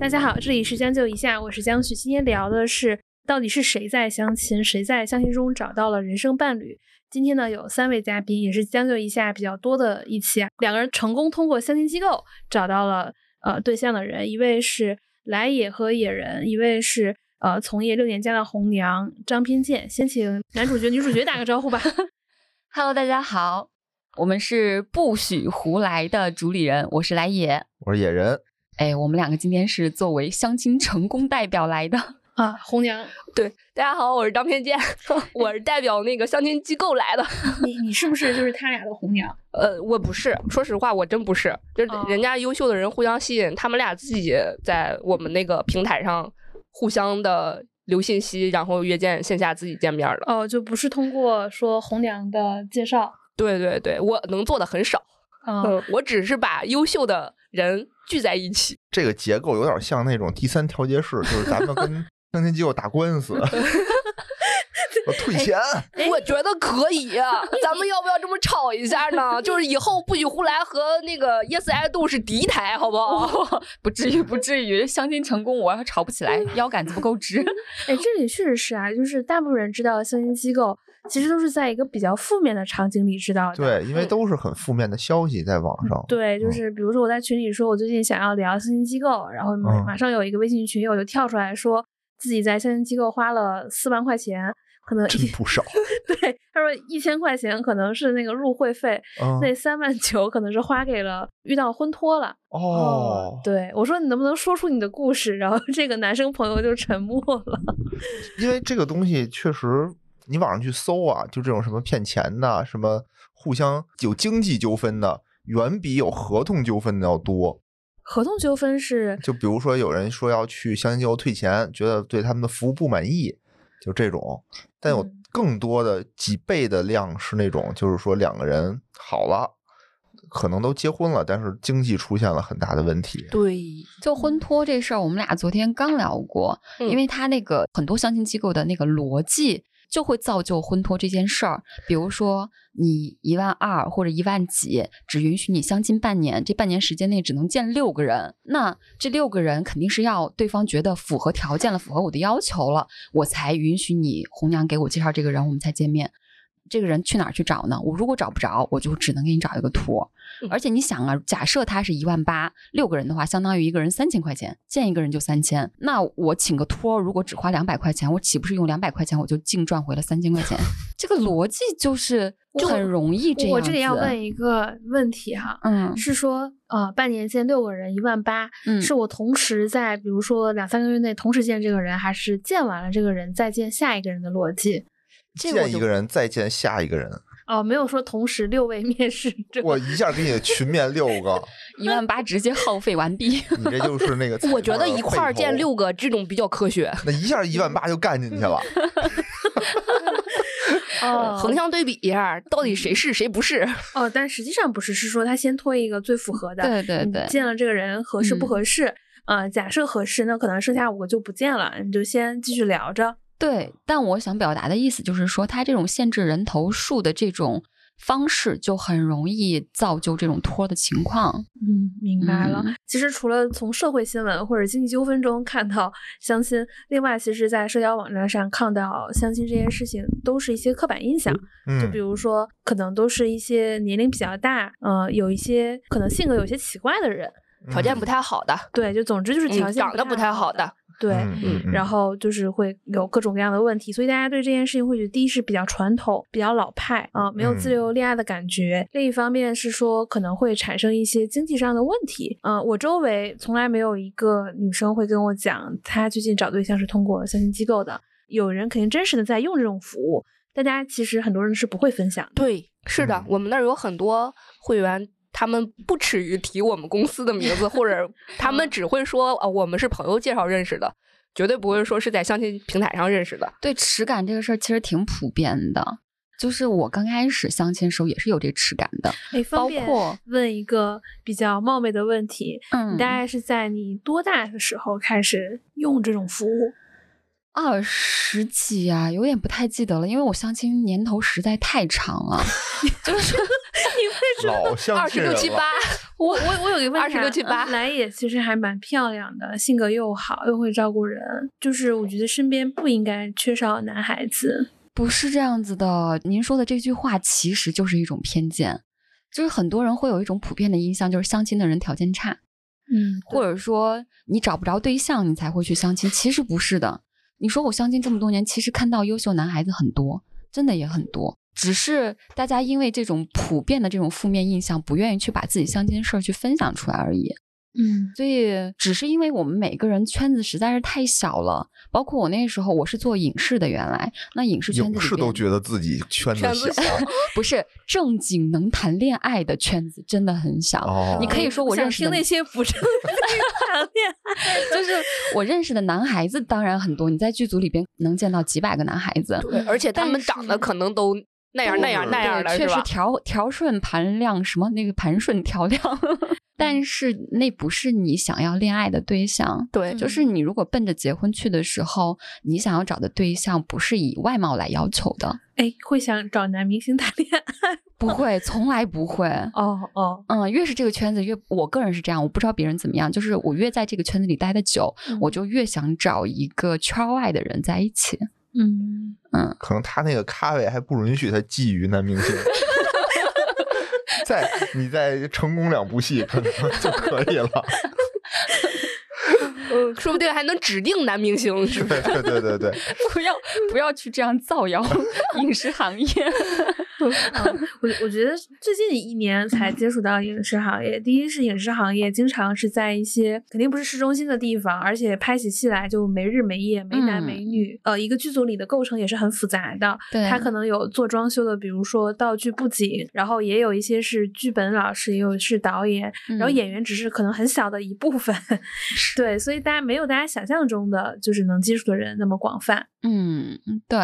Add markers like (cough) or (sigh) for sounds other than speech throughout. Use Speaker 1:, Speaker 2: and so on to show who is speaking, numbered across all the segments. Speaker 1: 大家好，这里是将就一下，我是江旭。今天聊的是到底是谁在相亲，谁在相亲中找到了人生伴侣。今天呢，有三位嘉宾，也是将就一下比较多的一期啊。两个人成功通过相亲机构找到了呃对象的人，一位是来也和野人，一位是呃从业六年家的红娘张偏见。先请男主角、女主角打个招 (laughs) 呼吧。
Speaker 2: Hello，大家好，我们是不许胡来的主理人，我是来也。
Speaker 3: 我是野人，
Speaker 2: 哎，我们两个今天是作为相亲成功代表来的。 (laughs)
Speaker 1: 啊，红娘，
Speaker 4: 对，大家好，我是张偏 (laughs) 见，我是代表那个相亲机构来的。
Speaker 1: 你你是不是就是他俩的红娘？
Speaker 4: 呃，我不是，说实话，我真不是，就是
Speaker 1: 哦
Speaker 4: 人家优秀的人互相吸引，他们俩自己在我们那个平台上互相的留信息，然后约见线下自己见面了。
Speaker 1: 哦，就不是通过说红娘的介绍
Speaker 4: 对对对，我能做的很少，
Speaker 1: 啊。
Speaker 4: 嗯，我只是把优秀的人聚在一起。
Speaker 3: 这个结构有点像那种第三调解室，就是咱们 (laughs) 跟相亲机构打官 (laughs) 司，我退钱。
Speaker 4: 我觉得可以，啊 (laughs) 咱们要不要这么吵一下呢？就是以后不许胡来和那个 Yes I Do 是敌台，好不好？
Speaker 2: 不至于，不至于，相亲成功我要吵不起来，腰杆子不够直。
Speaker 1: 哎，这里确实是啊，就是大部分人知道的相亲机构，其实都是在一个比较负面的场景里知道的。
Speaker 3: 对，因为
Speaker 4: 嗯
Speaker 3: 都是很负面的消息在网上。
Speaker 1: 对，就
Speaker 3: 嗯
Speaker 1: 是比如说我在群里说我最近想要聊相亲机构，然后马
Speaker 3: 嗯
Speaker 1: 马上有一个微信群友就跳出来说自己在相亲机构花了四万块钱， (laughs) 可能
Speaker 3: 真
Speaker 1: 一
Speaker 3: 不少。
Speaker 1: 对他说一千块钱可能是那个入会费，
Speaker 3: 嗯
Speaker 1: 那三万九可能是花给了遇到婚托了。
Speaker 3: 哦，
Speaker 1: 对我说你能不能说出你的故事？然后这个男生朋友就沉默了。 (laughs)
Speaker 3: 因为这个东西确实，你网上去搜啊，就这种什么骗钱的，什么互相有经济纠纷的，远比有合同纠纷的要多。
Speaker 1: 合同纠纷是
Speaker 3: 就比如说有人说要去相亲机构退钱，觉得对他们的服务不满意，就这种。但有
Speaker 1: 嗯
Speaker 3: 更多的几倍的量是那种，就是说两个人好了，可能都结婚了，但是经济出现了很大的问题。
Speaker 4: 对，
Speaker 2: 就婚托这事儿，我们俩昨天刚聊过，
Speaker 4: 嗯
Speaker 2: 因为他那个很多相亲机构的那个逻辑。就会造就婚托这件事儿，比如说你一万二或者一万几，只允许你相亲半年，这半年时间内只能见六个人，那这六个人肯定是要对方觉得符合条件了，符合我的要求了，我才允许你红娘给我介绍这个人，我们才见面。这个人去哪儿去找呢？我如果找不着，我就只能给你找一个托。
Speaker 4: 嗯
Speaker 2: 而且你想啊，假设他是一万八，六个人的话，相当于一个人三千块钱，见一个人就三千。那我请个托儿，如果只花两百块钱，我岂不是用两百块钱我就净赚回了三千块钱？ (laughs) 这个逻辑就是
Speaker 1: (laughs) 就
Speaker 2: 很容易这样
Speaker 1: 我这里要
Speaker 2: 子
Speaker 1: 问一个问题哈，
Speaker 2: 嗯
Speaker 1: 是说呃半年见六个人一万八，
Speaker 2: 嗯
Speaker 1: 是我同时在比如说两三个月内同时见这个人，还是见完了这个人再见下一个人的逻辑？
Speaker 2: 这个我
Speaker 3: 见一
Speaker 2: 就
Speaker 3: 个人，再见下一个人，
Speaker 1: 哦，没有说同时六位面试这个
Speaker 3: 我一下给你群面六个，
Speaker 2: 一万八直接耗费
Speaker 1: (laughs)
Speaker 2: 完毕。
Speaker 3: 你这就是那个。
Speaker 4: 我觉得一块儿见，六个这种比较科学，
Speaker 3: 那一下一万八就干进去了。
Speaker 1: 哦
Speaker 4: 呃横向对比一下，到底谁是谁不是？
Speaker 1: 哦，但实际上不是，是说他先推一个最符合的，
Speaker 2: 嗯
Speaker 1: 嗯
Speaker 2: 对对
Speaker 1: 你
Speaker 2: 对嗯
Speaker 1: 见了这个人合适不合适？呃，假设合适，那可能剩下五个就不见了，你就先继续聊着。
Speaker 2: 对，但我想表达的意思就是说，他这种限制人头数的这种方式，就很容易造就这种托儿的情况。
Speaker 1: 嗯，明白了。
Speaker 2: 嗯
Speaker 1: 其实除了从社会新闻或者经济纠纷中看到相亲，另外其实，在社交网站上看到相亲这件事情，都是一些刻板印象。就
Speaker 3: 嗯
Speaker 1: 比，如说，可能都是一些年龄比较大，呃，有一些可能性格有些奇怪的人。
Speaker 4: 条件不
Speaker 3: 太
Speaker 4: 太好的，
Speaker 1: 对，就总之就是条
Speaker 4: 嗯
Speaker 1: 件
Speaker 4: 长得不
Speaker 1: 太
Speaker 4: 太好
Speaker 1: 的
Speaker 4: 的。
Speaker 1: 对，
Speaker 3: 嗯
Speaker 1: 然后就是会有各种各样的问题，所以大家对这件事情会觉得，第一是比较传统、比较老派啊、没有自
Speaker 3: 嗯
Speaker 1: 由恋爱的感觉；另一方面是说可能会产生一些经济上的问题。嗯、我周围从来没有一个女生会跟我讲，她最近找对象是通过相亲机构的。有人肯定真实的在用这种服务，大家其实很多人是不会分享的。
Speaker 4: 对，是的
Speaker 3: 嗯，
Speaker 4: 我们那儿有很多会员。他们不耻于提我们公司的名字，或者他们只会说啊，我们是朋友介绍认识的，绝对不会说是在相亲平台上认识的。
Speaker 2: 对耻感这个事儿，其实挺普遍的。就是我刚开始相亲的时候，也是有这耻感的。
Speaker 1: 哎，方
Speaker 2: 包
Speaker 1: 便
Speaker 2: 括
Speaker 1: 问一个比较冒昧的问题，
Speaker 2: 嗯
Speaker 1: 你大概是在你多大的时候开始用这种服务？
Speaker 2: 二十几啊，有点不太记得了，因为我相亲年头实在太长了。就是
Speaker 3: 老相
Speaker 4: 二
Speaker 3: 亲
Speaker 4: 十
Speaker 3: 人
Speaker 4: 六
Speaker 3: 了。
Speaker 4: 七八，
Speaker 1: 我我我有一个问题啊，
Speaker 4: 26 28
Speaker 1: 嗯来也其实还蛮漂亮的，性格又好，又会照顾人，就是我觉得身边不应该缺少男孩子。
Speaker 2: 不是这样子的，您说的这句话其实就是一种偏见，就是很多人会有一种普遍的印象，就是相亲的人条件差，
Speaker 1: 嗯，
Speaker 2: 或者说你找不着对象你才会去相亲，其实不是的。你说我相亲这么多年，其实看到优秀男孩子很多，真的也很多，只是大家因为这种普遍的这种负面印象，不愿意去把自己相亲的事儿去分享出来而已。
Speaker 1: 嗯，
Speaker 2: 所以只是因为我们每个人圈子实在是太小了，包括我那时候我是做影视的，原来那影视圈子里
Speaker 3: 影视
Speaker 2: 边
Speaker 3: 都觉得自己圈子
Speaker 4: 圈子
Speaker 3: 小
Speaker 2: 不是正经能谈恋爱的圈子真的很小。
Speaker 3: 哦
Speaker 2: 你，可以说我
Speaker 1: 想
Speaker 2: 认识
Speaker 1: 听
Speaker 2: 的
Speaker 1: 那些不正常恋爱。
Speaker 2: (laughs) 就是我认识的男孩子当然很多，你在剧组里边能见到几百个男孩子，
Speaker 4: 对，而且他
Speaker 2: 但
Speaker 4: 们长得
Speaker 2: 是
Speaker 4: 可能都那样那样那样的，
Speaker 2: 对，
Speaker 4: 是
Speaker 2: 确实
Speaker 4: 吧？
Speaker 2: 调调顺盘量什么那个盘顺调量， (laughs) 但是那不是你想要恋爱的对象。
Speaker 4: 对
Speaker 1: 嗯
Speaker 2: 就是你如果奔着结婚去的时候，你想要找的对象不是以外貌来要求的，
Speaker 1: 哎，会想找男明星谈恋爱？
Speaker 2: 不会，从来不
Speaker 4: (laughs)
Speaker 2: 会。
Speaker 1: 哦哦，
Speaker 2: 嗯，越是这个圈子越，我个人是这样，我不知道别人怎么样，就是我越在这个圈子里待的久，
Speaker 1: 嗯
Speaker 4: 嗯
Speaker 2: 我就越想找一个圈儿外的人在一
Speaker 4: (laughs)
Speaker 2: 起。 (laughs)
Speaker 1: 嗯，
Speaker 3: 可能他那个咖位还不允许他觊觎男明星。在你再成功两部戏，可能就可以了。
Speaker 4: 嗯，说不定还能指定男明星，是不是？
Speaker 3: 对对对对对，
Speaker 2: 不要不要去这样造
Speaker 4: (laughs)
Speaker 2: 谣影视行业。
Speaker 1: 嗯我我觉得最近一年才接触到影视行业，第一是影视行业经常是在一些肯定不是市中心的地方，而且拍起戏来就没日没夜，没男没女。呃，一个剧组里的构成也是很复杂的，
Speaker 2: 对， (laughs)
Speaker 1: 它可能有做装修的，比如说道具布景，然后也有一些是剧本老师，也有是导演，然后
Speaker 2: 嗯
Speaker 1: 演员只是可能很小的一部 (laughs) 分。对，所以大家没有大家想象中的就是能接触的人那么广泛。
Speaker 2: 嗯对，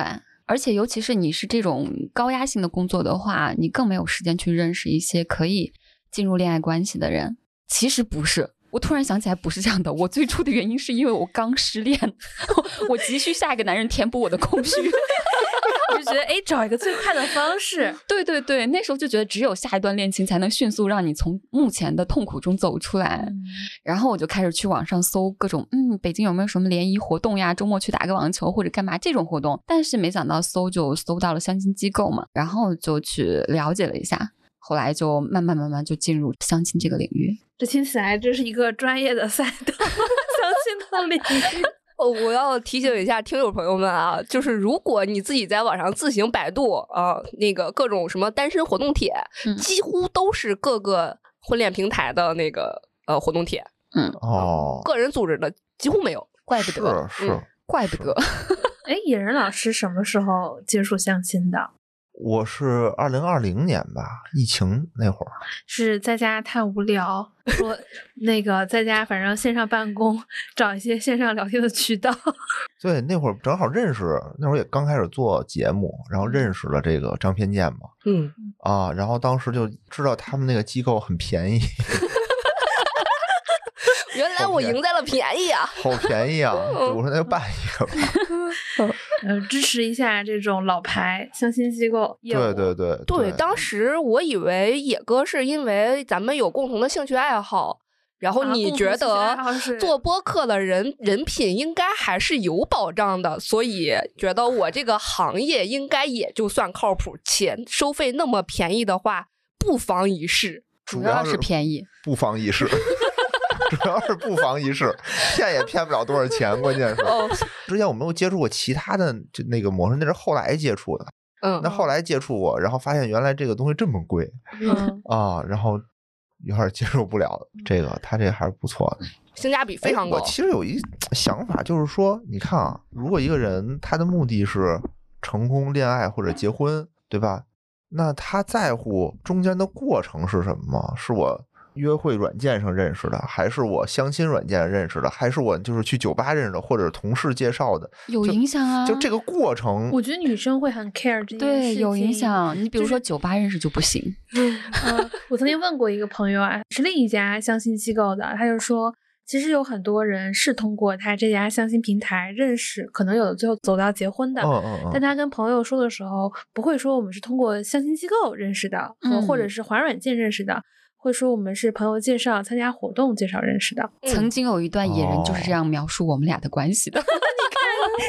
Speaker 2: 而且尤其是你是这种高压性的工作的话，你更没有时间去认识一些可以进入恋爱关系的人。其实不是。我突然想起来，不是这样的。我最初的原因是因为我刚失恋， (laughs) 我急需下一个男人填补我的空虚。
Speaker 1: 我就觉得，哎，找一个最快的方式。
Speaker 2: 对对对，那时候就觉得只有下一段恋情才能迅速让你从目前的痛苦中走出来。然后我就开始去网上搜各种，嗯，北京有没有什么联谊活动呀？周末去打个网球或者干嘛这种活动。但是没想到搜就搜到了相亲机构嘛，然后就去了解了一下，后来就慢慢慢慢就进入相亲这个领域。
Speaker 1: 这听起来这是一个专业的赛道， (laughs) 相亲的领域。
Speaker 4: 哦，我要提醒一下听友朋友们啊，就是如果你自己在网上自行百度啊、那个各种什么单身活动帖，
Speaker 2: 嗯
Speaker 4: 几乎都是各个婚恋平台的那个呃活动帖， (laughs)
Speaker 3: 哦，
Speaker 4: 个人组织的几乎没有。
Speaker 2: 怪不得，
Speaker 3: 是是
Speaker 4: 嗯，
Speaker 2: 怪不得，
Speaker 1: 哎，野人老师什么时候接触相亲的？
Speaker 3: 我是二零二零年吧，疫情那会儿，
Speaker 1: 是在家太无聊，说那个在家反正线上办公，找一些线上聊天的渠道。
Speaker 3: 对，那会儿正好认识，那会儿也刚开始做节目，然后认识了这个张偏见嘛，
Speaker 4: 嗯，
Speaker 3: 啊，然后当时就知道他们那个机构很便宜，
Speaker 4: 原来我赢在了便宜啊！
Speaker 3: 好便宜啊！我说那就办一个吧。
Speaker 1: 呃，支持一下这种老牌相亲机构业务。
Speaker 3: 对对对
Speaker 4: 对，当时我以为野哥是因为咱们有共同的兴趣爱好，然后
Speaker 1: 啊
Speaker 4: 你
Speaker 1: 共同
Speaker 4: 觉
Speaker 1: 兴趣爱
Speaker 4: 得
Speaker 1: 好是
Speaker 4: 做播客的人人品应该还是有保障的，所以觉得我这个行业应该也就算靠谱，且收费那么便宜的话，不妨一试。
Speaker 2: 主
Speaker 3: 要
Speaker 2: 要
Speaker 3: 是
Speaker 2: 是便宜。
Speaker 3: 不妨一试， (laughs) 主要是不妨一试，骗也骗不了多少钱，关键是。
Speaker 4: 哦，
Speaker 3: 之前我没有接触过其他的就那个模式，那是后来接触的。
Speaker 4: 嗯
Speaker 3: 那，后来接触过，然后发现原来这个东西这么贵
Speaker 1: 嗯，
Speaker 3: 啊，然后有点接受不了。
Speaker 4: 嗯
Speaker 3: 这个他这个还是不错的。
Speaker 4: (laughs) 性价比非
Speaker 3: 哎
Speaker 4: 常高
Speaker 3: 我。其实有一想法，就是说，你看啊，如果一个人他的目的是成功恋爱或者结婚，对吧？那他在乎中间的过程是什么吗？是我约会软件上认识的，还是我相亲软件上认识的，还是我就是去酒吧认识的，或者同事介绍的？
Speaker 2: 有影响啊！
Speaker 3: 就这个过程，
Speaker 1: 我觉得女生会很 care 这件事
Speaker 2: 对
Speaker 1: 情。
Speaker 2: 有影响。你比如
Speaker 1: 就是
Speaker 2: 说酒吧认识就不行，
Speaker 1: (laughs) 呃，我曾经问过一个朋友啊，是另一家相亲机构的，他就说其实有很多人是通过他这家相亲平台认识，可能有的最后走到结婚的。
Speaker 3: 嗯嗯
Speaker 1: 但
Speaker 3: 嗯，
Speaker 1: 他跟朋友说的时候，不会说我们是通过相亲机构认识的，和或者
Speaker 2: 嗯
Speaker 1: 是环软件认识的，会说我们是朋友介绍、参加活动介绍认识的。
Speaker 4: 嗯
Speaker 2: 曾经有一段野人就是这
Speaker 3: 哦
Speaker 2: 样描述我们俩的关系的。
Speaker 1: (laughs)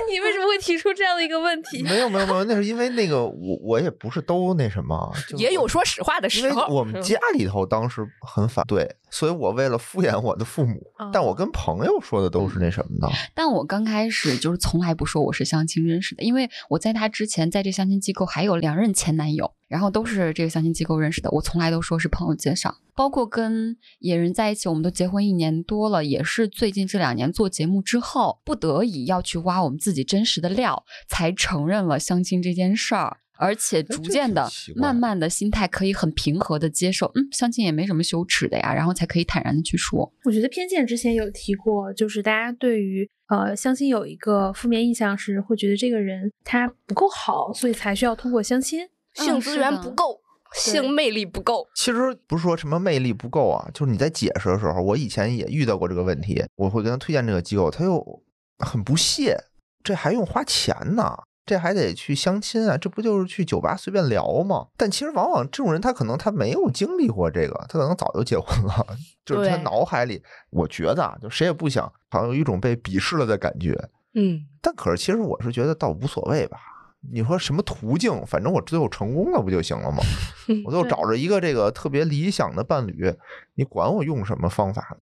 Speaker 1: 你为什么会提出这样的一个问题？
Speaker 3: 没有没有没有，那是因为那个我我也不是都那什么，啊就
Speaker 4: 也
Speaker 3: 我
Speaker 4: 有说实话的
Speaker 3: 因
Speaker 4: 时
Speaker 3: 为
Speaker 4: 候。
Speaker 3: 我们
Speaker 4: 是吧
Speaker 3: 家里头当时很反对，所以我为了敷衍我的父母，
Speaker 4: 哦
Speaker 3: 但我跟朋友说的都是那什么的。
Speaker 2: 但我刚开始就是从来不说我是相亲认识的，因为我在他之前在这相亲机构还有两任前男友，然后都是这个相亲机构认识的，我从来都说是朋友介绍。包括跟野人在一起，我们都结婚一年多了，也是最近这两年做节目之后，不得已要去挖我们自己真实的料，才承认了相亲这件事儿。而且逐
Speaker 3: 哎这
Speaker 2: 渐
Speaker 3: 挺
Speaker 2: 的
Speaker 3: 奇、怪
Speaker 2: 慢慢的心态可以很平和的接受，嗯，相亲也没什么羞耻的呀，然后才可以坦然的去说。
Speaker 1: 我觉得偏见之前有提过，就是大家对于呃相亲有一个负面印象是会觉得这个人他不够好，所以才需要通过相亲。
Speaker 4: 性
Speaker 2: 嗯
Speaker 4: 资
Speaker 2: 是
Speaker 4: 源
Speaker 2: 的
Speaker 4: 不够，
Speaker 1: 对
Speaker 4: 性魅力不够。
Speaker 3: 其实不是说什么魅力不够啊，就是你在解释的时候，我以前也遇到过这个问题。我会跟他推荐这个机构，他又很不屑，这还用花钱呢？这还得去相亲啊？这不就是去酒吧随便聊吗？但其实往往这种人，他可能他没有经历过这个，他可能早就结婚了， (laughs) 就是他
Speaker 4: 对
Speaker 3: 脑海里，我觉得啊，就谁也不想，好像有一种被鄙视了的感觉。
Speaker 4: 嗯，？
Speaker 3: 但可是其实我是觉得倒无所谓吧。你说什么途径，反正我最后成功了不就
Speaker 2: (laughs)
Speaker 3: 行了吗我最后
Speaker 1: 对
Speaker 3: 找着一个这个特别理想的伴侣，你管我用什么方法？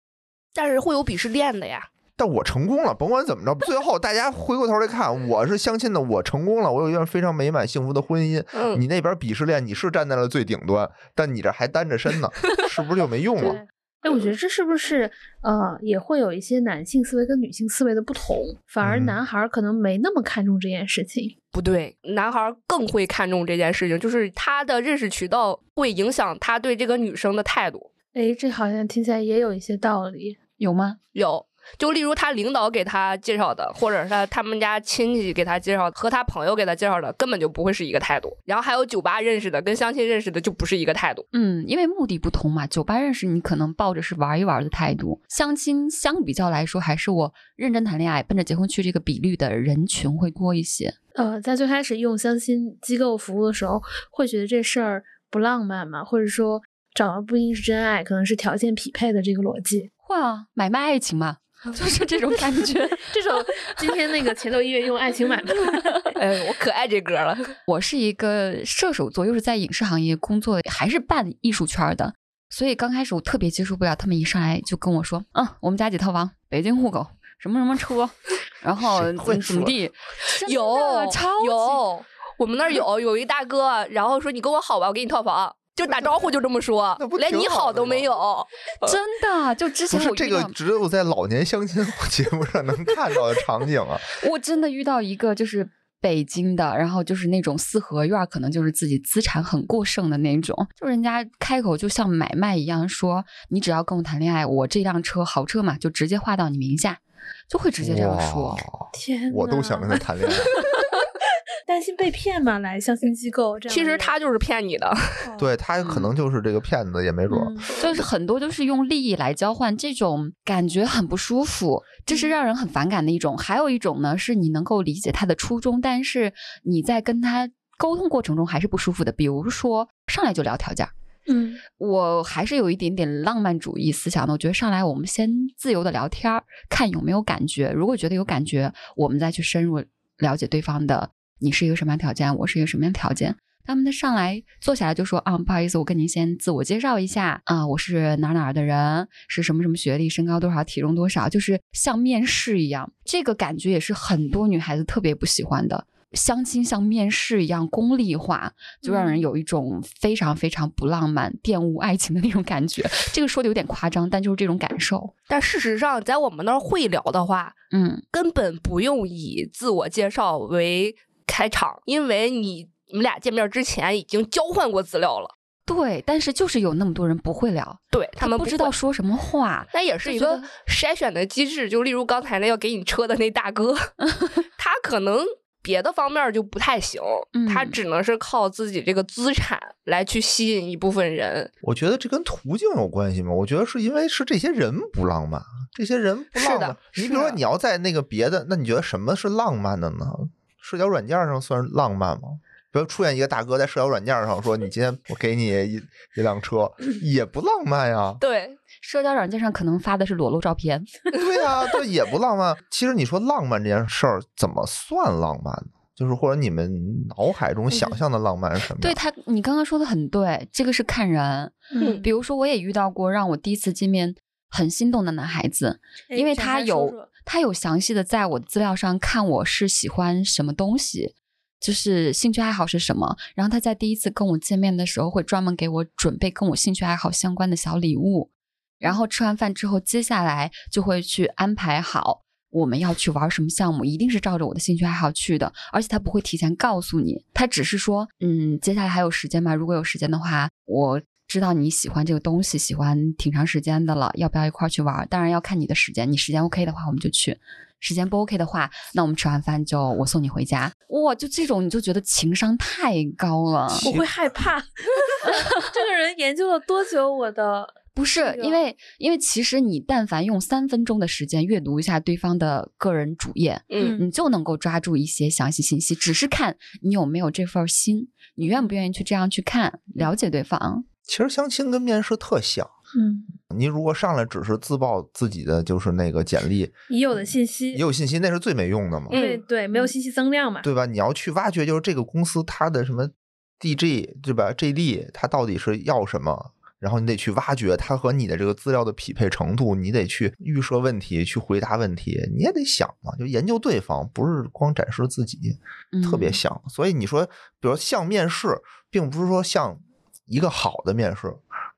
Speaker 4: 但是会有鄙视链的呀。
Speaker 3: 但我成功了，甭管怎么着，最后大家回过头来看，我是相亲的，我成功了，我有一段非常美满幸福的婚姻。
Speaker 4: 嗯
Speaker 3: 你那边鄙视链，你是站在了最顶端，但你这还单
Speaker 2: (laughs)
Speaker 3: 着身呢，是不是就没用了？
Speaker 1: 对，哎，我觉得这是不是呃也会有一些男性思维跟女性思维的不同，反而
Speaker 3: 嗯
Speaker 1: 男孩儿可能没那么看重这件事情。
Speaker 4: 不对，男孩儿更会看重这件事情，就是他的认识渠道会影响他对这个女生的态度。
Speaker 1: 哎，这好像听起来也有一些道理。
Speaker 2: 有吗？
Speaker 4: 有，就例如他领导给他介绍的，或者是他他们家亲戚给他介绍的，和他朋友给他介绍的，根本就不会是一个态度。然后还有酒吧认识的，跟相亲认识的就不是一个态度。 (laughs)
Speaker 2: 嗯，因为目的不同嘛，酒吧认识你可能抱着是玩一玩的态度，相亲相比较来说，还是我认真谈恋爱奔着结婚去这个比率的人群会多一些。
Speaker 1: 呃，在最开始用相亲机构服务的时候，会觉得这事儿不浪漫嘛，或者说找到不一定是真爱，可能是条件匹配的这个逻辑。
Speaker 2: 会啊，买卖爱情嘛， (laughs) 就是这种感觉。 (laughs)
Speaker 1: 这首今天那个前奏音乐用爱情买卖，
Speaker 3: 嗯
Speaker 4: 哎，我可爱这歌了。
Speaker 2: 我是一个射手座，又是在影视行业工作，还是半艺术圈儿的，所以刚开始我特别接受不了他们一上来就跟我说，嗯，我们家几套房，北京户口，什么什么车，然后
Speaker 3: 谁
Speaker 2: 怎
Speaker 3: 会
Speaker 2: 么怎么
Speaker 3: 说
Speaker 2: 地，真的
Speaker 4: 有
Speaker 2: 超级
Speaker 4: 有，我们那儿有有一大哥，然后说你跟我好吧，我给你套房，就打招呼就这么说
Speaker 3: 那不，
Speaker 4: 连
Speaker 3: 挺
Speaker 4: 你
Speaker 3: 好的
Speaker 4: 都没
Speaker 3: 吗
Speaker 4: 有。
Speaker 2: 真的，就之前
Speaker 3: 不是
Speaker 2: 我
Speaker 3: 这
Speaker 2: 遇
Speaker 3: 个
Speaker 2: 到
Speaker 3: 只有在老年相亲 (laughs) 节目上能看到的场景啊！
Speaker 2: 我真的遇到一个就是北京的，然后就是那种四合院儿，可能就是自己资产很过剩的那种，就人家开口就像买卖一样说，你只要跟我谈恋爱，我这辆车豪车嘛，就直接划到你名下，就会直接这样说。
Speaker 3: 哇哦
Speaker 1: 天
Speaker 3: 我都想跟他谈恋爱。
Speaker 1: 担心被骗嘛，来相亲机构这样的
Speaker 4: 其
Speaker 1: 人。
Speaker 4: 实他就是骗你的，
Speaker 1: 哦
Speaker 3: 对他可能就是这个骗子，也没准儿。
Speaker 1: 嗯
Speaker 2: 就是很多就是用利益来交换，这种感觉很不舒服，这是让人很反感的一种。还有一种呢，是你能够理解他的初衷，但是你在跟他沟通过程中还是不舒服的。比如说上来就聊条件。
Speaker 1: 嗯，
Speaker 2: 我还是有一点点浪漫主义思想的。我觉得上来我们先自由的聊天儿，看有没有感觉。如果觉得有感觉，我们再去深入了解对方的，你是一个什么样条件，我是一个什么样条件。他们他上来坐下来就说啊，不好意思，我跟您先自我介绍一下啊，我是哪儿哪儿的人，是什么什么学历，身高多少，体重多少，就是像面试一样。这个感觉也是很多女孩子特别不喜欢的。相亲像面试一样功利化，就让人
Speaker 1: 嗯
Speaker 2: 有一种非常非常不浪漫、玷污爱情的那种感觉。这个说的有点夸张，但就是这种感受。
Speaker 4: 但事实上，在我们那儿会聊的话，
Speaker 2: 嗯，
Speaker 4: 根本不用以自我介绍为开场，因为你你们俩见面之前已经交换过资料了。
Speaker 2: 对。但是就是有那么多人不会聊，
Speaker 4: 对他们
Speaker 2: 不知
Speaker 4: 会
Speaker 2: 道，说什么话。
Speaker 4: 那也是一个
Speaker 2: (laughs)
Speaker 4: 筛选的机制。就例如刚才那要给你车的那大哥，他可能别的方面儿就不太行，他
Speaker 2: 嗯
Speaker 4: 只能是靠自己这个资产来去吸引一部分人。
Speaker 3: 我觉得这跟途径有关系吗？我觉得是因为是这些人不浪漫，这些人不
Speaker 4: 是
Speaker 3: 浪
Speaker 4: 的
Speaker 3: 漫。你
Speaker 4: 是
Speaker 3: 比如说，
Speaker 4: 的
Speaker 3: 你要在那个别的，那你觉得什么是浪漫的呢？社交软件上算是浪漫吗？比如出现一个大哥在社交软件上说：“你今天我给你一一辆车，也不浪漫
Speaker 4: (laughs)
Speaker 3: 呀。
Speaker 4: 对，
Speaker 2: 社交软件上可能发的是裸露照片，”
Speaker 3: 对呀，对，也不浪漫。其实你说浪漫这件事儿怎么算浪漫呢？就是或者你们脑海
Speaker 4: 嗯
Speaker 3: 中想象的浪漫是什么
Speaker 2: 对
Speaker 3: 样？
Speaker 2: 他，你刚刚说的很对，这个是看人。
Speaker 5: 嗯，
Speaker 2: 比如说，我也遇到过让我第一次见面很心动的男孩子，
Speaker 5: 哎
Speaker 2: 因为
Speaker 5: 展
Speaker 2: 他
Speaker 5: 开
Speaker 2: 有
Speaker 5: 说说
Speaker 2: 他有详细的在我的资料上看我是喜欢什么东西，就是兴趣爱好是什么。然后他在第一次跟我见面的时候，会专门给我准备跟我兴趣爱好相关的小礼物。然后吃完饭之后，接下来就会去安排好我们要去玩什么项目，一定是照着我的兴趣爱好去的。而且他不会提前告诉你，他只是说，嗯，接下来还有时间吗？如果有时间的话，我知道你喜欢这个东西，喜欢挺长时间的了，要不要一块儿去玩？当然要看你的时间，你时间 OK 的话，我们就去。时间不 OK 的话，那我们吃完饭就我送你回家。哇，就这种你就觉得情商太高了。
Speaker 5: 我会害怕， (laughs) 这个人研究了多久我的？
Speaker 2: 不是
Speaker 5: 这，个
Speaker 2: 因为因为其实你但凡用三分钟的时间阅读一下对方的个人主页，
Speaker 4: 嗯，
Speaker 2: 你就能够抓住一些详细信息，只是看你有没有这份儿心，你愿不愿意去这样去看了解对方。
Speaker 3: 其实相亲跟面试特像。
Speaker 5: 嗯，
Speaker 3: 你如果上来只是自曝自己的就是那个简历，
Speaker 5: 已有的信息
Speaker 3: 也，有信息，那是最没用的嘛，
Speaker 4: 嗯
Speaker 5: 对对，没有信息增量嘛，
Speaker 3: 对吧？你要去挖掘，就是这个公司它的什么 DG 对吧？JD 它到底是要什么？然后你得去挖掘它和你的这个资料的匹配程度，你得去预设问题，去回答问题，你也得想嘛，就研究对方，不是光展示自己，
Speaker 2: 嗯、
Speaker 3: 特别像。所以你说，比如像面试，并不是说像一个好的面试，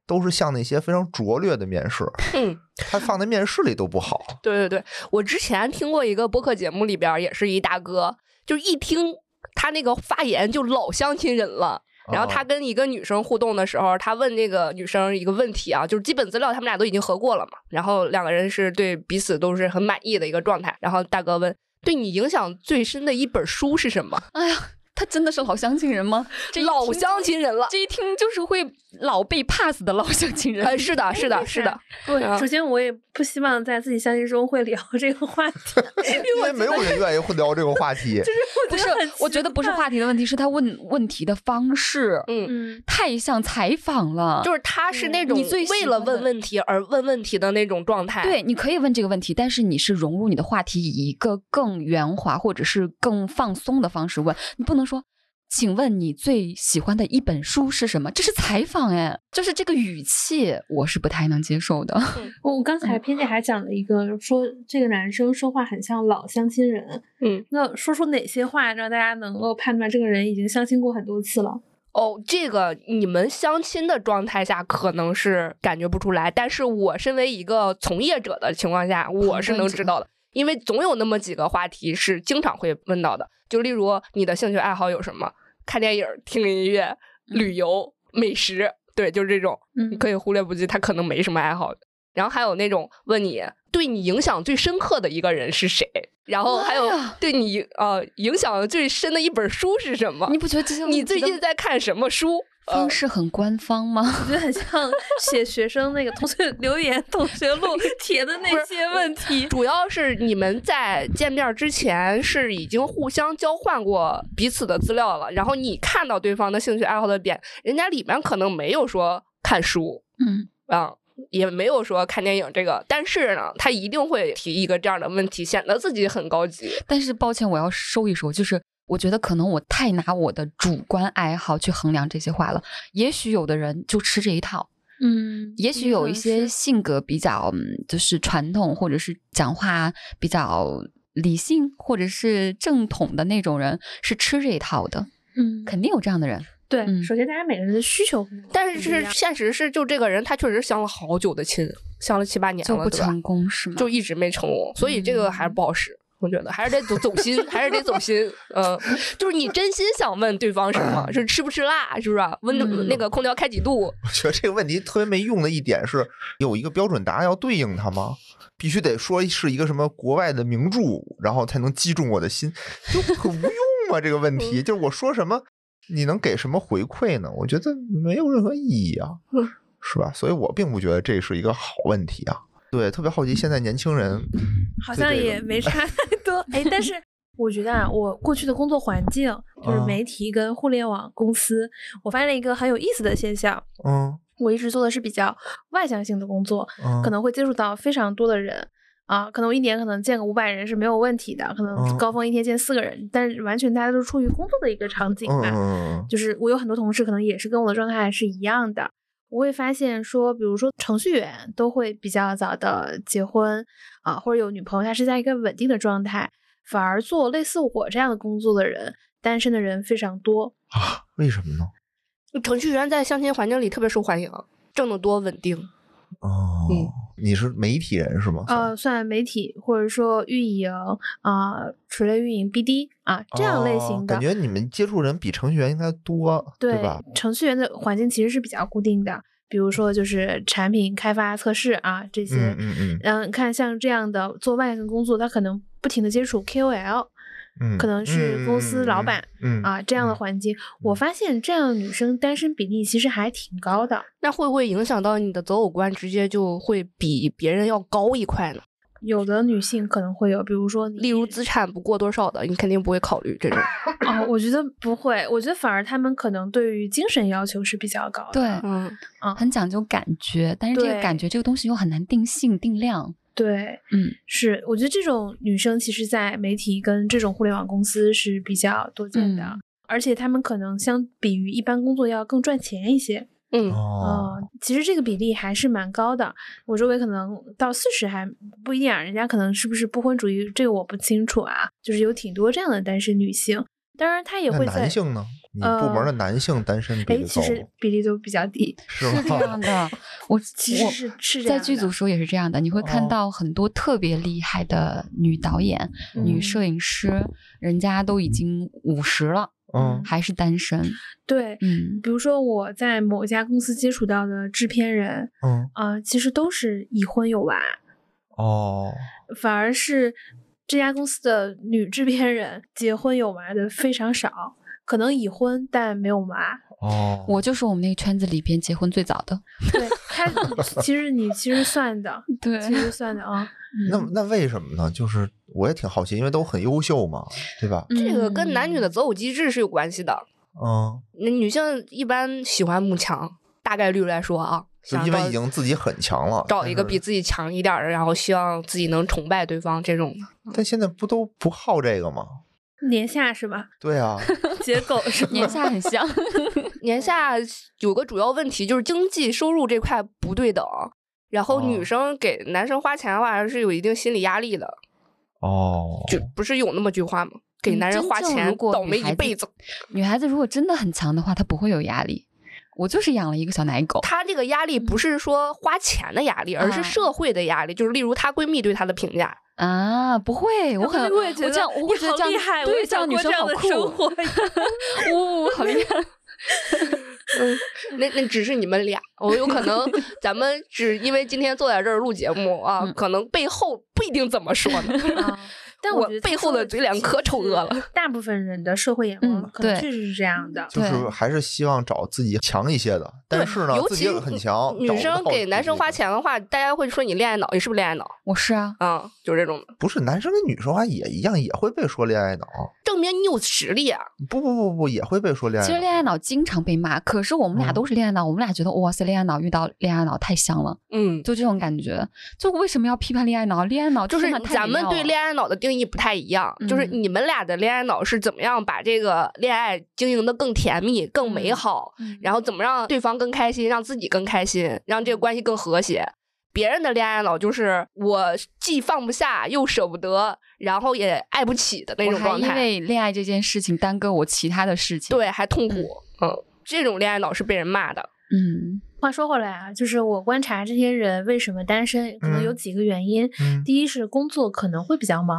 Speaker 3: 都是像那些非常拙劣的面试，
Speaker 4: 嗯
Speaker 3: 它放在面试里都不好。
Speaker 4: 对对对，我之前听过一个播客节目里边儿也是一大哥，就是一听他那个发言就老相亲人了。然后他
Speaker 3: 哦
Speaker 4: 跟一个女生互动的时候，他问那个女生一个问题啊，就是基本资料他们俩都已经核过了嘛，然后两个人是对彼此都是很满意的一个状态。然后大哥问，对你影响最深的一本书是什么？ (laughs)
Speaker 2: 哎呀，他真的是老相亲人吗？这一
Speaker 4: 老
Speaker 2: 听就
Speaker 4: 相，亲人了。
Speaker 2: 这一听就是会老被 pass 的老相亲人。 (laughs)
Speaker 4: 哎，是的，是的，是的，
Speaker 5: 对
Speaker 4: 啊
Speaker 5: 首先我也不希望在自己相亲中会聊 (laughs) 这个话题，
Speaker 3: (laughs) 因为没有人愿意会聊这个话题，
Speaker 2: 不是
Speaker 5: 我觉得很，
Speaker 2: 我觉得不是
Speaker 5: 奇怪
Speaker 2: 话题的问题，是他问问题的方式
Speaker 4: 嗯，
Speaker 5: 嗯，
Speaker 2: 太像采访了。
Speaker 4: 就是他是那
Speaker 5: 嗯
Speaker 4: 种
Speaker 2: 你最喜
Speaker 4: 为了
Speaker 2: 欢的
Speaker 4: 问问题而问问题的那种状态。
Speaker 2: 对，你可以问这个问题，但是你是融入你的话题，以一个更圆滑或者是更放松的方式问，你不能说。请问你最喜欢的一本书是什么？这是采访哎，就是这个语气，我是不太能接受的。
Speaker 5: 我我刚
Speaker 4: 嗯
Speaker 5: 才偏见还讲了一个，说这个男生说话很像老相亲人。
Speaker 4: 嗯，
Speaker 5: 那说出哪些话让大家能够判断这个人已经相亲过很多次了？
Speaker 4: 哦，这个你们相亲的状态下可能是感觉不出来，但是我身为一个从业者的情况下，我是能知道的，因为总有那么几个话题是经常会问到的，就例如你的兴趣爱好有什么，看电影、听音乐、旅游、美食，对，就是这种，你
Speaker 5: 嗯，
Speaker 4: 可以忽略不计，他可能没什么爱好的。然后还有那种问你对你影响最深刻的一个人是谁，然后还有
Speaker 2: 妈呀
Speaker 4: 对你呃影响最深的一本书是什么
Speaker 2: (laughs) 你。不觉得这些问
Speaker 4: 你
Speaker 2: 题
Speaker 4: 最
Speaker 2: 的
Speaker 4: 近呃在看什么书？
Speaker 2: 方式很官方吗？ (laughs)
Speaker 5: 我觉得很像写学生那个同学留言、同学
Speaker 3: (laughs)
Speaker 5: 录帖的那些问题。
Speaker 4: 主要是你们在见面之前是已经互相交换过彼此的资料了，然后你看到对方的兴趣爱好的点，人家里面可能没有说看书
Speaker 2: 嗯，
Speaker 4: 啊、也没有说看电影这个，但是呢，他一定会提一个这样的问题，显得自己很高级。
Speaker 2: 但是抱歉，我要收一收，就是我觉得可能我太拿我的主观爱好去衡量这些话了。也许有的人就吃这一套，
Speaker 5: 嗯
Speaker 2: 也许有一些性格比较嗯就是传统，或者是讲话比较理性，或者是正统的那种人，是吃这一套的，
Speaker 5: 嗯，
Speaker 2: 肯定有这样的人。
Speaker 5: 对。
Speaker 2: 嗯
Speaker 5: 首先，大家每个人的需求不一样，
Speaker 4: 但是现实是，就这个人他确实相了好久的亲，相了七八年
Speaker 2: 就
Speaker 4: 了，
Speaker 2: 不
Speaker 4: 对吧
Speaker 2: 成功是吗？
Speaker 4: 就一直没成功，所以这个还是不好使。我觉得还是得走走心，还是得走心。嗯，就是你真心想问对方什么，是吃不吃辣，是不是？温度、
Speaker 5: 嗯
Speaker 4: 那个空调开几度？
Speaker 3: 我觉得这个问题特别没用的一点是，有一个标准答案要对应它吗？必须得说是一个什么国外的名著，然后才能击中我的心，就很无吗？这个问
Speaker 4: 嗯
Speaker 3: 题就是我说什么，你能给什么回馈呢？我觉得没有任何意义啊，
Speaker 4: 嗯
Speaker 3: (laughs) 是吧？所以我并不觉得这是一个好问题啊。对，特别好奇现在年轻人，
Speaker 5: (laughs) 好
Speaker 3: 对
Speaker 5: 像
Speaker 3: 这个
Speaker 5: 也没差太
Speaker 3: (laughs)
Speaker 5: 多。哎，
Speaker 3: 嗯
Speaker 5: 但是我觉得啊，我过去的工作环境就是
Speaker 3: 嗯
Speaker 5: 媒体跟互联网公司，我发现了一个很有意思的现象。
Speaker 3: 嗯
Speaker 5: 我一直做的是比较外向性的工作，
Speaker 3: 嗯，
Speaker 5: 可能会接触到非常多的人啊，可能我一年可能见个五百人是没有问题的，可
Speaker 3: 嗯
Speaker 5: 能高峰一天见四个人，但是完全大家都是出于工作的一个场景
Speaker 3: 嗯
Speaker 5: 吧。
Speaker 3: 嗯嗯
Speaker 5: 就是我有很多同事可能也是跟我的状态是一样的。我会发现说，比如说程序员都会比较早的结婚啊，或者有女朋友，他是在一个稳定的状态。反而做类似我这样的工作的人，单身的人非常多。
Speaker 3: 啊，为什么呢？
Speaker 4: 程序员在相亲环境里特别受欢迎，挣得多，稳定。
Speaker 3: 哦，
Speaker 4: 嗯
Speaker 3: 你是媒体人是吗？
Speaker 5: 呃，算媒体或者说运营啊、垂类运营 BD 啊这样类
Speaker 3: 哦
Speaker 5: 型的，
Speaker 3: 感觉你们接触人比程序员应该多，对
Speaker 5: 对
Speaker 3: 吧？
Speaker 5: 程序员的环境其实是比较固定的，比如说就是产品开发、测试啊这些。
Speaker 3: 嗯嗯嗯
Speaker 5: 嗯，你看像这样的做外向工作，他可能不停的接触 KOL，
Speaker 3: 嗯，
Speaker 5: 可能是公司老板
Speaker 3: 嗯，嗯嗯
Speaker 5: 啊这样的，环境，我发现这样的女生单身比例其实还挺高的。
Speaker 4: 那会不会影响到你的择偶观，直接就会比别人要高一块呢？
Speaker 5: 有的女性可能会有，比如说你，
Speaker 4: 例如资产不过多少的，你肯定不会考虑这种。
Speaker 5: 哦，我觉得不会，我觉得反而她们可能对于精神要求是比较高的。
Speaker 2: 对，
Speaker 4: 嗯，
Speaker 2: 很讲究感觉，但是这个
Speaker 5: 对
Speaker 2: 感觉这个东西又很难定性定量。
Speaker 5: 对，
Speaker 2: 嗯，
Speaker 5: 是，我觉得这种女生其实，在媒体跟这种互联网公司是比较多见的，
Speaker 2: 嗯
Speaker 5: 而且她们可能相比于一般工作要更赚钱一些。
Speaker 4: 嗯，
Speaker 3: 哦，
Speaker 5: 嗯，其实这个比例还是蛮高的。我周围可能到四十还不一定啊，人家可能是不是不婚主义，这个我不清楚啊。就是有挺多这样的单身女性，当然她也
Speaker 3: 那
Speaker 5: 会在
Speaker 3: 男性呢？你部门的男性单身比
Speaker 5: 哎，
Speaker 3: 例
Speaker 5: 其
Speaker 3: 高
Speaker 5: 实
Speaker 3: 吗，
Speaker 5: 比例都比较低。
Speaker 3: 是
Speaker 2: 是这样
Speaker 3: 吗？
Speaker 5: (laughs)
Speaker 2: 的，我
Speaker 5: 其实
Speaker 2: 我
Speaker 5: 是是这
Speaker 2: 在
Speaker 5: 样
Speaker 2: 剧
Speaker 5: 的
Speaker 2: 组时候也是这样的，你会
Speaker 3: 哦
Speaker 2: 看到很多特别厉害的女导演、
Speaker 5: 嗯
Speaker 2: 女摄影师，人家都已经五十了，
Speaker 3: 嗯
Speaker 2: 还是单
Speaker 5: (laughs)
Speaker 2: 身。
Speaker 5: 对，
Speaker 2: 嗯，
Speaker 5: 比如说我在某一家公司接触到的制片人，
Speaker 3: 嗯
Speaker 5: 啊、其实都是已婚有娃，
Speaker 3: 哦，
Speaker 5: 反而是这家公司的女制片人结婚有娃的非常少，可能已婚但没有娃。
Speaker 3: 哦，
Speaker 2: 我就是我们那个圈子里边结婚最早
Speaker 5: (laughs)
Speaker 2: 的。
Speaker 5: 对他，
Speaker 3: (laughs)
Speaker 5: 其实你其实算的，
Speaker 2: 对
Speaker 5: 其实算的啊。
Speaker 3: 那那为什么呢？就是我也挺好奇，因为都很优秀嘛，对吧？
Speaker 4: 这个跟男女的择偶机制是有关系的。
Speaker 3: 嗯，
Speaker 4: 那女性一般喜欢慕强，大概率来说啊，
Speaker 3: 就
Speaker 4: 想
Speaker 3: 因
Speaker 4: 找
Speaker 3: 为已经自己很强了，
Speaker 4: 找
Speaker 3: 但
Speaker 4: 一个
Speaker 3: 是
Speaker 4: 比自己强一点儿的，然后希望自己能崇拜对方这种的。
Speaker 3: 但现在不都不好这个吗？
Speaker 5: 年下是吧？
Speaker 3: 对
Speaker 5: (laughs)
Speaker 3: 啊，
Speaker 5: 结狗是 (laughs) 吧？
Speaker 2: 年下很像，
Speaker 4: 年下有个主要问题就是经济收入这块不对等，然后
Speaker 3: 哦
Speaker 4: 女生给男生花钱的话是有一定心理压力的，
Speaker 3: 哦，
Speaker 4: 就不是有那么句话吗？给
Speaker 2: 嗯
Speaker 4: 男人
Speaker 2: 真
Speaker 4: 花
Speaker 2: 正
Speaker 4: 钱
Speaker 2: 如果
Speaker 4: 倒
Speaker 2: 女
Speaker 4: 霉一
Speaker 2: 孩子哦
Speaker 4: 辈子。
Speaker 2: 女孩子如果真的很强的话，她不会有压力。我就是养了一个小奶狗，
Speaker 4: 她这个压力
Speaker 2: 嗯
Speaker 4: 不是说花钱的压力，而是
Speaker 2: 啊
Speaker 4: 社会的压力，就是例如她闺蜜对她的评价，
Speaker 2: 啊，不会，我很
Speaker 5: 我也觉得
Speaker 2: 这样，我会
Speaker 5: 你
Speaker 2: 觉得
Speaker 5: 好
Speaker 2: 这样
Speaker 5: 厉害，我
Speaker 2: 对，
Speaker 5: 也
Speaker 2: 这
Speaker 5: 想
Speaker 2: 样女
Speaker 5: 过
Speaker 2: 生
Speaker 5: 这样
Speaker 2: 好
Speaker 5: 的
Speaker 2: 酷，哦
Speaker 5: 生活呀 (laughs)
Speaker 2: 呜，好厉害，
Speaker 4: 那那只是你们俩，我有可能咱们只因为今天坐在这儿录节目啊，
Speaker 2: 嗯
Speaker 4: 可能背后不一定怎么说呢。
Speaker 5: 啊 (laughs) 但
Speaker 4: 我
Speaker 5: 觉得
Speaker 4: 背
Speaker 5: 他
Speaker 4: 后
Speaker 5: 说
Speaker 4: 的嘴脸可丑恶了。
Speaker 5: 是大部分人的社会眼光
Speaker 2: 嗯
Speaker 5: 可
Speaker 2: 对嗯
Speaker 5: 能确实是这样的。
Speaker 3: 就是
Speaker 2: 对
Speaker 3: 还是希望找自己强一些的，但是呢，
Speaker 4: 尤
Speaker 3: 啊自己
Speaker 4: 其
Speaker 3: 也很强。
Speaker 4: 女
Speaker 3: 找不
Speaker 4: 生
Speaker 3: 到
Speaker 4: 给
Speaker 3: 自
Speaker 4: 男
Speaker 3: 己
Speaker 4: 生花
Speaker 3: 的，
Speaker 4: 钱的话，大家会说你恋爱脑，你是不是恋爱脑
Speaker 2: 我是
Speaker 5: (laughs)
Speaker 2: 啊，
Speaker 4: 啊、就是这种的，
Speaker 3: 不是男生跟女生啊也一样，也会被说恋爱脑。
Speaker 4: 证明你有实力啊。
Speaker 3: 不不不不，也会被说恋爱
Speaker 2: 其实
Speaker 3: 脑。
Speaker 2: 恋爱脑经常被骂，可是我们俩
Speaker 3: 嗯
Speaker 2: 都是恋爱脑，我们俩觉得哇塞，恋爱脑遇到恋爱脑太香了，
Speaker 4: 嗯，
Speaker 2: 就这种感觉。就为什么要批判恋爱脑？恋爱脑
Speaker 4: 就是
Speaker 2: 真啊的太
Speaker 4: 咱
Speaker 2: 美
Speaker 4: 们
Speaker 2: 妙
Speaker 4: 对
Speaker 2: 了
Speaker 4: 恋爱脑的定义不太一样，就是
Speaker 2: 嗯
Speaker 4: 你们俩的恋爱脑是怎么样把这个恋爱经营的更甜蜜、更美
Speaker 2: 嗯
Speaker 4: 好，
Speaker 2: 嗯
Speaker 4: 然后怎么让对方更开心，让自己更开心，让这个关系更和谐。别人的恋爱脑就是我既放不下又舍不得，然后也爱不起的那
Speaker 2: 我
Speaker 4: 种
Speaker 2: 还
Speaker 4: 状
Speaker 2: 因
Speaker 4: 态，
Speaker 2: 为恋爱这件事情耽搁我其他的事情。，
Speaker 4: 对，还痛苦，嗯。这种恋爱脑是被人骂的，
Speaker 2: 嗯，
Speaker 5: 话说回来啊，就是我观察这些人为什么单身，可能有
Speaker 3: 嗯
Speaker 5: 几个原因。
Speaker 3: 嗯
Speaker 5: 第一是工作可能会比较忙，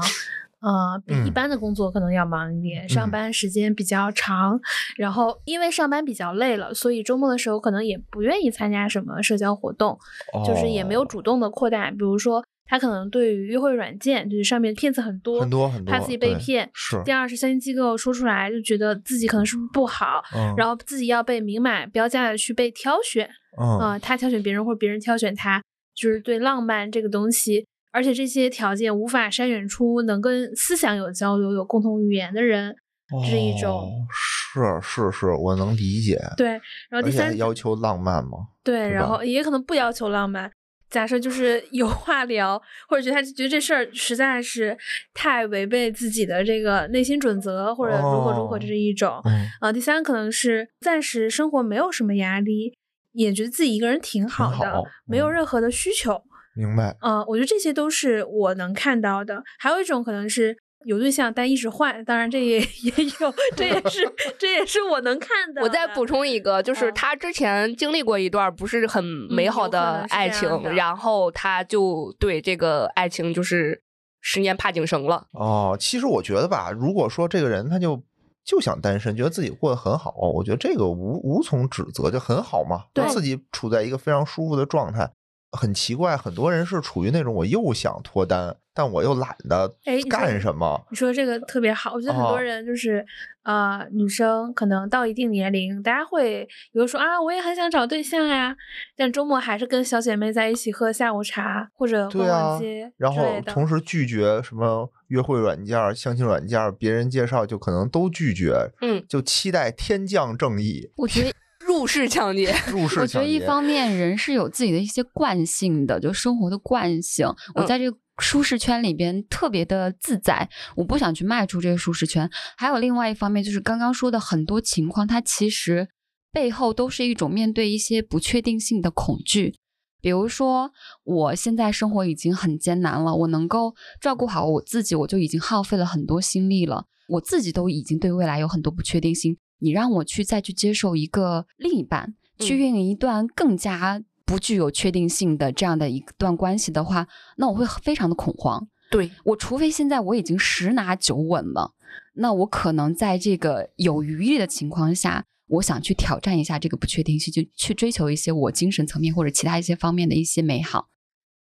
Speaker 5: 呃，比一
Speaker 3: 嗯
Speaker 5: 般的工作可能要忙一点，上
Speaker 3: 嗯
Speaker 5: 班时间比较长，然后因为上班比较累了，所以周末的时候可能也不愿意参加什么社交活动，就是也没有
Speaker 3: 哦
Speaker 5: 主动的扩大，比如说。他可能对于约会软件，就是上面骗子很多，
Speaker 3: 哦很多很多，
Speaker 5: 怕自己被
Speaker 3: 对
Speaker 5: 骗。
Speaker 3: 是
Speaker 5: 第，二是相亲机构说出来就觉得自己可能是不是不好，
Speaker 3: 嗯
Speaker 5: 然后自己要被明码标价的去被挑选，
Speaker 3: 嗯
Speaker 5: 呃，他挑选别人或者别人挑选他，就是对浪漫这个东西，而且这些条件无法筛选出能跟思想有交流、有共同语言的人。这是一种
Speaker 3: 哦是是是，我能理解。
Speaker 5: 对，然后第
Speaker 3: 而且还
Speaker 5: 三
Speaker 3: 要求浪漫嘛，
Speaker 5: 对，
Speaker 3: 是
Speaker 5: 然
Speaker 3: 吧
Speaker 5: 后也可能不要求浪漫。假设就是有话聊，或者觉得他觉得这事儿实在是太违背自己的这个内心准则，或者如何如何，这
Speaker 3: 哦
Speaker 5: 是一种。
Speaker 3: 嗯，
Speaker 5: 啊，第三可能是暂时生活没有什么压力，也觉得自己一个人挺好的，
Speaker 3: 好
Speaker 5: 没有
Speaker 3: 嗯
Speaker 5: 任何的需求。
Speaker 3: 明白。
Speaker 5: 嗯、我觉得这些都是我能看到的。还有一种可能是有对象，但一直换，当然这也 (laughs) 也有，这也
Speaker 3: (laughs)
Speaker 5: 是这也是我能看到的。
Speaker 4: 我再补充一个，就是
Speaker 5: 嗯
Speaker 4: 他之前经历过一段不是很美好的爱情，
Speaker 5: 有可能是这样的
Speaker 4: 然后他就对这个爱情就是十年怕井绳了。
Speaker 3: 哦，其实我觉得吧，如果说这个人他就就想单身，觉得自己过得很好，我觉得这个无无从指责，就很好嘛，让
Speaker 5: 对
Speaker 3: 自己处在一个非常舒服的状态。很奇怪，很多人是处于那种我又想脱单，但我又懒得
Speaker 5: 哎你说
Speaker 3: 干什么。
Speaker 5: 你说这个特别好，我觉得很多
Speaker 3: 哦
Speaker 5: 人就是，呃，女生可能到一定年龄，大家会比如说啊，我也很想找对象呀，但周末还是跟小姐妹在一起喝下午茶或者
Speaker 3: 对
Speaker 5: 逛
Speaker 3: 啊
Speaker 5: 逛街之
Speaker 3: 然后
Speaker 5: 类的。
Speaker 3: 同时拒绝什么约会软件儿、相亲软件儿，别人介绍就可能都拒绝，
Speaker 4: 嗯，
Speaker 3: 就期待天降正义，
Speaker 2: 我觉得
Speaker 4: 入室抢劫，
Speaker 3: (laughs) 入室
Speaker 2: 我觉
Speaker 3: 抢
Speaker 2: 得一
Speaker 3: 劫。
Speaker 2: 方面人是有自己的一些惯性的，就生活的惯性。我在这个舒适圈里边特别的自在，我不想去迈出这个舒适圈。还有另外一方面就是刚刚说的很多情况，它其实背后都是一种面对一些不确定性的恐惧。比如说，我现在生活已经很艰难了，我能够照顾好我自己，我就已经耗费了很多心力了。我自己都已经对未来有很多不确定性，你让我去再去接受一个另一半，去
Speaker 4: 嗯
Speaker 2: 运营一段更加不具有确定性的这样的一段关系的话，那我会非常的恐慌。
Speaker 4: 对，
Speaker 2: 我除非现在我已经十拿九稳了，那我可能在这个有余力的情况下，我想去挑战一下这个不确定性，就去追求一些我精神层面或者其他一些方面的一些美好。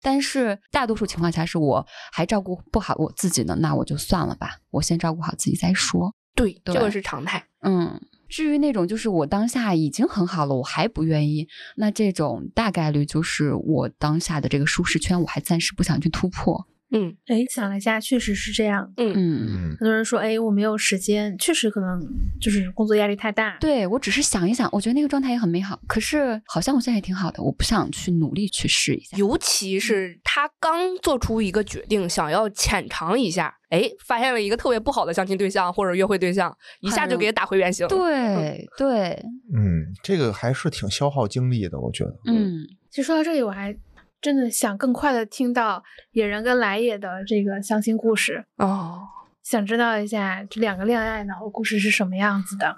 Speaker 2: 但是大多数情况下，是我还照顾不好我自己呢，那我就算了吧，我先照顾好自己再说。
Speaker 4: 对，
Speaker 2: 对
Speaker 4: (laughs) 这个是常态。
Speaker 2: 嗯，至于那种就是我当下已经很好了，我还不愿意，那这种大概率就是我当下的这个舒适圈，我还暂时不想去突破。
Speaker 4: 嗯，
Speaker 5: 哎，想了一下，确实是这样。
Speaker 2: 嗯，
Speaker 3: 嗯，
Speaker 5: 很多人说，哎，我没有时间，确实可能就是工作压力太大。，
Speaker 2: 对我只是想一想，我觉得那个状态也很美好，可是好像我现在也挺好的，我不想去努力去试一下。
Speaker 4: 尤其是他刚做出一个决定，想要浅尝一下，哎，发现了一个特别不好的相亲对象或者约会对象，一下就给他打回原形。
Speaker 2: 对对，
Speaker 3: 嗯，这个还是挺消耗精力的，我觉得。
Speaker 2: 嗯，
Speaker 5: 其实说到这里，我还真的想更快的听到野人跟来也的这个相亲故事，
Speaker 4: 哦，
Speaker 5: 想知道一下这两个恋爱脑故事是什么样子的。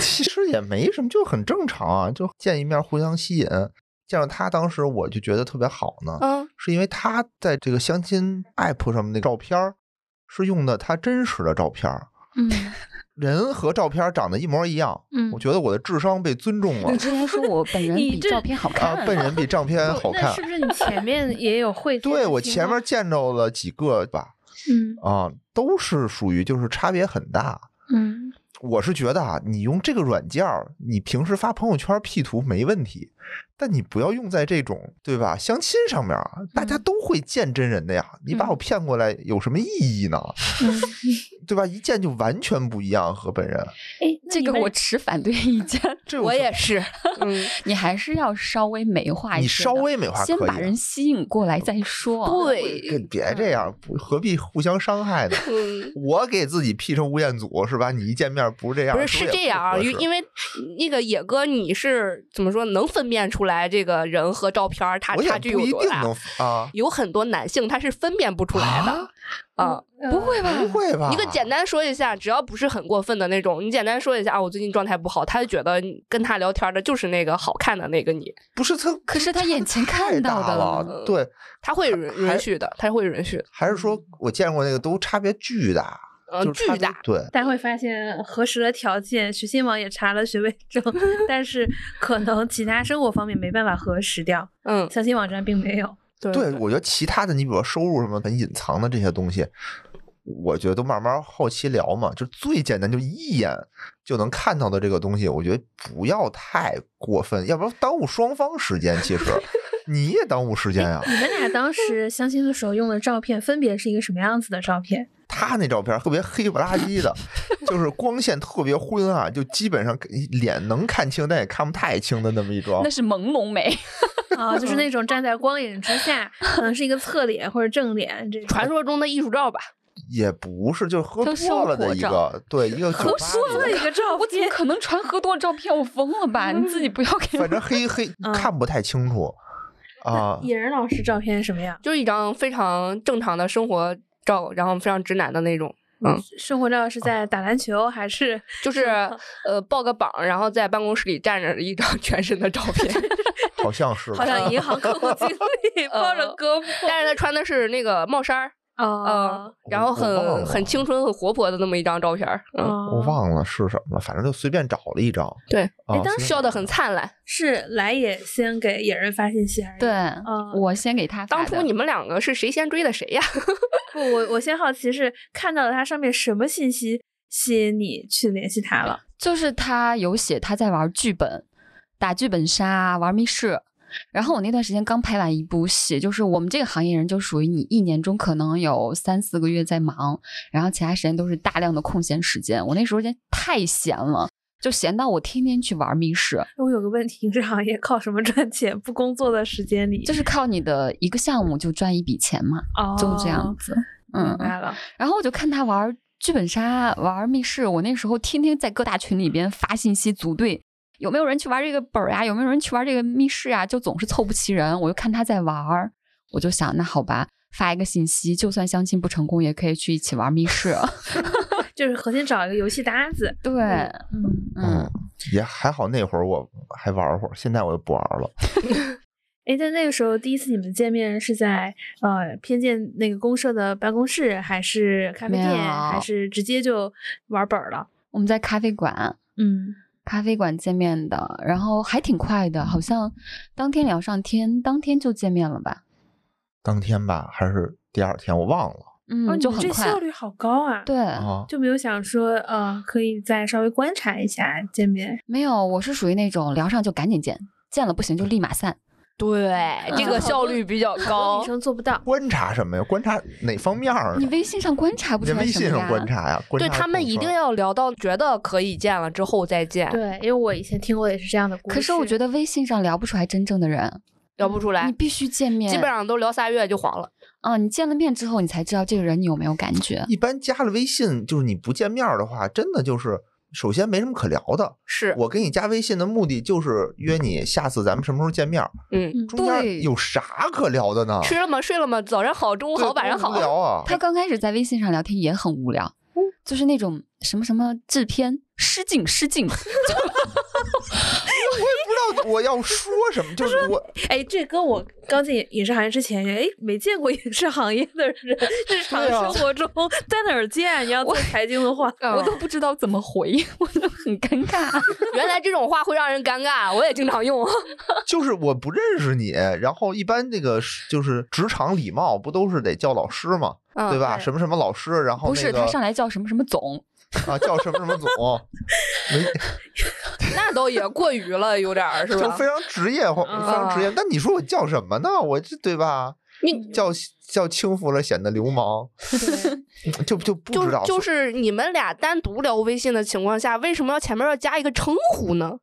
Speaker 3: 其实也没什么，就很正常啊，就见一面互相吸引。见到他当时我就觉得特别好呢，
Speaker 4: 嗯，
Speaker 3: 是因为他在这个相亲 app 上面的照片儿是用的他真实的照片儿，
Speaker 5: 嗯
Speaker 3: 人和照片儿长得一模一样。
Speaker 5: 嗯
Speaker 3: 我觉得我的智商被尊重了
Speaker 5: (laughs)
Speaker 2: 你哦之前说我本人
Speaker 5: 你
Speaker 2: 比
Speaker 5: 这
Speaker 2: 照片好看，
Speaker 3: 啊，本人比照片好
Speaker 5: 那
Speaker 3: 看
Speaker 5: 是。不是你前面也
Speaker 3: (laughs)
Speaker 5: 有会这
Speaker 3: 对
Speaker 5: 种
Speaker 3: 我
Speaker 5: 情
Speaker 3: 前
Speaker 5: 况
Speaker 3: 面见着了几个吧，
Speaker 5: 嗯
Speaker 3: 啊，都是属于就是差别很大。
Speaker 5: 嗯
Speaker 3: 我是觉得啊，你用这个软件儿，你平时发朋友圈 P 图没问题，但你不要用在这种对吧相亲上面啊，大
Speaker 4: 嗯
Speaker 3: 家都会见真人的呀，你把我骗过来有什么意义
Speaker 4: (laughs)
Speaker 3: 呢？
Speaker 5: 嗯，
Speaker 3: 对吧？一见就完全不一样和本人，
Speaker 5: 哎，那
Speaker 2: 这
Speaker 5: 你
Speaker 2: 个
Speaker 5: 们
Speaker 2: 我持反对意见， (laughs)
Speaker 3: 这
Speaker 4: 我也
Speaker 3: 是
Speaker 4: 是，嗯，
Speaker 2: 你还是要稍微美化啊一
Speaker 3: 你
Speaker 2: 些
Speaker 3: 稍
Speaker 2: 的
Speaker 3: 微美化
Speaker 2: 先
Speaker 3: 可
Speaker 2: 把
Speaker 3: 以
Speaker 2: 人吸引过来再说。
Speaker 4: (laughs) 对，
Speaker 3: 啊，别这样，不何必互相伤害呢？
Speaker 4: 嗯。
Speaker 3: 我给自己 P 成吴彦祖是吧？你一见面不是这样，
Speaker 4: 不是
Speaker 3: 是
Speaker 4: 是
Speaker 3: 也
Speaker 4: 这样啊，
Speaker 3: 合
Speaker 4: 因
Speaker 3: 适
Speaker 4: 因为那个野哥，你是怎么说能分辨出来这个人和照片儿它
Speaker 3: 我也
Speaker 4: 差距有
Speaker 3: 不一
Speaker 4: 多
Speaker 3: 定
Speaker 4: 大
Speaker 3: 能？啊，
Speaker 4: 有很多男性他是分辨不出来的啊。
Speaker 5: 呃
Speaker 2: 不会吧？
Speaker 3: 不会吧？
Speaker 4: 你给简单说一下，只要不是很过分的那种，你简单说一下啊，我最近状态不好，他就觉得你跟他聊天的就是那个好看的那个你，
Speaker 3: 不是他，
Speaker 2: 可是他
Speaker 3: 差
Speaker 2: 眼前
Speaker 3: 太
Speaker 2: 看到
Speaker 3: 大
Speaker 2: 的
Speaker 3: 了，
Speaker 2: 了嗯
Speaker 3: 对，
Speaker 4: 他会允
Speaker 3: 还
Speaker 4: 允许的，他会允许的，
Speaker 3: 还是说我见过那个都差别巨大，
Speaker 2: 呃
Speaker 4: 嗯，
Speaker 3: 就是
Speaker 4: 巨
Speaker 3: 差别
Speaker 4: 大，
Speaker 3: 对，
Speaker 5: 大家会发现，核实了条件，学信网也查了学位证， (laughs) 但是可能其他生活方面没办法核实掉，
Speaker 4: 嗯，
Speaker 5: 相亲网站并没有。
Speaker 4: 对
Speaker 3: 对，我觉得其他的，你比如说收入什么很隐藏的这些东西，我觉得都慢慢后期聊嘛。就最简单，就一眼就能看到的这个东西，我觉得不要太过分，要不然耽误双方时间。其
Speaker 2: (laughs)
Speaker 3: 实你也耽误时间呀、
Speaker 5: 你们俩当时相亲的时候用的照片分别是一个什么样子的照片？
Speaker 3: 他那照片特别黑不拉几的，就是光线特别昏暗、就基本上脸能看清，但也看不太清的那么一张
Speaker 2: 那。是朦胧美，
Speaker 5: 啊，就是那种站在光影之下，可能是一个侧脸或者正脸这种。
Speaker 4: 传说中的艺术照吧，
Speaker 3: 也不是，就是喝
Speaker 2: 就
Speaker 3: 多了
Speaker 2: 生活
Speaker 3: 的一
Speaker 2: 照
Speaker 3: 个，对一个酒吧里的
Speaker 5: 一个照
Speaker 2: 我怎么可能传喝多了照片？我疯了吧！你自
Speaker 4: 嗯
Speaker 2: 己不要给我
Speaker 3: (laughs) 反。正黑黑
Speaker 5: 嗯
Speaker 3: 看不太清楚啊。
Speaker 5: 野人老师照片是什么样？
Speaker 4: 就是一张非常正常的生活照，然后非常直男的那种。
Speaker 5: 生活照是在打篮球还是
Speaker 4: 就是呃报个榜，然后在办公室里站着一张 (laughs) 全身的照片，
Speaker 3: 好像是吧，
Speaker 5: 好像银行客户经理
Speaker 2: 哦
Speaker 5: 抱着胳膊？
Speaker 4: 但是他穿的是那个帽衫儿，
Speaker 5: 哦，
Speaker 4: 然后
Speaker 3: 我我忘
Speaker 4: 很
Speaker 3: 了
Speaker 4: 很青春、很活泼的那么一张照片儿，嗯，
Speaker 5: 哦
Speaker 3: 我忘了是什么了，反正就随便找了一张。
Speaker 4: 对哎
Speaker 3: 啊，
Speaker 5: 当
Speaker 3: 随便
Speaker 4: 笑得很灿烂。
Speaker 5: 是来也先给野人发信息还是？
Speaker 2: 对，
Speaker 5: 嗯
Speaker 2: 我先给他发
Speaker 4: 当
Speaker 2: 的。
Speaker 4: 初你们两个是谁先追的谁呀？
Speaker 5: 不，我我先好奇是看到了它上面什么信息吸引你去联系他了？
Speaker 2: 就是他有写他在玩剧本，打剧本杀，啊玩密室。然后我那段时间刚拍完一部戏，就是我们这个行业人就属于你一年中可能有三四个月在忙，然后其他时间都是大量的空闲时间。我那时候真太闲了，就闲到我天天去玩密室，
Speaker 5: 我有个问题， (laughs) 这行业靠什么赚钱？不工作的时间里，
Speaker 2: 就是靠你的一个项目就赚一笔钱嘛，
Speaker 5: 哦，
Speaker 2: 就这样子。
Speaker 5: 明
Speaker 2: 嗯，
Speaker 5: 白了。
Speaker 2: 然后我就看他玩剧本杀、玩密室，我那时候天天在各大群里边发信息组队，有没有人去玩这个本儿呀？有没有人去玩这个密室呀？就总是凑不齐人。我就看他在玩儿，我就想，那好吧，发一个信息，就算相亲不成功，也可以去一起玩密
Speaker 5: (laughs)
Speaker 2: 室。
Speaker 5: 就是核心找一个游戏搭子。
Speaker 2: 对，
Speaker 5: 嗯，
Speaker 2: 嗯
Speaker 3: 嗯，也还好，那会儿我还玩会儿，现在我就不玩了。
Speaker 5: 哎，在那个时候第一次你们见面是在呃偏见那个公社的办公室，还是咖啡
Speaker 2: 没
Speaker 5: 店，
Speaker 2: 有
Speaker 5: 还是直接就玩本儿了？
Speaker 2: 我们在咖啡馆。
Speaker 5: 嗯，
Speaker 2: 咖啡馆见面的，然后还挺快的，好像当天聊上天，当天就见面了吧？
Speaker 3: 当天吧，还是第二天，我忘了
Speaker 2: 嗯，
Speaker 5: 哦，你
Speaker 2: 就
Speaker 5: 们
Speaker 2: 很
Speaker 5: 这
Speaker 2: 快。
Speaker 5: 效率好高啊！，
Speaker 2: 对，
Speaker 3: 啊。
Speaker 5: 就没有想说呃，可以再稍微观察一下见面。
Speaker 2: 没有，我是属于那种聊上就赶紧见，见了不行就立马散。
Speaker 4: 对 (laughs) 这个效率比较
Speaker 5: 好多
Speaker 4: 高
Speaker 5: 女。生做不到。
Speaker 3: 观察什么呀？观察哪方面儿
Speaker 2: 你
Speaker 3: 呢？
Speaker 2: 微信上观察不
Speaker 3: 嗯你
Speaker 2: 出
Speaker 3: 在
Speaker 2: 来
Speaker 3: 微
Speaker 2: 什
Speaker 3: 信
Speaker 2: 么
Speaker 3: 上
Speaker 2: 呀？
Speaker 3: 观察呀？观
Speaker 4: 对
Speaker 3: 察
Speaker 4: 他们
Speaker 3: 朋友
Speaker 4: 一定
Speaker 3: 圈
Speaker 4: 要聊到觉得可以见了之后再见，
Speaker 5: 对，因为我以前听过也是这样的故事。
Speaker 2: 可是我觉得微信上聊不出来真正的人，
Speaker 4: 聊不出来
Speaker 2: 你，必须见面。
Speaker 4: 基本上都聊仨月就黄了。
Speaker 2: 啊，你见了面之后，你才知道这个人你有没有感觉。
Speaker 3: 一般加了微信，就是你不见面儿的话，真的就是首先没什么可聊的。
Speaker 4: 是，
Speaker 3: 我给你加微信的目的就是约你下次咱们什么时候见面儿，
Speaker 4: 嗯，
Speaker 5: 嗯，
Speaker 3: 中间
Speaker 2: 对
Speaker 3: 有啥可聊的呢？
Speaker 4: 吃了吗？睡了吗？早上好，中午
Speaker 3: 对
Speaker 4: 好，晚上
Speaker 3: 多
Speaker 4: 好
Speaker 3: 无。聊啊！
Speaker 2: 他刚开始在微信上聊天也很无聊，
Speaker 4: 哦
Speaker 2: 就是那种什么什么制片失敬失敬，
Speaker 3: 不知道我要说什么，就是我
Speaker 5: 哎，这跟我刚进影视行业之前，哎，没见过影视行业的 (laughs) 人，日常
Speaker 3: 对啊
Speaker 5: 生 (laughs) 活中在哪儿啊见？你要做财经 (laughs) 的话，
Speaker 4: 嗯
Speaker 2: 我都不知道怎么回，我就很尴尬。
Speaker 4: (laughs) 原来这种话会让人尴尬，我也经常用。
Speaker 3: 就是我不认识你，然后一般这个是就是职场礼貌不都是得叫老师嘛，
Speaker 4: 嗯
Speaker 3: 对吧？什么什么老师，然后
Speaker 2: 不
Speaker 3: 那
Speaker 2: 是，
Speaker 3: 个
Speaker 2: 他上来叫什么什么总，
Speaker 3: 啊叫什么什么总，没
Speaker 4: 那倒也过于了，有点儿是
Speaker 3: 就
Speaker 4: 吧
Speaker 3: 非？常职业化，
Speaker 5: 嗯
Speaker 3: 非常职业。但你说我叫什么呢？我这对吧？
Speaker 4: 你
Speaker 3: 叫叫轻浮了显得流氓，
Speaker 5: (laughs) 嗯
Speaker 3: 就就不
Speaker 4: 就
Speaker 3: 知道
Speaker 4: 就是你们俩单独聊微信的情况下，为什么要前面要加一个称呼呢？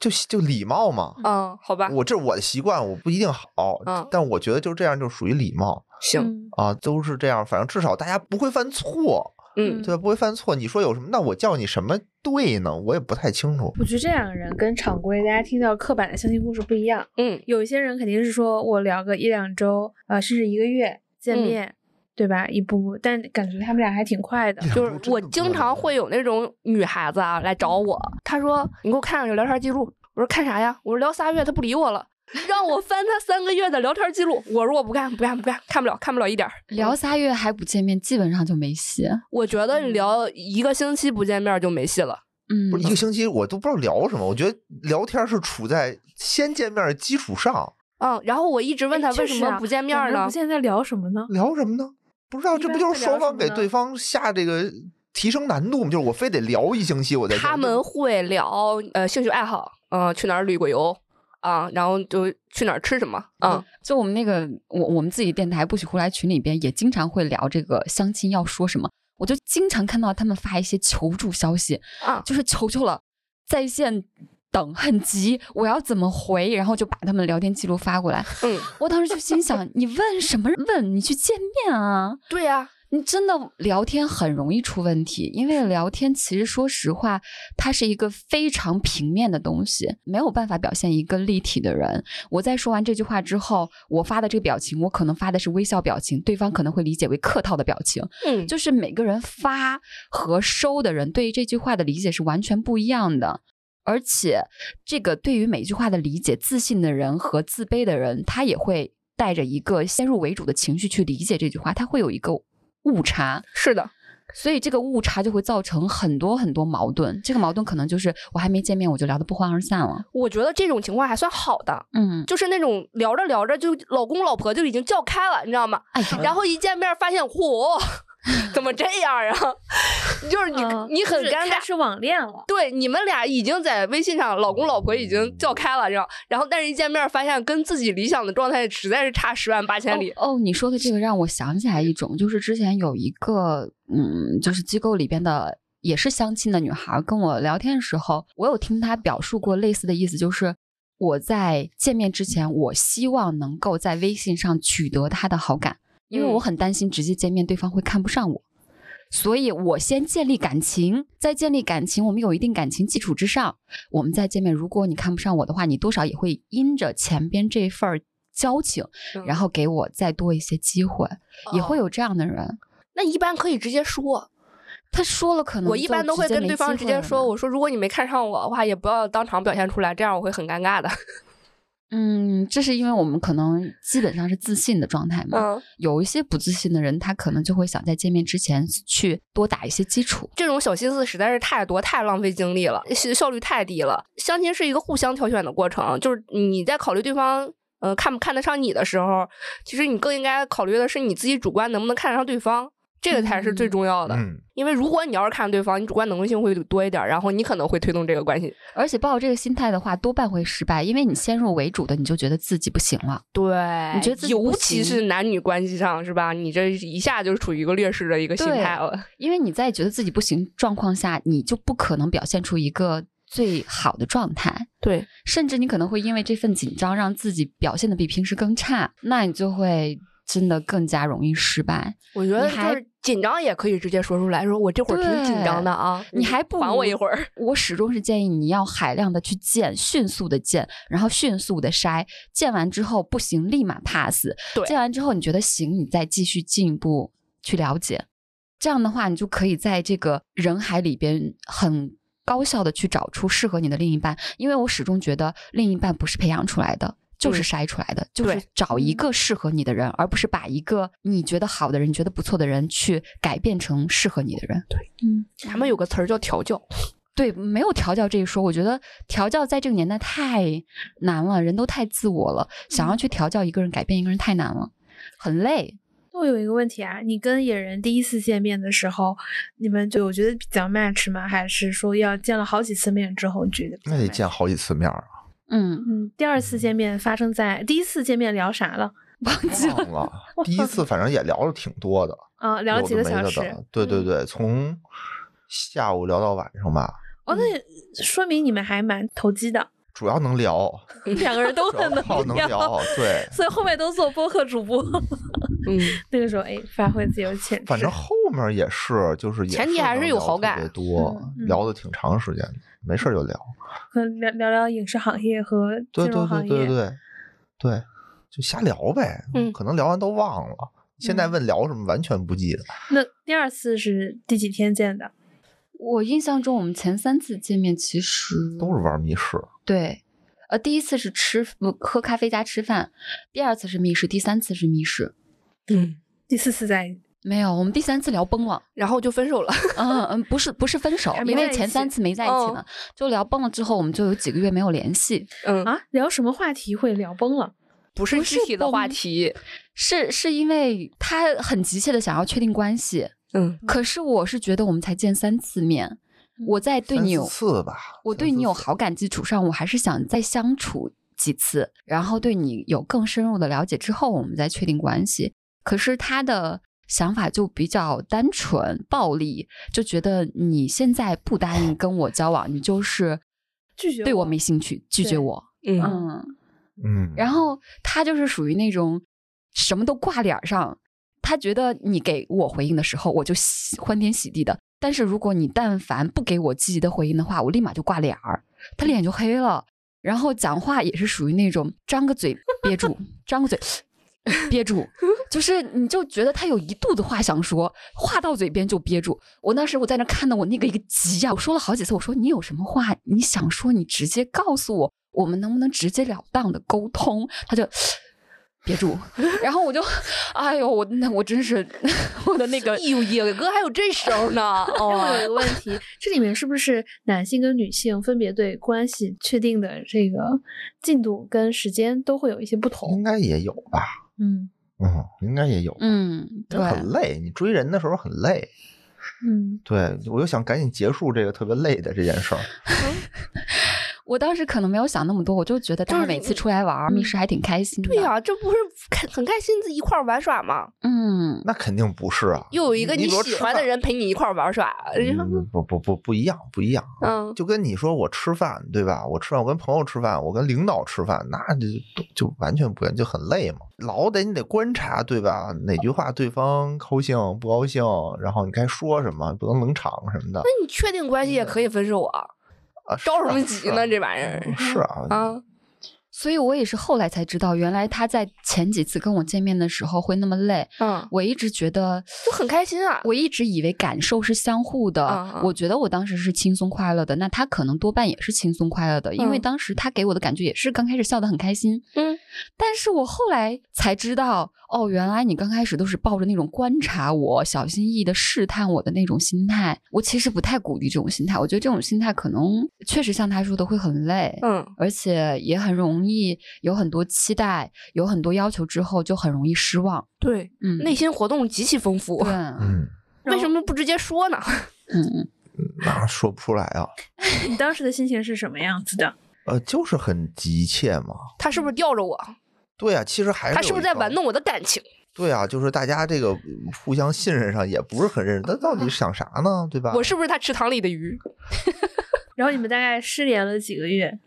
Speaker 3: 就就礼貌嘛。
Speaker 4: 嗯，好吧，
Speaker 3: 我这是我的习惯，我不一定好，
Speaker 4: 嗯
Speaker 3: 但我觉得就这样就属于礼貌
Speaker 4: 行，
Speaker 5: 嗯
Speaker 3: 啊，都是这样，反正至少大家不会犯错。
Speaker 4: 嗯，
Speaker 3: 对，不会犯错。你说有什么？那我叫你什么对呢？我也不太清楚。
Speaker 5: 我觉得这两个人跟常规大家听到刻板的相亲故事不一样。
Speaker 4: 嗯，
Speaker 5: 有一些人肯定是说我聊个一两周，啊，甚至一个月见
Speaker 4: 嗯
Speaker 5: 面，对吧？一步步，但感觉他们俩还挺快的。
Speaker 4: 就
Speaker 3: 两周哎
Speaker 4: 是
Speaker 3: 真
Speaker 4: 我
Speaker 3: 的不
Speaker 4: 经
Speaker 3: 能
Speaker 4: 常
Speaker 3: 聊
Speaker 4: 会有那种女孩子啊来找我，她说你给我看看有聊天记录，我说看啥呀？我说聊仨月，她不理我了。 (laughs) 让我翻她三个月的聊天记录，我说我不看，不看，不看，看不了，看不了一点儿。
Speaker 2: 聊仨月还不见面，基本上就没戏。
Speaker 4: 我觉得你聊一个星期不见面就没戏了。
Speaker 2: 嗯，
Speaker 3: 不是一个星期，我都不知道聊什么。我觉得聊天是处在先见面的基础上，
Speaker 4: 嗯，然后我一直问
Speaker 5: 哎
Speaker 4: 他
Speaker 5: 确
Speaker 4: 为什
Speaker 5: 实
Speaker 4: 么
Speaker 5: 啊
Speaker 4: 不见面
Speaker 5: 我
Speaker 4: 儿
Speaker 5: 们
Speaker 4: 呢
Speaker 5: 不？现在聊什么呢？
Speaker 3: 聊什么呢？不知道，
Speaker 5: 一
Speaker 3: 这不
Speaker 5: 般
Speaker 3: 就
Speaker 5: 会
Speaker 3: 是
Speaker 5: 聊
Speaker 3: 双
Speaker 5: 什
Speaker 3: 方
Speaker 5: 么
Speaker 3: 给
Speaker 5: 呢
Speaker 3: 对方下这个提升难度吗？就是我非得聊一星期，我再
Speaker 4: 他们会聊呃兴趣爱好，嗯，去哪儿旅过游啊，然后就去哪儿吃什么啊，
Speaker 2: 就我们那个，我我们自己电台不许胡来群里边也经常会聊这个相亲要说什么，我就经常看到他们发一些求助消息，
Speaker 4: 啊
Speaker 2: 就是求求了，在线等很急，我要怎么回？然后就把他们聊天记录发过来。
Speaker 4: 嗯，
Speaker 2: 我当时就心想，你问什么问？你去见面啊！
Speaker 4: 对呀、
Speaker 2: 你真的聊天很容易出问题，因为聊天其实说实话，它是一个非常平面的东西，没有办法表现一个立体的人。我在说完这句话之后，我发的这个表情，我可能发的是微笑表情，对方可能会理解为客套的表情。
Speaker 4: 嗯，
Speaker 2: 就是每个人发和收的人对于这句话的理解是完全不一样的。而且，这个对于每句话的理解，自信的人和自卑的人，他也会带着一个先入为主的情绪去理解这句话，他会有一个误差，
Speaker 4: 是的，
Speaker 2: 所以这个误差就会造成很多很多矛盾。这个矛盾可能就是我还没见面，我就聊得不欢而散了。
Speaker 4: 我觉得这种情况还算好的，
Speaker 2: 嗯，
Speaker 4: 就是那种聊着聊着就老公老婆就已经叫开了，你知道吗？
Speaker 2: 哎呀，
Speaker 4: 然后一见面发现，嚯， (laughs) 怎么这样啊？ (laughs) 就是你、
Speaker 5: 嗯
Speaker 4: 你很
Speaker 5: 就是
Speaker 4: 尴尬
Speaker 5: 开，始网恋了。
Speaker 4: 对，你们俩已经在微信上，老公老婆已经叫开了，然后然后但是一见面发现跟自己理想的状态实在是差十万八千里。
Speaker 2: 哦。哦，你说的这个让我想起来一种，就是之前有一个，嗯，就是机构里边的也是相亲的女孩跟我聊天的时候，我有听她表述过类似的意思，就是我在见面之前，我希望能够在微信上取得她的好感，因为我
Speaker 4: 嗯
Speaker 2: 很担心直接见面对方会看不上我。所以，我先建立感情，在建立感情，我们有一定感情基础之上，我们再见面。如果你看不上我的话，你多少也会因着前边这份儿交情，
Speaker 4: 嗯
Speaker 2: 然后给我再多一些机会，也
Speaker 4: 哦
Speaker 2: 会有这样的人。
Speaker 4: 那一般可以直接说，
Speaker 2: 他说了，可能
Speaker 4: 我一般
Speaker 2: 嗯就
Speaker 4: 都会
Speaker 2: 接
Speaker 4: 跟
Speaker 2: 没
Speaker 4: 对方
Speaker 2: 机
Speaker 4: 直
Speaker 2: 会
Speaker 4: 接
Speaker 2: 了
Speaker 4: 说，
Speaker 2: 嘛
Speaker 4: 我说如果你没看上我的话，也不要当场表现出来，这样我会很尴尬的。
Speaker 2: 嗯，这是因为我们可能基本上是自信的状态嘛。
Speaker 4: 嗯，
Speaker 2: 有一些不自信的人，他可能就会想在见面之前去多打一些基础。
Speaker 4: 这种小心思实在是太多，太浪费精力了，效效率太低了。相亲是一个互相挑选的过程，就是你在考虑对方。呃，看不看得上你的时候，其实你更应该考虑的是你自己主观能不能看得上对方，这个才是最
Speaker 2: 嗯
Speaker 4: 重要的。
Speaker 3: 嗯，
Speaker 4: 因为如果你要是看对方，你主观能动性会多一点儿，然后你可能会推动这个关系。
Speaker 2: 而且抱着这个心态的话，多半会失败，因为你先入为主的，你就觉得自己不行了。
Speaker 4: 对，
Speaker 2: 你觉得自己不
Speaker 4: 尤其
Speaker 2: 行
Speaker 4: 是男女关系上，是吧？你这一下就处于一个劣势的一个心
Speaker 2: 对
Speaker 4: 态了。
Speaker 2: 因为你在觉得自己不行状况下，你就不可能表现出一个最好的状态。
Speaker 4: (laughs) 对，
Speaker 2: 甚至你可能会因为这份紧张，让自己表现的比平时更差，那你就会真的更加容易失败。
Speaker 4: 我觉
Speaker 2: 你
Speaker 4: 得
Speaker 2: 还
Speaker 4: 就是紧张也可以直接说出来，说我这会儿挺紧张的啊，
Speaker 2: 对你还不
Speaker 4: 还我一
Speaker 2: 如
Speaker 4: 会儿。
Speaker 2: 我始终是建议你要海量的去见，迅速的见，然后迅速的筛，见完之后不行立马 pass，
Speaker 4: 对
Speaker 2: 见完之后你觉得行，你再继续进一步去了解。这样的话，你就可以在这个人海里边很高效的去找出适合你的另一半。因为我始终觉得另一半不是培养出来的，就是
Speaker 4: 嗯
Speaker 2: 筛出来的，就是
Speaker 4: 对
Speaker 2: 找一个适合你的人，而不是把一个你觉得好的人、你觉得不错的人去改变成适合你的人。
Speaker 5: 嗯，
Speaker 4: 咱们有个词儿叫调 (laughs) 教，
Speaker 2: 对，没有调教这一说。我觉得调教在这个年代太难了，人都太自我了，想要去调教一个人、改变一个人太难了，很累。
Speaker 5: 我有一个问题啊，你跟野人第一次见面的时候，你们就我觉得比较 match 吗？还是说要见了好几次面之后你觉得比较
Speaker 3: 那得
Speaker 5: match
Speaker 3: 见好几次面儿啊，
Speaker 2: 嗯，
Speaker 5: 嗯，第二次见面发生在第一次见面聊啥了？
Speaker 2: 忘记了。
Speaker 3: 忘了。第一次反正也聊了挺多的，
Speaker 5: 啊、聊了
Speaker 3: 有
Speaker 5: 几
Speaker 3: 的
Speaker 5: 个
Speaker 3: 没
Speaker 5: 小
Speaker 3: 的
Speaker 5: 时
Speaker 3: 的。对对
Speaker 5: 嗯
Speaker 3: 对，从下午聊到晚上吧，
Speaker 5: 哦，那
Speaker 3: 嗯
Speaker 5: 说明你们还蛮投机的，
Speaker 3: 主要能
Speaker 5: (laughs)
Speaker 3: 聊，
Speaker 5: 两个人
Speaker 4: (laughs)
Speaker 5: 都
Speaker 3: 主要
Speaker 5: 很
Speaker 3: 靠能
Speaker 5: 聊
Speaker 3: 聊，，对。
Speaker 5: 所以后面都做播客主播。 (laughs)
Speaker 4: 嗯，
Speaker 5: 那个时候，哎，发挥自由潜质，
Speaker 3: 反正后面也是，就是也
Speaker 4: 前提还是
Speaker 3: 能
Speaker 4: 有
Speaker 3: 聊
Speaker 4: 好
Speaker 3: 特
Speaker 4: 感
Speaker 3: 别多
Speaker 2: 嗯
Speaker 5: 嗯
Speaker 3: 聊的挺长时间的，没事儿就聊。
Speaker 5: 可能聊聊聊影视行业和金
Speaker 3: 对对
Speaker 5: 融
Speaker 3: 对
Speaker 5: 行业。
Speaker 3: 对对对，就瞎聊呗，
Speaker 4: 嗯
Speaker 3: 可能聊完都忘了。现在
Speaker 5: 嗯
Speaker 3: 问聊什么，完全不记得。
Speaker 5: 那第二次是第几天见的？
Speaker 2: 我印象中，我们前三次见面其实
Speaker 3: 都是玩密室，
Speaker 2: 对，呃，第一次是吃不喝咖啡加吃饭，第二次是密室，第三次是密室。
Speaker 4: 嗯，
Speaker 5: 第四次在
Speaker 2: 没有，我们第三次聊崩了。
Speaker 4: 然后就分手了。
Speaker 2: 嗯嗯，不是不是分手
Speaker 5: 还，没
Speaker 2: 因为
Speaker 5: 在一
Speaker 2: 前三
Speaker 5: 起
Speaker 2: 次没在一起
Speaker 4: 哦
Speaker 2: 呢，
Speaker 4: (laughs)
Speaker 2: 就聊崩了之后，我们就有几个月没有联系。
Speaker 4: 嗯，
Speaker 5: 啊，聊什么话题会聊崩了？
Speaker 4: 不是
Speaker 2: 不
Speaker 4: 具
Speaker 2: 是
Speaker 4: 体的
Speaker 2: 崩
Speaker 4: 话题。
Speaker 2: 是是因为他很急切的想要确定关系，
Speaker 4: 嗯，
Speaker 2: 可是我是觉得我们才见三次面，我在对
Speaker 3: 三
Speaker 2: 你
Speaker 3: 四
Speaker 2: 有
Speaker 3: 次吧，
Speaker 2: 我
Speaker 3: 三
Speaker 2: 对
Speaker 3: 四
Speaker 2: 你有
Speaker 3: 次
Speaker 2: 好感基础上，我还是想再相处几次，然后对你有更深入的了解之后，我们再确定关系。可是他的想法就比较单纯、暴力，就觉得你现在不答
Speaker 3: (laughs)
Speaker 2: 应跟我交往，你就是
Speaker 5: 拒绝
Speaker 2: 对我
Speaker 5: 我
Speaker 2: 没兴趣，拒绝
Speaker 5: 对
Speaker 2: 我。
Speaker 4: 嗯，
Speaker 2: 嗯，
Speaker 3: 嗯，
Speaker 2: 然后他就是属于那种什么都挂脸儿上，他觉得你给我回应的时候，我就喜欢天喜地的；但是如果你但凡不给我积极的回应的话，我立马就挂脸儿，他脸就黑了。然后讲话也是属于那种张个嘴憋住，张个嘴 (laughs) 憋住，就是你就觉得他有一肚子话想说，话到嘴边就憋住。我当时我在那看的我那个一个急呀、我说了好几次，我说你有什么话你想说，你直接告诉我，我们能不能直截了当的沟通？他就 (sniffs) 憋住，然后我就，哎呦，我那我真是我的那个
Speaker 4: 哎呦，野哥还有这时候 (laughs) 呢，
Speaker 5: 我有一
Speaker 4: 哦，
Speaker 5: 个问题，这里面是不是男性跟女性分别对关系确定的这个进度跟时间都会有一些不
Speaker 3: 应
Speaker 5: 同？
Speaker 3: 该也有吧，
Speaker 5: 嗯
Speaker 3: 嗯，应该也有，
Speaker 2: 嗯，对
Speaker 3: 但，很累，你追人的时候很累，
Speaker 5: 嗯，
Speaker 3: 对我又想赶紧结束这个特别累的这件事儿，
Speaker 2: 我当时可能没有想那么多，我就觉得大
Speaker 4: 就
Speaker 2: 家
Speaker 4: 是
Speaker 2: 每
Speaker 4: 你
Speaker 2: 次出来玩儿，密
Speaker 5: 嗯
Speaker 2: 室还挺开心的。
Speaker 4: 对呀、这不是开很开心一块儿玩耍吗？
Speaker 2: 嗯，
Speaker 3: 那肯定不是啊，
Speaker 4: 又有一个
Speaker 3: 你比如
Speaker 4: 喜
Speaker 3: 吃
Speaker 4: 欢的
Speaker 3: 饭
Speaker 4: 人陪你一块儿玩耍，人家
Speaker 3: 嗯不不不不一样，不一样。啊
Speaker 4: 嗯
Speaker 3: 就跟你说我吃饭对吧？我吃饭，我跟朋友吃饭，我跟领导吃饭，那就就完全不一样，就很累嘛。老得你得观察对吧？哪句话对方高兴不高兴，然后你该说什么，不能冷场什么的
Speaker 4: 你确定关系也可以分手啊，
Speaker 3: 啊。
Speaker 4: 着什
Speaker 3: 是啊
Speaker 4: 么急呢？这玩意儿
Speaker 3: 是啊，是啊
Speaker 4: 啊，
Speaker 2: 所以我也是后来才知道，原来他在前几次跟我见面的时候会那么累。
Speaker 4: 嗯，
Speaker 2: 我一直觉得
Speaker 4: 就很开心啊。
Speaker 2: 我一直以为感受是相互的，
Speaker 4: 嗯嗯
Speaker 2: 我觉得我当时是轻松快乐的，那他可能多半也是轻松快乐的，因为
Speaker 4: 嗯
Speaker 2: 当时他给我的感觉也是刚开始笑得很开心，
Speaker 4: 嗯，
Speaker 2: 但是我后来才知道，哦，原来你刚开始都是抱着那种观察我、小心翼翼的试探我的那种心态，我其实不太鼓励这种心态，我觉得这种心态可能确实像他说的会很累，
Speaker 4: 嗯，
Speaker 2: 而且也很容易有很多期待，有很多要求之后就很容易失望，
Speaker 4: 对，
Speaker 2: 嗯，
Speaker 4: 内心活动极其丰富
Speaker 2: 对，，啊
Speaker 3: 嗯，
Speaker 4: 为什么不直接说呢？
Speaker 3: 哦
Speaker 2: 嗯
Speaker 3: 那说不出来啊。
Speaker 5: 你当时的心情是什么样子的？
Speaker 3: 呃，就是很急切嘛。
Speaker 4: 他是不是吊着我？
Speaker 3: 对啊，其实还是
Speaker 4: 他是不
Speaker 3: 有
Speaker 4: 是
Speaker 3: 一
Speaker 4: 在
Speaker 3: 方
Speaker 4: 玩弄我的感情？
Speaker 3: 对啊，就是大家这个互相信任上也不是很认识，他到底想啥呢？对吧？
Speaker 4: 啊我是不是他池塘里的鱼？
Speaker 5: 然后你们大概失联了几个月，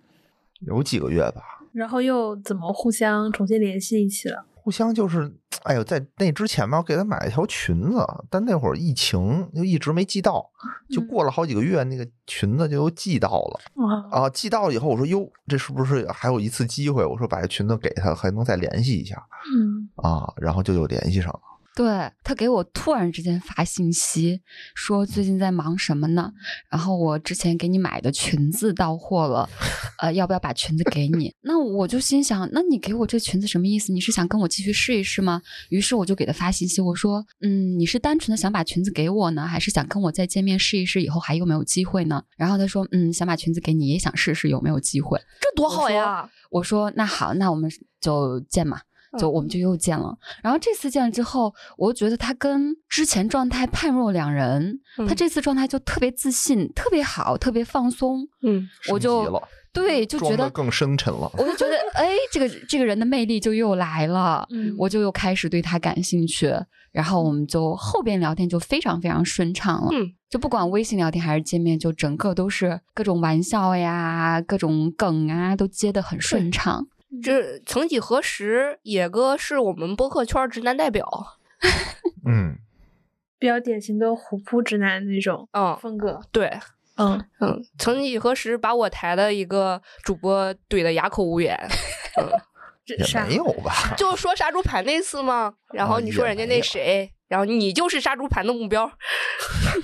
Speaker 3: 有几个月吧，
Speaker 5: 然后又怎么互相重新联系一起了？
Speaker 3: 互相就是，哎呦，在那之前吧，我给他买了一条裙子，但那会儿疫情就一直没寄到，就
Speaker 5: 嗯
Speaker 3: 过了好几个月，那个裙子就又寄到了
Speaker 5: 哇，
Speaker 3: 啊。寄到了以后，我说哟，这是不是还有一次机会？我说把这裙子给他，还能再联系一下
Speaker 5: 嗯，
Speaker 3: 啊。然后就有联系上了。
Speaker 2: 对他给我突然之间发信息说最近在忙什么呢？然后我之前给你买的裙子到货了，呃，要不要把裙子给你？ (laughs) 那我就心想，那你给我这裙子什么意思？你是想跟我继续试一试吗？于是我就给他发信息，我说，嗯，你是单纯的想把裙子给我呢，还是想跟我再见面试一试，以后还有没有机会呢？然后他说，嗯，想把裙子给你，也想试试有没有机会。
Speaker 4: 这多好呀！
Speaker 2: 我说那好，那我们就见嘛，就
Speaker 4: 嗯
Speaker 2: 我们就又见了。然后这次见了之后，我就觉得他跟之前状态判若两人，他
Speaker 4: 嗯
Speaker 2: 这次状态就特别自信，特别好，特别放松。
Speaker 4: 嗯，
Speaker 2: 我
Speaker 3: 升级
Speaker 2: 就
Speaker 3: 了
Speaker 2: 对就
Speaker 3: 装
Speaker 2: 觉
Speaker 3: 得
Speaker 2: 得
Speaker 3: 更深沉了
Speaker 2: 我就觉得哎，这个这个人的魅力就又来了，
Speaker 5: 嗯
Speaker 2: 我就又开始对他感兴趣。然后我们就后边聊天就非常非常顺畅了，
Speaker 4: 嗯
Speaker 2: 就不管微信聊天还是见面，就整个都是各种玩笑呀、各种梗啊，都接得很顺畅。
Speaker 4: 这曾几何时，野哥是我们播客圈直男代表。
Speaker 3: 嗯，
Speaker 5: 比较典型的虎扑直男那种
Speaker 4: 嗯，
Speaker 5: 哦风格。
Speaker 4: 对，
Speaker 5: 嗯，
Speaker 4: 嗯，曾几何时把我台的一个主播怼得哑口无
Speaker 3: (laughs)
Speaker 4: 言。嗯，
Speaker 5: 这
Speaker 3: 也
Speaker 5: 啥
Speaker 3: 没有吧，
Speaker 4: 就说杀猪盘那次嘛，然后
Speaker 3: 啊
Speaker 4: 你说
Speaker 3: 也
Speaker 4: 人家
Speaker 3: 没
Speaker 4: 那
Speaker 3: 有
Speaker 4: 谁，然后你就是杀猪盘的目标，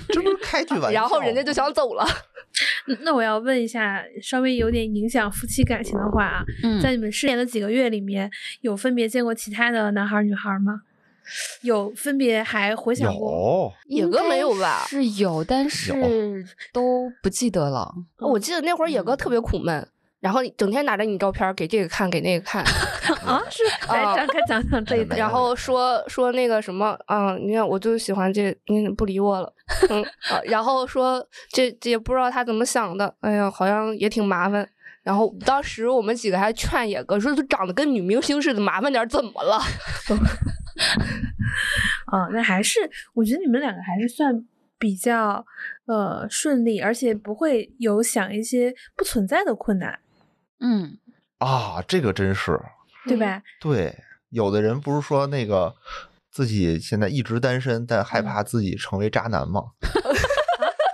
Speaker 3: 这不是开句玩笑吗，
Speaker 4: 然后人家就想走了。
Speaker 5: 那那我要问一下，稍微有点影响夫妻感情的话啊，
Speaker 2: 嗯
Speaker 5: 在你们失联的几个月里面，有分别见过其他的男孩儿女孩儿吗？有分别还回想过？
Speaker 3: 有
Speaker 4: 野哥没有吧？
Speaker 2: 是
Speaker 5: (laughs)
Speaker 2: 有，但是都不记得了。
Speaker 5: 嗯
Speaker 3: 嗯
Speaker 4: 我记得那会儿野哥特别苦闷，然后整天拿着你照片儿给这个看，给那个看，
Speaker 5: 啊，是来
Speaker 4: 啊
Speaker 5: 展开讲讲这一
Speaker 3: 没
Speaker 5: 段。
Speaker 4: 然后说说那个什么，嗯，你看我就喜欢这，你不理我了，嗯，啊然后说这这也不知道他怎么想的，哎呀，好像也挺麻烦。然后当时我们几个还劝野哥说，他长得跟女明星似的，麻烦点儿怎么了？
Speaker 5: 啊，那还是我觉得你们两个还是算比较呃顺利，而且不会有想一些不存在的困难，
Speaker 2: 嗯，
Speaker 3: 啊，这个真是
Speaker 5: 对
Speaker 4: 嗯
Speaker 5: 吧？
Speaker 3: 对。有的人不是说那个自己现在一直单身，但
Speaker 5: 嗯
Speaker 3: 害怕自己成为渣男吗？ (laughs)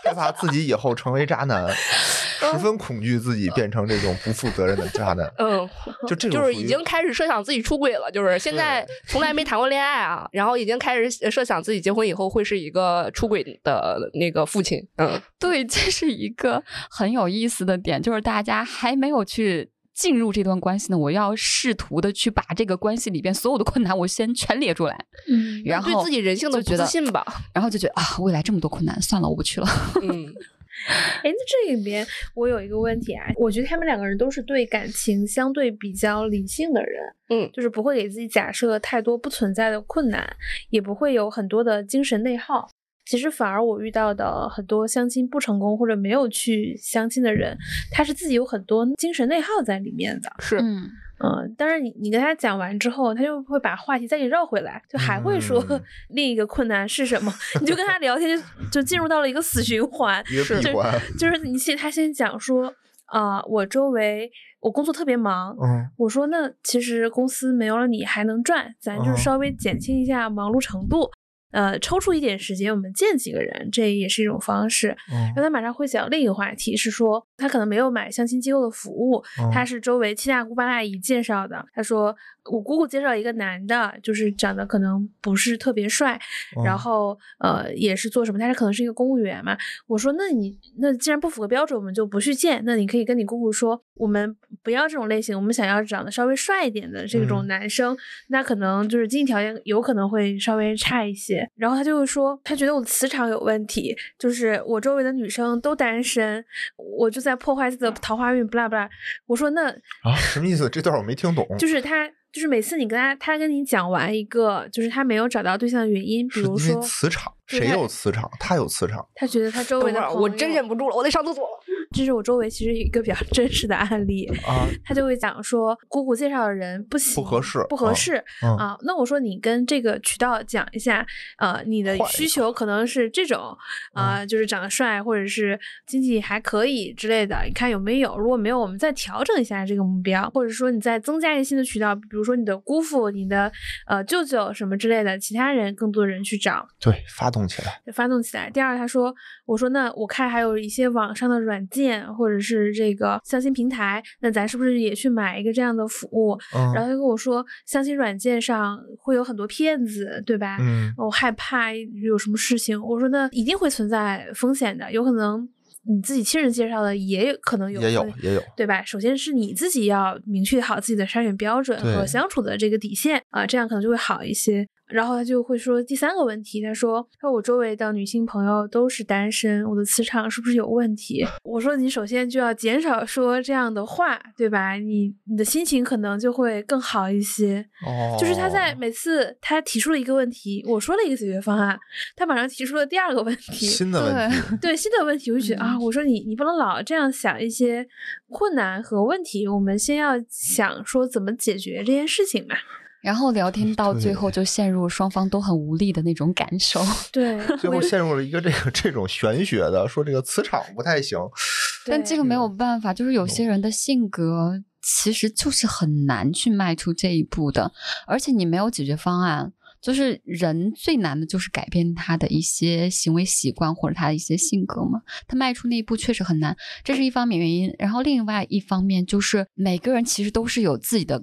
Speaker 3: 害怕自己以后成为渣男，十分恐惧自己变成这种不负责任的渣
Speaker 5: 呃
Speaker 3: 男。
Speaker 4: (laughs) 嗯，
Speaker 3: 就这种
Speaker 4: 就是
Speaker 3: 属
Speaker 4: 已
Speaker 3: 于
Speaker 4: 经开始设想自己出轨了，就是现在从来没谈过恋爱啊，然后已经开始设想自己结婚以后会是一个出轨的那个父亲。嗯，
Speaker 2: 对，这是一个很有意思的点，就是大家还没有去。进入这段关系呢，我要试图的去把这个关系里边所有的困难，我先全列出来，
Speaker 5: 嗯
Speaker 2: 然后
Speaker 4: 对自己人性
Speaker 2: 就
Speaker 4: 的不
Speaker 2: 觉
Speaker 4: 自
Speaker 2: 得
Speaker 4: 信 (laughs) 吧。
Speaker 2: 然后就觉得啊，未来这么多困难，算了，我不去了。
Speaker 4: 嗯，
Speaker 5: 哎，那这里边我有一个问题啊，我觉得他们两个人都是对感情相对比较理性的人，
Speaker 4: 嗯
Speaker 5: 就是不会给自己假设太多不存在的困难，也不会有很多的精神内耗。其实反而我遇到的很多相亲不成功或者没有去相亲的人，他是自己有很多精神内耗在里面的。
Speaker 4: (laughs) 是，
Speaker 2: 嗯，
Speaker 5: 嗯，但是你你跟他讲完之后，他就会把话题再给你绕回来，就还会说、
Speaker 3: 嗯
Speaker 5: (laughs) 另一个困难是什么， (laughs) 你就跟他聊天就就进入到了一个死循环，
Speaker 3: 一个
Speaker 5: 就
Speaker 3: 闭环。
Speaker 5: (laughs) 就是你先他先讲说啊、我周围我工作特别忙。
Speaker 3: 嗯
Speaker 5: 我说那其实公司没有了你还能赚，咱就
Speaker 3: 嗯
Speaker 5: 是稍微减轻一下忙碌程度，呃，抽出一点时间我们见几个人，这也是一种方式。
Speaker 3: 嗯
Speaker 5: 然后他马上会讲另一个话题是说，他可能没有买相亲机构的服务，
Speaker 3: 嗯
Speaker 5: 他是周围七大姑八大姨介绍的。他说我姑姑介绍一个男的，就是长得可能不是特别帅，然
Speaker 3: 嗯
Speaker 5: 后呃也是做什么，但是可能是一个公务员嘛。我说那你那既然不符合标准，我们就不去见。那你可以跟你姑姑说，我们不要这种类型，我们想要长得稍微帅一点的这种
Speaker 3: 嗯
Speaker 5: 男生，那可能就是经济条件有可能会稍微差一些。然后他就会说，他觉得我的磁场有问题，就是我周围的女生都单身，我就在破坏自己的桃花运，不啦不啦。我说那
Speaker 3: 啊，什么意思？这段我没听懂。
Speaker 5: 就是他。就是每次你跟他，他跟你讲完一个，就是他没有找到对象的原因，比
Speaker 3: 是
Speaker 5: 如
Speaker 3: 因
Speaker 5: 说
Speaker 3: 为磁场，
Speaker 5: 对
Speaker 3: 谁
Speaker 5: 他
Speaker 3: 有磁场？他有磁场。
Speaker 5: 他觉得他周
Speaker 4: 等
Speaker 5: 围
Speaker 4: 会
Speaker 5: 的
Speaker 4: 儿
Speaker 5: 朋
Speaker 4: 我真
Speaker 5: 友
Speaker 4: 忍不住了，我得上厕所了。
Speaker 5: 这是我周围其实一个比较 (laughs) 真实的案例，
Speaker 3: 啊，
Speaker 5: 他就会讲说姑姑介绍的人不行，
Speaker 3: 不合适
Speaker 5: 不合
Speaker 3: 啊
Speaker 5: 适
Speaker 3: 嗯
Speaker 5: 啊。那我说你跟这个渠道讲一下，呃，你的
Speaker 3: 换一嗯
Speaker 5: 需
Speaker 3: 个
Speaker 5: 求可能是这种啊、就是长得帅或者是经济还可以之类的，你看有没有？如果没有，我们再调整一下这个目标，或者说你再增加一个新的渠道，比如说你的姑父、你的呃舅舅什么之类的，其他人更多人去找。
Speaker 3: 对，发动起来。
Speaker 5: 就发动起来。第二，他说，我说那我看还有一些网上的软件或者是这个相亲平台，那咱是不是也去买一个这样的服务？
Speaker 3: 嗯
Speaker 5: 然后他跟我说，相亲软件上会有很多骗子，对吧？
Speaker 3: 嗯
Speaker 5: 我害怕有什么事情，我说那一定会存在风险的，有可能你自己亲人介绍的也可能有
Speaker 3: 也有
Speaker 5: 风
Speaker 3: 也有。
Speaker 5: 对吧？首先是你自己要明确好自己的筛选标准
Speaker 3: 对
Speaker 5: 和相处的这个底线啊、这样可能就会好一些。然后他就会说第三个问题，他说：“他说我周围的女性朋友都是单身，我的磁场是不是有
Speaker 3: (laughs)
Speaker 5: 问题？”我说：“你首先就要减少说这样的话，对吧？你你的心情可能就会更好一些。”
Speaker 3: 哦，
Speaker 5: 就是他在每次他提出了一个问题，我说了一个解决方案，他马上提出了第二个问题，
Speaker 3: 新的问题。
Speaker 5: 对新的问题，我就觉得、啊，我说你你不能老这样想一些困难和问题，我们先要想说怎么解决这件事情嘛。
Speaker 2: 然后聊天到最后就陷入双方都很无力的那种感受。
Speaker 5: (laughs) 对，
Speaker 3: (laughs) 最后陷入了一个这个 (laughs) 这种玄学的，说这个磁场不太行。
Speaker 2: 但这个没有办法，就是有些人的性格其实就是很难去迈出这一步的，而且你没有解决方案。就是人最难的就是改变他的一些行为习惯或者他的一些性格嘛，他迈出那一步确实很难，这是一方面原因。然后另外一方面就是每个人其实都是有自己的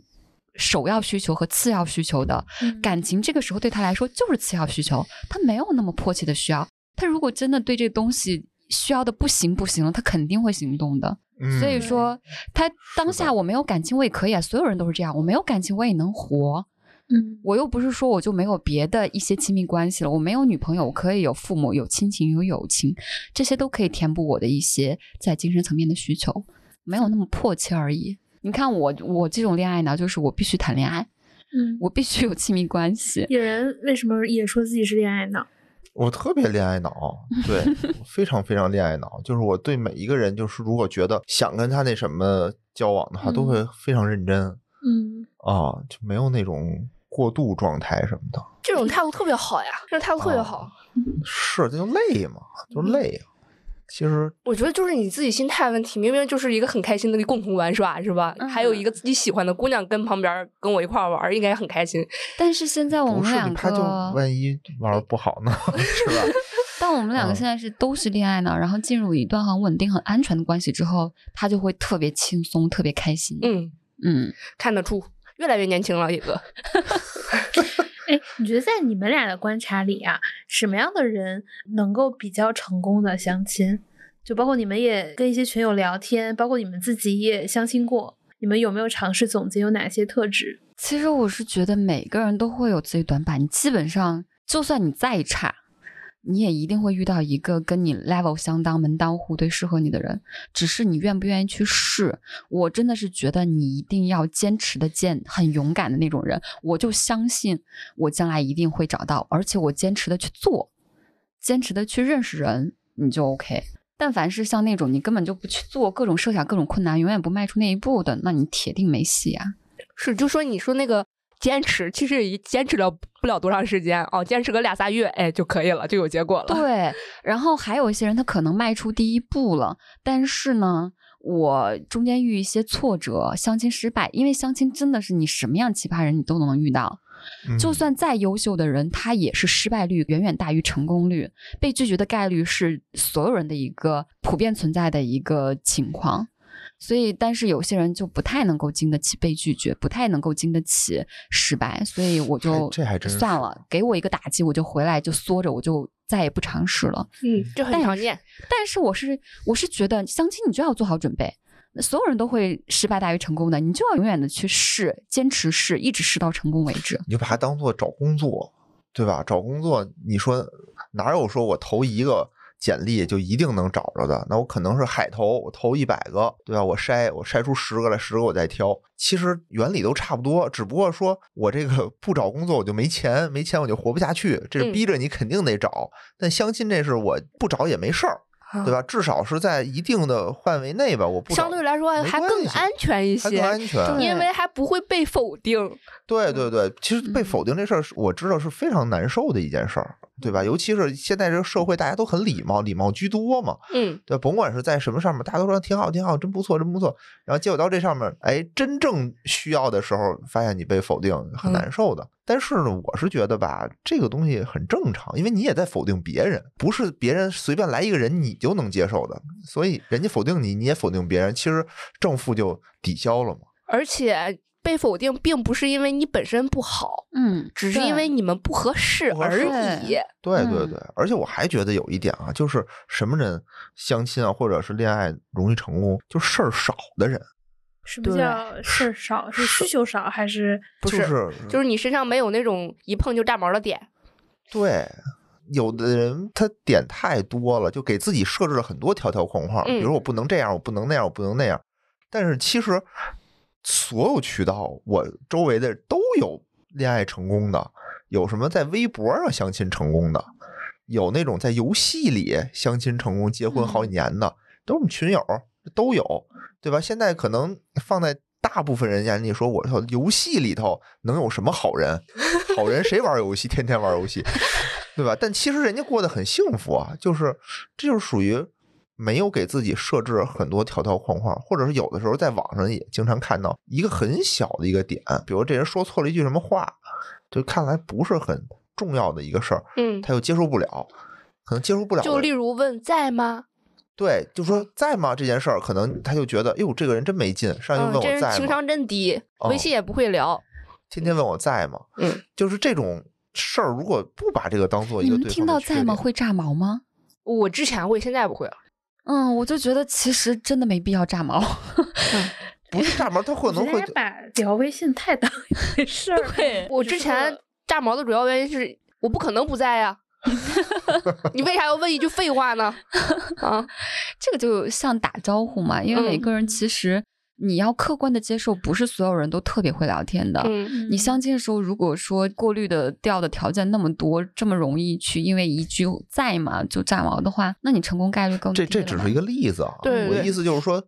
Speaker 2: 首要需求和次要需求的，
Speaker 5: 嗯
Speaker 2: 感情这个时候对他来说就是次要需求，他没有那么迫切的需要。他如果真的对这东西需要的不行不行了，他肯定会行动的。
Speaker 3: 嗯，
Speaker 2: 所以
Speaker 5: 对
Speaker 2: 说，他当
Speaker 3: 的
Speaker 2: 下我没有感情我也可以啊，所有人都是这样，我没有感情我也能活。
Speaker 5: 嗯，
Speaker 2: 我又不是说我就没有别的一些亲密关系了，我没有女朋友，我可以有父母、有亲情、有友情，这些都可以填补我的一些在精神层面的需求。没有那么迫切而已。你看我我这种恋爱呢，就是我必须谈恋爱，
Speaker 5: 嗯，
Speaker 2: 我必须有亲密关系。
Speaker 5: 野人为什么也说自己是恋爱脑？
Speaker 3: 我特别恋爱脑，
Speaker 2: (laughs)
Speaker 3: 对，我非常非常恋爱脑。就是我对每一个人，就是如果觉得想跟他那什么交往的话，都
Speaker 2: 嗯
Speaker 3: 会非常认真
Speaker 5: 嗯，
Speaker 3: 啊，就没有那种过度状态什么的。
Speaker 4: 这种态度特别好呀，这种态度特别好。
Speaker 3: 啊是，这就累嘛，就
Speaker 2: 嗯
Speaker 3: 累啊。其实
Speaker 4: 我觉得就是你自己心态问题，明明就是一个很开心的共同玩耍，是吧？还有一个自己喜欢的姑娘跟旁边儿跟我一块儿玩儿，应该很开心。
Speaker 2: 但是现在我
Speaker 3: 不
Speaker 2: 们
Speaker 3: 是
Speaker 2: 两
Speaker 3: 他就
Speaker 2: 个，
Speaker 3: 万一玩儿不好呢，是吧？
Speaker 2: 但我们两个
Speaker 3: 嗯
Speaker 2: 现在是都是恋爱脑，然后进入一段很稳定、很安全的关系之后，他就会特别轻松、特别开心。
Speaker 4: 嗯，
Speaker 2: 嗯，
Speaker 4: 看得出越来越年轻了，野哥。
Speaker 5: 哎，你觉得在你们俩的观察里啊，什么样的人能够比较成功的相亲？就包括你们也跟一些群友聊天，包括你们自己也相亲过，你们有没有尝试总结有哪些特质？
Speaker 2: 其实我是觉得每个人都会有自己短板，你基本上就算你再差，你也一定会遇到一个跟你 level 相当、门当户对、适合你的人，只是你愿不愿意去试。我真的是觉得你一定要坚持的见，很勇敢的那种人，我就相信我将来一定会找到，而且我坚持的去做，坚持的去认识人，你就 OK。但凡是像那种你根本就不去做，各种设想、各种困难，永远不迈出那一步的，那你铁定没戏啊。
Speaker 4: 是，就说你说那个坚持，其实也坚持了不了多长时间哦，坚持个俩仨月，哎就可以了，就有结果了。
Speaker 2: 对，然后还有一些人，他可能迈出第一步了，但是呢，我中间遇一些挫折，相亲失败，因为相亲真的是你什么样奇葩人你都能遇到， (laughs) 就
Speaker 3: 嗯
Speaker 2: 算再优秀的人，他也是失败率远远大于成功率，被拒绝的概率是所有人的一个普遍存在的一个情况。所以，但是有些人就不太能够经得起被拒绝，不太能够经得起失败，所以我就
Speaker 3: 这还真是
Speaker 2: 算了，给我一个打击，我就回来就缩着，我就再也不尝试了。
Speaker 4: 嗯，这很
Speaker 2: 但
Speaker 4: 常见。
Speaker 2: 但是我是我是觉得相亲你就要做好准备，所有人都会失败大于成功的，你就要永远的去试，坚持试，一直试到成功为止。
Speaker 3: 你就把它当做找工作，对吧？找工作，你说哪有说我投一个简历就一定能找着的？那我可能是海投，我投一百个，对吧？我筛，我筛出十个来，十个我再挑。其实原理都差不多，只不过说我这个不找工作我就没钱，没钱我就活不下去，这是
Speaker 4: 嗯
Speaker 3: 逼着你肯定得找。但相亲这事我不找也没事儿，对吧？至少是在一定的范围内吧，我不找
Speaker 4: 啊相对来说
Speaker 3: 没
Speaker 4: 还
Speaker 3: 关
Speaker 4: 更
Speaker 3: 系
Speaker 4: 安全一
Speaker 3: 还更
Speaker 4: 些，
Speaker 3: 安全。
Speaker 2: 对
Speaker 4: 因为还不会被否定。
Speaker 3: 对对对，其实被
Speaker 2: 嗯
Speaker 3: 否定这事儿是，我知道是非常难受的一件事儿，对吧？尤其是现在这个社会，大家都很礼貌，礼貌居多嘛，
Speaker 4: 嗯，
Speaker 3: 对吧，甭管是在什么上面，大家都说挺好，挺好，真不错，真不错。然后结果到这上面，哎，真正需要的时候，发现你被否定，很
Speaker 4: 嗯
Speaker 3: 难受的。但是呢，我是觉得吧，这个东西很正常，因为你也在否定别人，不是别人随便来一个人你就能接受的，所以人家否定你，你也否定别人，其实正负就抵消了嘛。
Speaker 4: 而且被否定并不是因为你本身不好，
Speaker 2: 嗯，
Speaker 4: 只是
Speaker 2: 对
Speaker 4: 因为你们不合适
Speaker 3: 不合适
Speaker 4: 而已。
Speaker 3: 对对
Speaker 2: 嗯
Speaker 3: 对，而且我还觉得有一点啊，就是什么人相亲啊，或者是恋爱容易成功，就事儿少的人，
Speaker 5: 什么
Speaker 4: 对
Speaker 5: 叫事儿少？是需求少还是？
Speaker 4: 不
Speaker 3: 就是是
Speaker 4: 就是你身上没有那种一碰就炸毛的点。
Speaker 3: 对。有的人他点太多了，就给自己设置了很多条条框框，比如
Speaker 4: 嗯
Speaker 3: 我不能这样，我不能那样，我不能那样。但是其实所有渠道，我周围的都有恋爱成功的，有什么在微博上相亲成功的，有那种在游戏里相亲成功、结婚好几年的，都是我们群友都有，对吧？现在可能放在大部分人眼里，说我操，游戏里头能有什么好人？好人谁玩游戏，天天玩游戏，对吧？但其实人家过得很幸福啊，就是这就是属于。没有给自己设置很多条条框框，或者是有的时候在网上也经常看到一个很小的一个点，比如这人说错了一句什么话，就看来不是很重要的一个事儿，
Speaker 4: 嗯，
Speaker 3: 他又接受不了，可能接受不了的。
Speaker 4: 就例如问在吗？
Speaker 3: 对，就说在吗这件事儿，可能他就觉得，哟，这个人真没劲，上去
Speaker 4: 嗯
Speaker 3: 问，
Speaker 4: 这
Speaker 3: 我
Speaker 4: 人
Speaker 3: 在
Speaker 4: 情
Speaker 3: 吗，
Speaker 4: 商真低，
Speaker 3: 哦
Speaker 4: 微信也不会聊。
Speaker 3: 天天问我在吗，
Speaker 4: 嗯，
Speaker 3: 就是这种事儿，如果不把这个当做一
Speaker 2: 你
Speaker 3: 个
Speaker 2: 们
Speaker 3: 对
Speaker 2: 听
Speaker 3: 方
Speaker 2: 到
Speaker 3: 的缺
Speaker 2: 在吗？
Speaker 3: 点？
Speaker 2: 会炸毛吗？
Speaker 4: 我之前会，现在不会了。
Speaker 2: 嗯，我就觉得其实真的没必要炸毛。 (laughs)
Speaker 3: 不是炸毛，他可
Speaker 5: 我觉
Speaker 3: 能
Speaker 5: 得
Speaker 3: 会
Speaker 5: 大家把聊微信 (laughs) 太当一回事儿了。
Speaker 2: 对
Speaker 4: 我
Speaker 5: 只
Speaker 4: 之
Speaker 5: 是
Speaker 4: 前炸毛的主要原因是我不可能不在呀、你为啥要问一句废
Speaker 3: (laughs)
Speaker 4: 话呢？啊，
Speaker 2: 这个就像打招呼嘛，因为每
Speaker 4: 嗯
Speaker 2: 个人其实你要客观的接受，不是所有人都特别会聊天
Speaker 3: 啊
Speaker 2: 的。
Speaker 4: 嗯
Speaker 2: 你相亲的时候，如果说过滤的掉的条件那么多，这么容易去因为一句在嘛就炸毛的话，那你成功概率更低
Speaker 3: 这这只是一
Speaker 2: 个
Speaker 3: 个例子啊。
Speaker 4: 嗯对
Speaker 3: 我的
Speaker 4: 对
Speaker 3: 意思就是说，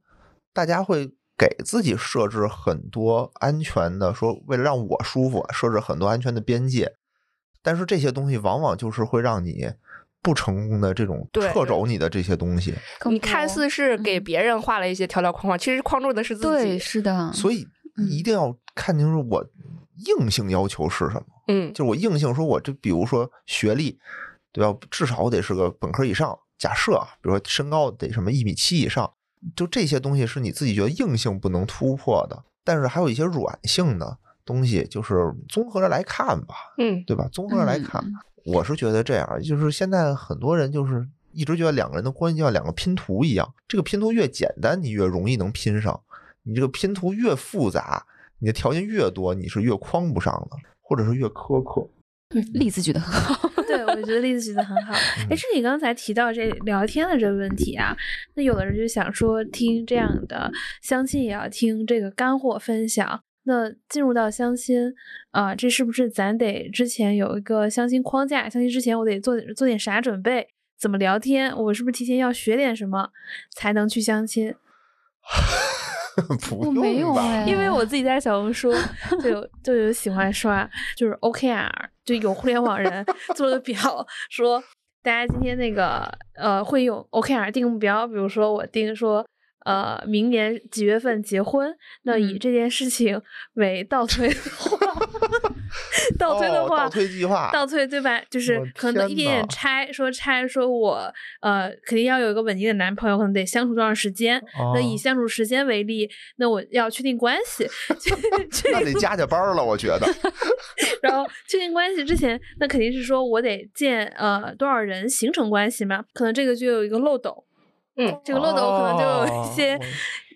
Speaker 3: 大家会给自己设置很多安全的，说为了让我舒服，啊设置很多安全的边界。但是这些东西往往就是会让你不成功的这种
Speaker 4: 对
Speaker 3: 掣肘你的这些东西。
Speaker 4: 你看似是给别人画了一些条条框框，其实框住的是自
Speaker 2: 对，
Speaker 4: 己。
Speaker 2: 是的，
Speaker 3: 所以
Speaker 4: 嗯
Speaker 3: 一定要看清楚我硬性要求是什么。
Speaker 4: 嗯
Speaker 3: 就是我硬性说，我这比如说学历，对吧？至少我得是个本科以上。假设啊，比如说身高得什么一米七以上，就这些东西是你自己觉得硬性不能突破的。但是还有一些软性的东西，就是综合着来看吧，
Speaker 4: 嗯，
Speaker 3: 对吧？综合着来看，我是觉得这样，就是现在很多人就是一直觉得两个人的关系像两个拼图一样，这个拼图越简单，你越容易能拼上；你这个拼图越复杂，你的条件越多，你是越框不上的，或者是越苛刻。
Speaker 2: 嗯例子举的很
Speaker 3: (laughs)
Speaker 2: 好，
Speaker 5: 对，我觉得例子举得很好。哎，
Speaker 3: 嗯
Speaker 5: 是你刚才提到这聊天的这个问题啊，那有的人就想说，听这样的相亲也要听这个干货分享。那进入到相亲，啊、这是不是咱得之前有一个相亲框架？相亲之前我得做做点啥准备？怎么聊天？我是不是提前要学点什么才能去相亲？
Speaker 3: 不
Speaker 2: 我
Speaker 3: (laughs) 用
Speaker 2: 没有
Speaker 3: 吧
Speaker 2: 哎，
Speaker 5: 因为我
Speaker 3: 嗯
Speaker 5: 自己在小
Speaker 3: (laughs)
Speaker 5: 红书就有就有喜欢刷，就是 OKR，就有互联
Speaker 3: (laughs)
Speaker 5: 网人做的表，说大家今天那个呃会用 OKR 定目标，比如说我定说。呃，明年几月份结婚？那以
Speaker 2: 嗯
Speaker 5: 这件事情为
Speaker 3: (laughs)
Speaker 5: 倒推的话， (laughs) 倒推的
Speaker 3: 哦
Speaker 5: 话，
Speaker 3: 倒推计划
Speaker 5: 倒推对吧？就是
Speaker 3: 我
Speaker 5: 可能
Speaker 3: 天
Speaker 5: 一点点
Speaker 3: 呐
Speaker 5: 拆，说拆，说我呃，肯定要有一个稳定的男朋友，可能得相处多长时间？那以
Speaker 3: 哦
Speaker 5: 相处时间为例，那我要确定关系，确确
Speaker 3: 那
Speaker 5: 定
Speaker 3: 得加加班儿了，我觉
Speaker 4: (laughs)
Speaker 3: 得。
Speaker 5: 然后确定关系之前，那肯定是说我得见呃多少人形成关系嘛，可能这个就有一个漏斗，
Speaker 4: 嗯，
Speaker 5: 这个漏斗可能就有
Speaker 3: 哦
Speaker 5: 一些、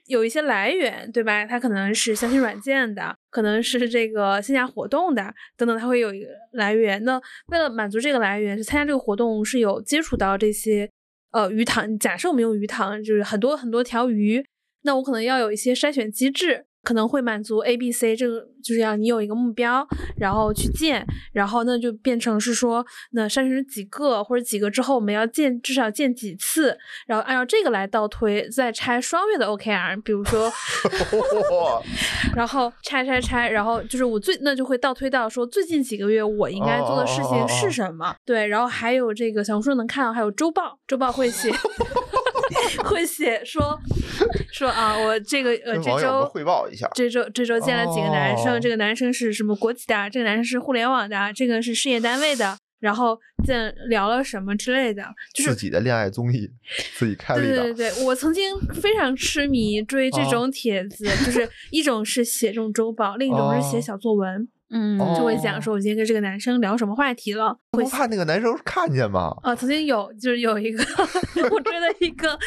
Speaker 5: 有一些来源，对吧？它可能是相亲软件的，可能是这个线下活动的等等，它会有一个来源。那为了满足这个来源，是参加这个活动是有接触到这些呃鱼塘。假设我们用鱼塘，就是很多很多条鱼，那我可能要有一些筛选机制，可能会满足 A、B、C 这个，就是要你有一个目标，然后
Speaker 3: 嗯
Speaker 5: 去见，然后那就变成是说，那筛选出几个或者几个之后，我们要见至少见几次，然后按照这个来倒推，再拆双月的 OKR，比如
Speaker 3: (laughs)
Speaker 5: 说，
Speaker 3: 哇
Speaker 5: 然后拆拆拆，然后就是我最那就会倒推到说最近几个月我应该做的事
Speaker 3: 哦哦哦
Speaker 5: 情
Speaker 3: 哦
Speaker 5: 是什么，对，然后还有这个小红书能看到，还有周报，周报
Speaker 3: (laughs)
Speaker 5: 会写。会写说说啊，我这个呃
Speaker 3: 跟
Speaker 5: 这
Speaker 3: 网友们
Speaker 5: 周
Speaker 3: 汇报一下
Speaker 5: 这周这周见了几个男生，
Speaker 3: 哦
Speaker 5: 这个男生是什么国企的，这个男生是互联网的，啊这个是事业单位的，然后见聊了什么之类的，就是
Speaker 3: 自己的恋爱综艺，自己开了一档
Speaker 5: 对对对，我曾经非常痴迷追这
Speaker 3: 哦
Speaker 5: 种帖子，
Speaker 3: (laughs)
Speaker 5: 就是一种是写这种周报，另一种是写
Speaker 3: 哦
Speaker 5: 小作文，
Speaker 2: (laughs) 嗯，
Speaker 3: 哦
Speaker 5: 就会讲说我今天跟这个男生聊什么话题了。
Speaker 3: 不怕那个男生看见吗？
Speaker 5: 呃，曾经有就是有一个我追的一个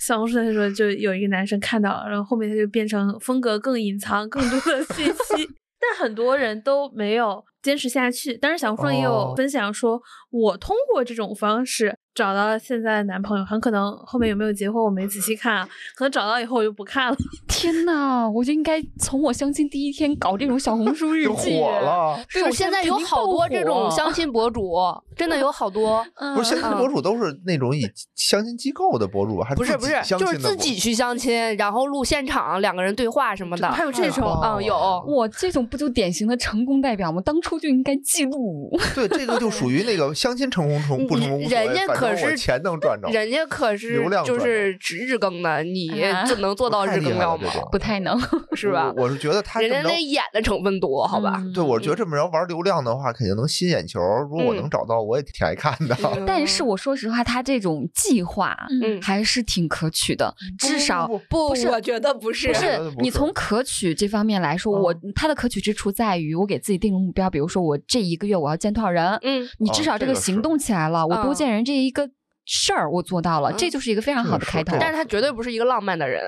Speaker 5: 小红书的时候，就有一个男生看到了，然后后面他就变成风格更隐藏更多的信息， (laughs) 但很多人都没有坚持下去。当然，小红书上也有
Speaker 3: 哦
Speaker 5: 分享说，我通过这种方式找到了现在的男朋友，很可能后面有没有结婚我没仔细看啊，可能找到以后我就不看了。
Speaker 2: 天呐，我就应该从我相亲第一天搞这种小红书日
Speaker 3: 就
Speaker 2: 记，
Speaker 3: 火了。
Speaker 2: 对，
Speaker 4: 就
Speaker 2: 我
Speaker 4: 是现在
Speaker 2: 肯
Speaker 4: 有
Speaker 2: 定
Speaker 4: 好
Speaker 2: 爆
Speaker 4: 多这种
Speaker 2: 火
Speaker 4: 相亲博主，真的有好多，
Speaker 5: 嗯
Speaker 3: 不是相亲博主都是那种以相亲机构的博主吧？还
Speaker 4: 不是
Speaker 3: 自
Speaker 4: 不
Speaker 3: 己
Speaker 4: 是，
Speaker 3: 相
Speaker 4: 就是
Speaker 3: 亲的
Speaker 4: 自
Speaker 3: 博
Speaker 4: 己去相亲，然后录现场两个人对话什么的
Speaker 5: 还。有这种，
Speaker 3: 哦
Speaker 4: 嗯，有，
Speaker 2: 我这种不就典型的成功代表吗？当初就应该记录。
Speaker 3: (laughs)
Speaker 2: (laughs)
Speaker 3: 对，这个就属于那个相亲成功成不成功无所谓，
Speaker 4: 人
Speaker 3: 反
Speaker 4: 家
Speaker 3: 正
Speaker 4: 可
Speaker 3: 我
Speaker 4: 是
Speaker 3: 钱能赚着，
Speaker 4: 人家可是
Speaker 3: 流量
Speaker 4: 就
Speaker 3: 赚
Speaker 4: 是值日更的，你
Speaker 2: 啊
Speaker 4: 就能做到
Speaker 3: 太
Speaker 4: 日
Speaker 3: 厉
Speaker 4: 更
Speaker 3: 害
Speaker 4: 了
Speaker 3: 了
Speaker 4: 吗
Speaker 3: 这？种
Speaker 2: 不太能，
Speaker 4: 是吧
Speaker 3: 我？我是觉得他
Speaker 4: 人
Speaker 3: 这
Speaker 4: 家
Speaker 3: 么
Speaker 4: 那
Speaker 3: 着。
Speaker 4: 演的成分多，好吧？
Speaker 2: 嗯
Speaker 3: 对，我觉得这么着玩流量的话，肯定能吸眼球。如果我
Speaker 4: 嗯
Speaker 3: 能找到，我也挺爱看的。 (laughs)
Speaker 4: 嗯
Speaker 2: 但是我说实话，他这种计划
Speaker 5: 嗯
Speaker 4: 嗯，
Speaker 2: 还是挺可取的，至少
Speaker 3: 不不
Speaker 4: 不，
Speaker 2: 嗯不是
Speaker 4: 我觉得不是
Speaker 2: 不
Speaker 3: 我觉
Speaker 2: 是嗯
Speaker 3: 得不
Speaker 2: 你
Speaker 3: 是
Speaker 2: 从可取这方面来说，我它的可取之处在于我给自己定个目标，比如说我这一个月我要见多少人，
Speaker 4: 嗯，
Speaker 2: 你
Speaker 3: 哦
Speaker 2: 至少
Speaker 3: 这
Speaker 2: 这个
Speaker 3: 个
Speaker 2: 行
Speaker 3: 是
Speaker 2: 动起来了，我多
Speaker 4: 嗯
Speaker 2: 见人这一个事儿我做到了，这
Speaker 4: 嗯
Speaker 2: 就是一个非常
Speaker 3: 这
Speaker 2: 好
Speaker 3: 个
Speaker 2: 的
Speaker 3: 是
Speaker 2: 开
Speaker 3: 这
Speaker 2: 头。
Speaker 3: 个
Speaker 4: 但是他绝对不是一个浪漫的人。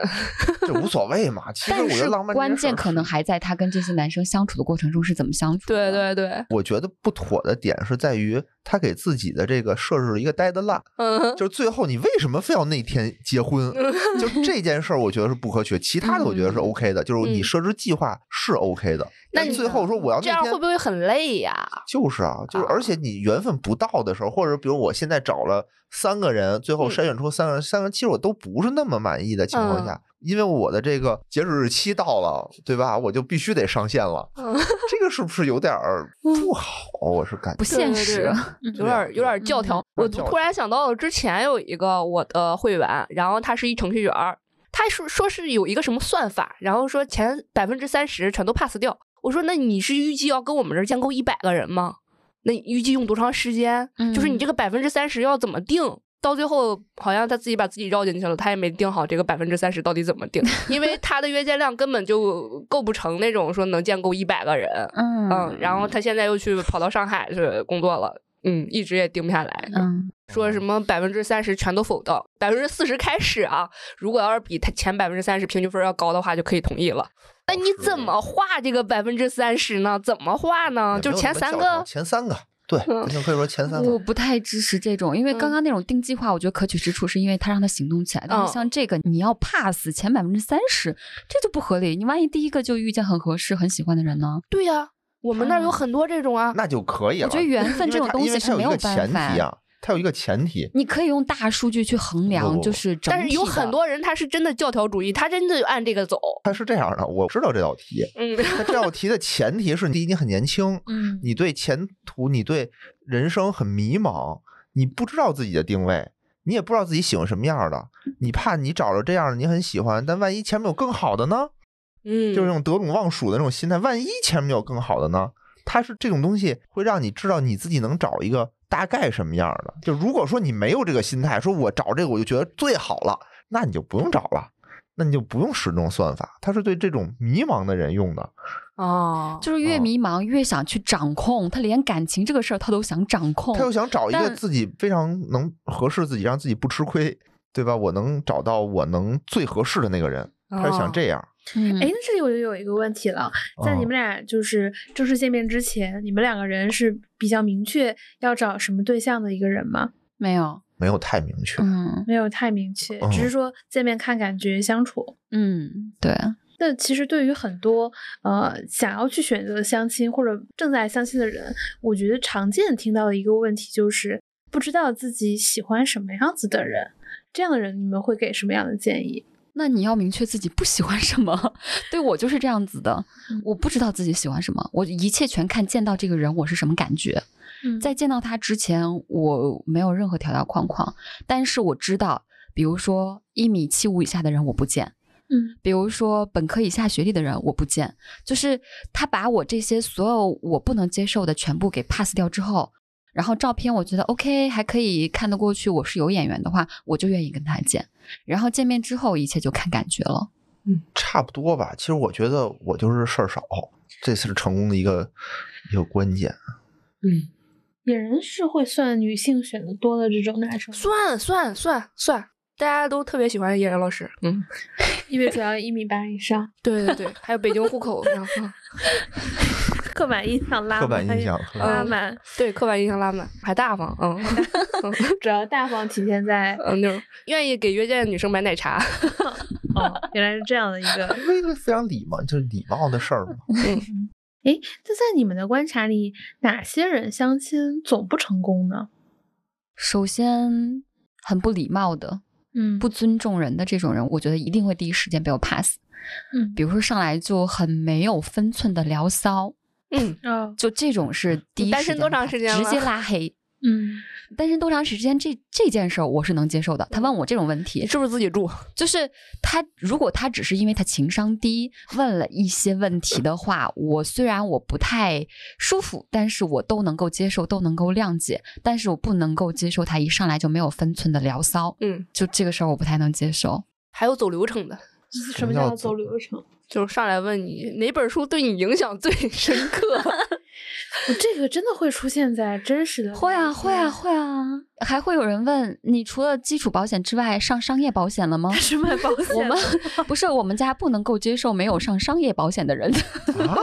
Speaker 3: 这无所谓嘛。其实我
Speaker 2: 但
Speaker 3: 觉
Speaker 2: 是
Speaker 3: 得浪漫这件
Speaker 2: 关
Speaker 3: 事
Speaker 2: 键
Speaker 3: 儿
Speaker 2: 可能还在他跟这些男生相处的过程中是怎么相处。
Speaker 4: 对，对对，
Speaker 3: 我觉得不妥的点是在于，他给自己的这个设置了一个 deadline，
Speaker 4: 嗯，
Speaker 3: 就是最后你为什么非要那天结
Speaker 2: (laughs)
Speaker 3: 婚？就这件事儿，我觉得是不可取，其他的我觉得是
Speaker 2: 嗯
Speaker 3: OK 的，就是你
Speaker 4: 嗯
Speaker 3: 设置计划是 OK 的。
Speaker 4: 那
Speaker 3: 但
Speaker 4: 你
Speaker 3: 最后说我要
Speaker 4: 这
Speaker 3: 那
Speaker 4: 样
Speaker 3: 天
Speaker 4: 会不会很累呀？
Speaker 3: 就是啊，就是
Speaker 4: 啊
Speaker 3: 而且你缘分不到的时候，或者比如我现在找了三个人，最后
Speaker 4: 嗯
Speaker 3: 筛选出三个人，三个人其实我都不是那么满意的情况
Speaker 4: 嗯
Speaker 3: 下，因为我的这个截止日期到了，对吧？我就必须得上线了，
Speaker 4: 嗯
Speaker 3: 这个是不是有
Speaker 2: (laughs)
Speaker 3: 点儿不好？我是感
Speaker 2: 嗯不
Speaker 3: 觉
Speaker 2: 现
Speaker 4: 对
Speaker 2: 实。
Speaker 4: 对
Speaker 5: 嗯
Speaker 4: 有点儿有点儿教条。
Speaker 3: 有
Speaker 4: 我
Speaker 3: 点儿教
Speaker 4: 突然想到了之前有一个我的会员，然后他是一程序员儿，他说说是有一个什么算法，然后说前百分之三十全都 pass 掉。我说那你是预计要跟我们这儿建构一百个人吗？那你预计用多长时间？就是你
Speaker 2: 嗯
Speaker 4: 这个百分之三十要怎么定？到最后好像他自己把自己绕进去了，他也没定好这个百分之三十到底怎么定，因为他的约见量根本就构不成那种说能建构一百个人。
Speaker 2: 嗯
Speaker 4: 嗯，然后他现在又去跑到上海去工作了，嗯，一直也定不下来。
Speaker 2: 嗯
Speaker 4: 说什么百分之三十全都否定，百分之四十开始啊，如果要是比他前百分之三十平均分要高的话，就可以同意了。那你
Speaker 3: 是
Speaker 4: 怎么画这个百分之三十呢？怎么画呢？
Speaker 3: 也
Speaker 4: 就
Speaker 3: 没有
Speaker 4: 前
Speaker 3: 那么
Speaker 4: 三
Speaker 3: 教
Speaker 4: 个
Speaker 3: 条，前三个，对，
Speaker 4: 嗯
Speaker 3: 咱就可以说前三
Speaker 2: 我
Speaker 3: 个。
Speaker 2: 不太支持这种，因为刚
Speaker 4: 嗯
Speaker 2: 刚那种定计划，我觉得可取之处是因为它让他行动起来。但
Speaker 4: 嗯
Speaker 2: 是像这个，你要 pass 前百分之三十，这就不合理。你万一第一个就遇见很合适、很喜欢的人呢？
Speaker 4: 对呀、我们那儿有很多这种啊。
Speaker 3: 那就可以了。
Speaker 2: 我觉得缘分
Speaker 3: 因为
Speaker 2: 这种
Speaker 3: 它
Speaker 2: 东
Speaker 3: 因为
Speaker 2: 西
Speaker 3: 它
Speaker 2: 是
Speaker 3: 有
Speaker 2: 没
Speaker 3: 一个
Speaker 2: 有办
Speaker 3: 前
Speaker 2: 法
Speaker 3: 提啊，它有一个前提。
Speaker 2: 你可以用大数据去衡
Speaker 3: 不
Speaker 2: 量，
Speaker 3: 不
Speaker 2: 就
Speaker 3: 不
Speaker 2: 是整体
Speaker 4: 但是有
Speaker 2: 的
Speaker 4: 很多人他是真的教条主义，他真的就按这个走。
Speaker 3: 它是这样的，我知道这
Speaker 2: (laughs)
Speaker 3: 道题。
Speaker 4: 嗯，
Speaker 3: 它这道题的前提是：第一，你很年轻，
Speaker 5: 嗯
Speaker 3: 你对前途、你对人生很迷茫，你不知道自己的定位，你也不知道自己喜欢什么样的，你怕你找着这样的你很喜欢，但万一前面有更好的呢？
Speaker 4: 嗯，
Speaker 3: 就是那种得陇望蜀的那种心态，万一前面有更好的呢？它是这种东西会让你知道你自己能找一个大概什么样的。就如果说你没有这个心态，说我找这个我就觉得最好了，那你就不用找了。那你就不用使这种算法，它是对这种迷茫的人用的。
Speaker 4: 哦，
Speaker 2: 就是越
Speaker 3: 嗯
Speaker 2: 迷茫越想去掌控，他连感情这个事儿他都想掌控
Speaker 3: 他。又想找一个
Speaker 2: 但
Speaker 3: 自己非常能合适自己，让自己不吃亏，对吧？我能找到我能最合适的那个人，他是想
Speaker 4: 哦
Speaker 3: 这样。嗯
Speaker 2: 嗯
Speaker 5: 哎，，那这里我就有一个问题了，在
Speaker 3: 哦
Speaker 5: 你们俩就是正式见面之前，你们两个人是比较明确要找什么对象的一个人吗？
Speaker 2: 没有，
Speaker 3: 没有太明确，
Speaker 2: 嗯
Speaker 5: 没有太明确，只是
Speaker 3: 哦
Speaker 5: 说见面看感觉相处。
Speaker 2: 嗯，对，
Speaker 5: 那其实对于很多呃想要去选择相亲或者正在相亲的人，我觉得常见听到的一个问题就是不知道自己喜欢什么样子的人。这样的人，你们会给什么样的建议？
Speaker 2: 那你要明确自己不喜欢什么。 (laughs) 对我就是这样子的，
Speaker 4: 嗯
Speaker 2: 我不知道自己喜欢什么，我一切全看见到这个人我是什么感觉。
Speaker 5: 嗯
Speaker 2: 在见到他之前，我没有任何条条框框，但是我知道，比如说一米七五以下的人我不见，
Speaker 5: 嗯
Speaker 2: 比如说本科以下学历的人我不见，就是他把我这些所有我不能接受的全部给 pass 掉之后。然后照片我觉得 OK 还可以看得过去，我是有眼缘的话，我就愿意跟他见。然后见面之后，一切就看感觉了。
Speaker 3: 差不多吧。其实我觉得我就是事儿少，这是成功的一个一个关键。
Speaker 4: 嗯，
Speaker 5: 野人是会算女性选的多的这种男生吗，
Speaker 4: 算算算算，大家都特别喜欢野人老师。嗯，
Speaker 5: 因为主要一米八以上，
Speaker 4: 对对对，还有北京户口呢。嗯
Speaker 5: (laughs) 刻板印象拉
Speaker 3: 刻板
Speaker 5: 满
Speaker 3: 印象，刻板
Speaker 5: 拉
Speaker 4: 嗯
Speaker 5: 满，
Speaker 4: (laughs) 对，刻板印象拉满，还大方，嗯
Speaker 5: (laughs) 主要大方体现在
Speaker 4: 嗯，那种愿意给约见的女生买奶茶，
Speaker 5: 哦，原来是这样的一个。
Speaker 3: 因为一个非常礼貌，就是礼貌的事儿嘛。
Speaker 5: (laughs) 诶，那在你们的观察里，哪些人相亲总不成功呢？
Speaker 2: 首先，很不礼貌的、
Speaker 5: 嗯
Speaker 2: 不，尊重人的这种人，我觉得一定会第一时间被我 pass。
Speaker 5: 嗯
Speaker 2: 比，如说上来就很没有分寸的聊骚，
Speaker 4: 嗯，
Speaker 5: 哦，
Speaker 2: 就这种
Speaker 4: (laughs)
Speaker 2: 是第一
Speaker 4: 你单
Speaker 2: 时
Speaker 4: 身
Speaker 2: 间
Speaker 4: 多长
Speaker 2: pass，
Speaker 4: 时间
Speaker 2: 直接
Speaker 4: 了
Speaker 2: 拉黑。
Speaker 5: 嗯，
Speaker 2: 单身多长时间这这件事儿我是能接受的。他问我这种问
Speaker 4: 嗯你
Speaker 2: 题，
Speaker 4: 是不是自己住？
Speaker 2: 就是他如果他只是因为他情商低问了一些问题的话，我虽然我不太舒服，但是我都能够接受，都能够谅解，但是我不能够接受他一上来就没有分寸的聊骚，
Speaker 4: 嗯，
Speaker 2: 就这个事儿我不太能接受。
Speaker 4: 还有走流程的，
Speaker 5: 什么
Speaker 3: 么叫
Speaker 5: 叫走
Speaker 3: 走
Speaker 5: 流程？
Speaker 4: 就是上来问你哪本书对你影响最深刻，
Speaker 5: 我 (laughs) 这个真的会出现在真实的
Speaker 2: 会啊，
Speaker 5: 聊天
Speaker 2: 会啊，。会啊，还会有人问你除了基础保险之外上商业保险了吗
Speaker 5: 他？是卖保险的，
Speaker 2: 我们不是我们家不能够接受没有上商业保险的人。
Speaker 3: 啊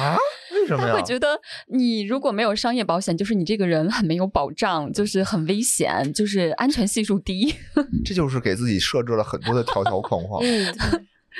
Speaker 3: 啊？为什么
Speaker 2: (laughs) 他会
Speaker 3: 呀？
Speaker 2: 觉得你如果没有商业保险，就是你这个人很没有保障，就是很危险，就是安全系数低。
Speaker 3: 这就是给自己设置了很多的条条框
Speaker 4: (laughs)
Speaker 3: 框，
Speaker 4: (laughs) 嗯，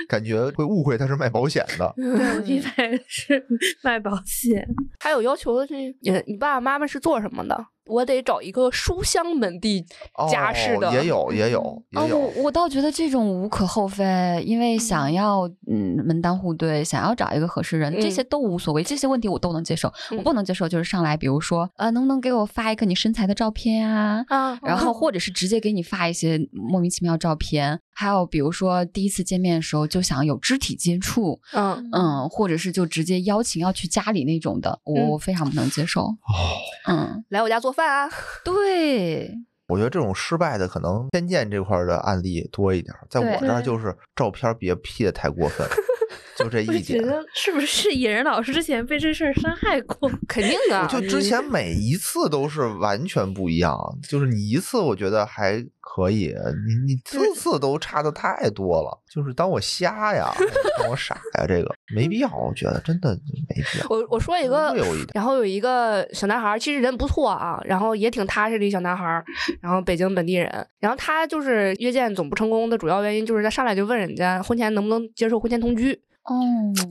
Speaker 3: 感觉会误会他是卖保险的。
Speaker 5: 对，我一买是卖保险，
Speaker 4: 还有要求的是，你你爸爸妈妈是做什么的？我得找一个书香门第
Speaker 3: 哦，
Speaker 4: 家世的，
Speaker 3: 也有，也有，
Speaker 2: 啊，
Speaker 3: 也有。
Speaker 2: 我我倒觉得这种无可厚非，因为想要嗯门当户对，想要找一个合适人，这
Speaker 4: 嗯
Speaker 2: 些都无所谓，这些问题我都能接受。我
Speaker 4: 嗯
Speaker 2: 不能接受就是上来，比如说呃，能不能给我发一个你身材的照片啊？
Speaker 4: 啊，
Speaker 2: 然后或者是直接给你发一些莫名其妙的照片，还有比如说第一次见面的时候就想有肢体接触，
Speaker 4: 嗯，
Speaker 2: 嗯，或者是就直接邀请要去家里那种的，我
Speaker 4: 嗯
Speaker 2: 我非常不能接受。
Speaker 3: 哦，
Speaker 2: 嗯，
Speaker 4: 来我家做饭啊，
Speaker 2: 对，
Speaker 3: 我觉得这种失败的可能偏见这块儿的案例多一点儿，在
Speaker 2: 对
Speaker 3: 我这儿
Speaker 5: 对
Speaker 3: 就是照片儿别 P 的太过分，就
Speaker 2: (laughs)
Speaker 3: 这
Speaker 5: 我就
Speaker 3: 一
Speaker 5: 觉
Speaker 3: 点。
Speaker 5: 得是不是野人老师之前被这事儿伤害过？
Speaker 4: 肯定啊，
Speaker 3: 就之前每一次都是完全不一样，就是你一次我觉得还可以，你你次次都差的太多了，就是当我瞎呀，当我傻呀，这个没必要，我觉得真的没必要。
Speaker 4: (laughs) 我我说一个
Speaker 3: 忽悠一点，
Speaker 4: 然后有一个小男孩儿，其实人不错啊，然后也挺踏实的一小男孩儿，然后北京本地人，然后他就是约见总不成功的主要原因就是他上来就问人家婚前能不能接受婚前同居，
Speaker 2: 哦，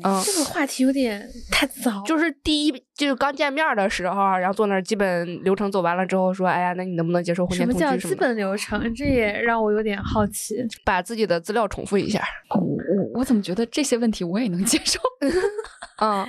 Speaker 4: 嗯，
Speaker 5: 这个话题有点太早，
Speaker 4: 就是第一就是刚见面儿的时候啊，然后坐那儿基本流程走完了之后说，哎呀，那你能不能接受婚
Speaker 5: 什
Speaker 4: 前同
Speaker 5: 么
Speaker 4: 居什
Speaker 5: 叫
Speaker 4: 么
Speaker 5: 基
Speaker 4: 的，
Speaker 5: 本流程？这也让我有点好奇。
Speaker 4: 把自己的资料重复一下，
Speaker 2: 我我我怎么觉得这些问题我也能接受？
Speaker 4: 嗯，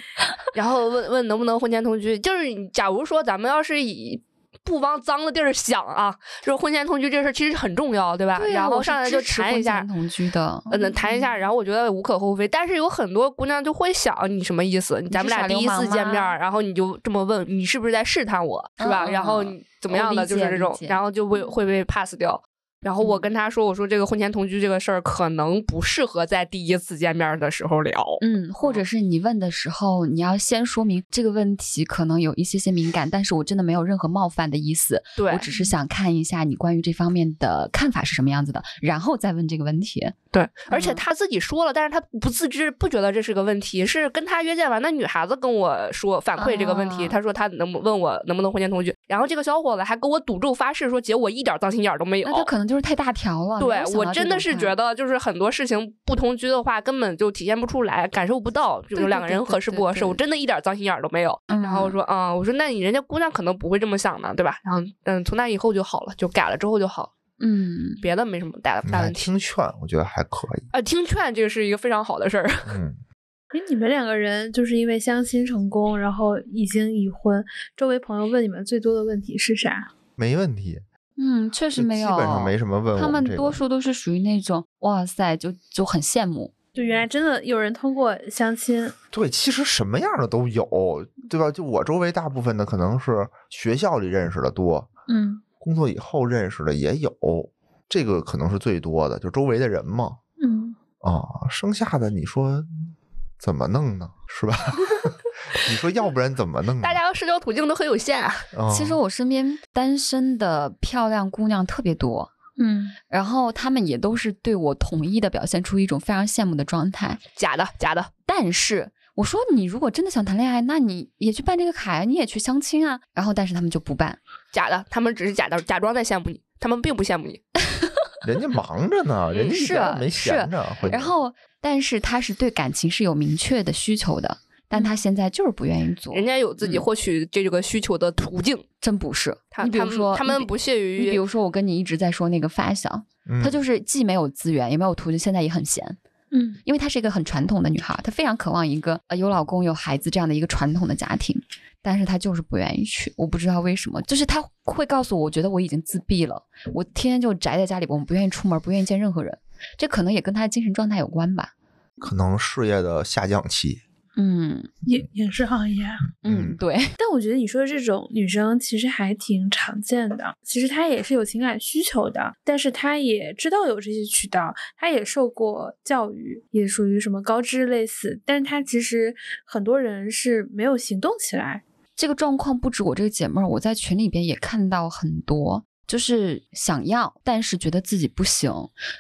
Speaker 4: 然后问问能不能婚前同居，就是你假如说咱们要是以。不往脏的地儿想啊，就是婚前同居这事儿其实很重要，对吧？
Speaker 2: 对呀
Speaker 4: 然后
Speaker 2: 我是
Speaker 4: 上来就
Speaker 2: 支持
Speaker 4: 谈
Speaker 2: 婚
Speaker 4: 一下
Speaker 2: 前，同居的，
Speaker 4: 嗯，能谈一下，然后我觉得无可厚非。但是有很多姑娘就会想，你什么意思？咱
Speaker 2: 是
Speaker 4: 们俩
Speaker 2: 耍
Speaker 4: 第
Speaker 2: 流
Speaker 4: 一
Speaker 2: 氓
Speaker 4: 次见面
Speaker 2: 吗
Speaker 4: 儿，然后你就这么问，你是不是在试探我，是吧？
Speaker 2: 嗯
Speaker 4: 然后
Speaker 2: 嗯
Speaker 4: 你怎么
Speaker 2: 我
Speaker 4: 样的，
Speaker 2: 理
Speaker 4: 就是
Speaker 2: 解
Speaker 4: 这
Speaker 2: 理
Speaker 4: 种，
Speaker 2: 解
Speaker 4: 然后就会会被 pass 掉。然后我
Speaker 2: 嗯
Speaker 4: 跟他说，我说这个婚前同居这个事儿可能不适合在第一次见面儿的时候聊。
Speaker 2: 嗯，或者是你问的时候，你要先说明这个问题可能有一些些敏感，但是我真的没有任何冒犯的意思，
Speaker 4: 对
Speaker 2: 我只是想看一下你关于这方面的看法是什么样子的，然后再问这个问题。
Speaker 4: 对，而且
Speaker 2: 嗯
Speaker 4: 他自己说了，但是他不自知，不觉得这是个问题。是跟他约见完的女孩子跟我说反馈这个问题，
Speaker 2: 啊
Speaker 4: 他说他能不问我能不能婚前同居，然后这个小伙子还跟我赌咒发誓说姐我一点脏心眼儿都没有
Speaker 2: 那。他可能就是太大条了。
Speaker 4: 对我真的是觉
Speaker 2: 得
Speaker 4: 得，就是很多事情不同居的话，根本就体现不出来，感受不到，就
Speaker 2: 对
Speaker 4: 是
Speaker 2: 对
Speaker 4: 两个
Speaker 2: 对
Speaker 4: 人
Speaker 2: 对
Speaker 4: 合适
Speaker 2: 对
Speaker 4: 不合适。
Speaker 2: 对
Speaker 4: 我真的一点脏心眼儿都没有。然后我说，嗯，我说那你人家姑娘可能不会这么想的，对吧？然后，嗯，从那以后就好了，就改了之后就好了，
Speaker 2: 嗯，
Speaker 4: 别的没什么大
Speaker 3: 你
Speaker 4: 大
Speaker 3: 还
Speaker 4: 问题。
Speaker 3: 听劝，我觉得还可以。
Speaker 4: 呃，听劝这个是一个非常好的事儿。
Speaker 3: 嗯，
Speaker 5: 哎，你们两个人就是因为相亲成功，然后已经已婚，周围朋友问你们最多的问题是啥？
Speaker 3: 没问题，
Speaker 2: 嗯，确实
Speaker 3: 就
Speaker 2: 没有，
Speaker 3: 基本上没什么问我
Speaker 2: 他们
Speaker 3: 这
Speaker 2: 多
Speaker 3: 个
Speaker 2: 数都是属于那种哇塞，就就很羡慕。
Speaker 5: 就原来真的有人通过相亲，
Speaker 3: 对，其实什么样的都有，对吧？就我周围大部分的可能是学校里认识的多，
Speaker 5: 嗯
Speaker 3: 工作以后认识的也有，这个可能是最多的，就周围的人嘛。
Speaker 5: 嗯，
Speaker 3: 啊，剩下的你说怎么弄呢？
Speaker 2: (laughs)
Speaker 3: 是吧？你说要不然怎么弄
Speaker 2: 嗯
Speaker 3: 呢？
Speaker 4: 大家社交途径都很有限啊。
Speaker 3: 啊，
Speaker 2: 其实我身边单身的漂亮姑娘特别多，
Speaker 5: 嗯，
Speaker 2: 然后她们也都是对我统一的表现出一种非常羡慕的状态。
Speaker 4: 假的，假的，
Speaker 2: 但是我说你如果真的想谈恋爱，那你也去办这个卡呀，你也去相亲啊。然后但是他们就不办，
Speaker 4: 假的，他们只是假的，假装在羡慕你，他们并不羡慕你。
Speaker 3: 人家忙着呢，人家一
Speaker 2: 嗯是
Speaker 3: 点儿也没
Speaker 2: 是
Speaker 3: 闲着。会
Speaker 2: 然后但是他是对感情是有明确的需求的，但他现在就是不愿意做。
Speaker 4: 嗯人家有自己
Speaker 2: 嗯
Speaker 4: 获取这个需求的途径。
Speaker 2: 真不是，
Speaker 4: 他
Speaker 2: 你比
Speaker 4: 他
Speaker 2: 如
Speaker 4: 们
Speaker 2: 说
Speaker 4: 他
Speaker 2: 你
Speaker 4: 们
Speaker 2: 比
Speaker 4: 不屑于
Speaker 2: 你比如说我跟你一直在说那个发小，
Speaker 3: 嗯
Speaker 2: 她就是既没有资源也没有途径，现在也很闲。
Speaker 5: 嗯，
Speaker 2: 因为她是一个很传统的女孩，她非常渴望一个呃有老公有孩子这样的一个传统的家庭，但是她就是不愿意去，我不知道为什么，就是她会告诉我，我觉得我已经自闭了，我天天就宅在家里，我不愿意出门，不愿意见任何人，这可能也跟她的精神状态有关吧。
Speaker 3: 可能事业的下降期，
Speaker 2: 嗯
Speaker 5: 影影视行业啊。
Speaker 2: 嗯，
Speaker 3: 嗯
Speaker 2: 对，
Speaker 5: 但我觉得你说的这种女生其实还挺常见的，其实她也是有情感需求的，但是她也知道有这些渠道，她也受过教育，也属于什么高知类似，但是她其实很多人是没有行动起来。
Speaker 2: 这个状况不止我这个姐妹儿，我在群里边也看到很多。就是想要，但是觉得自己不行，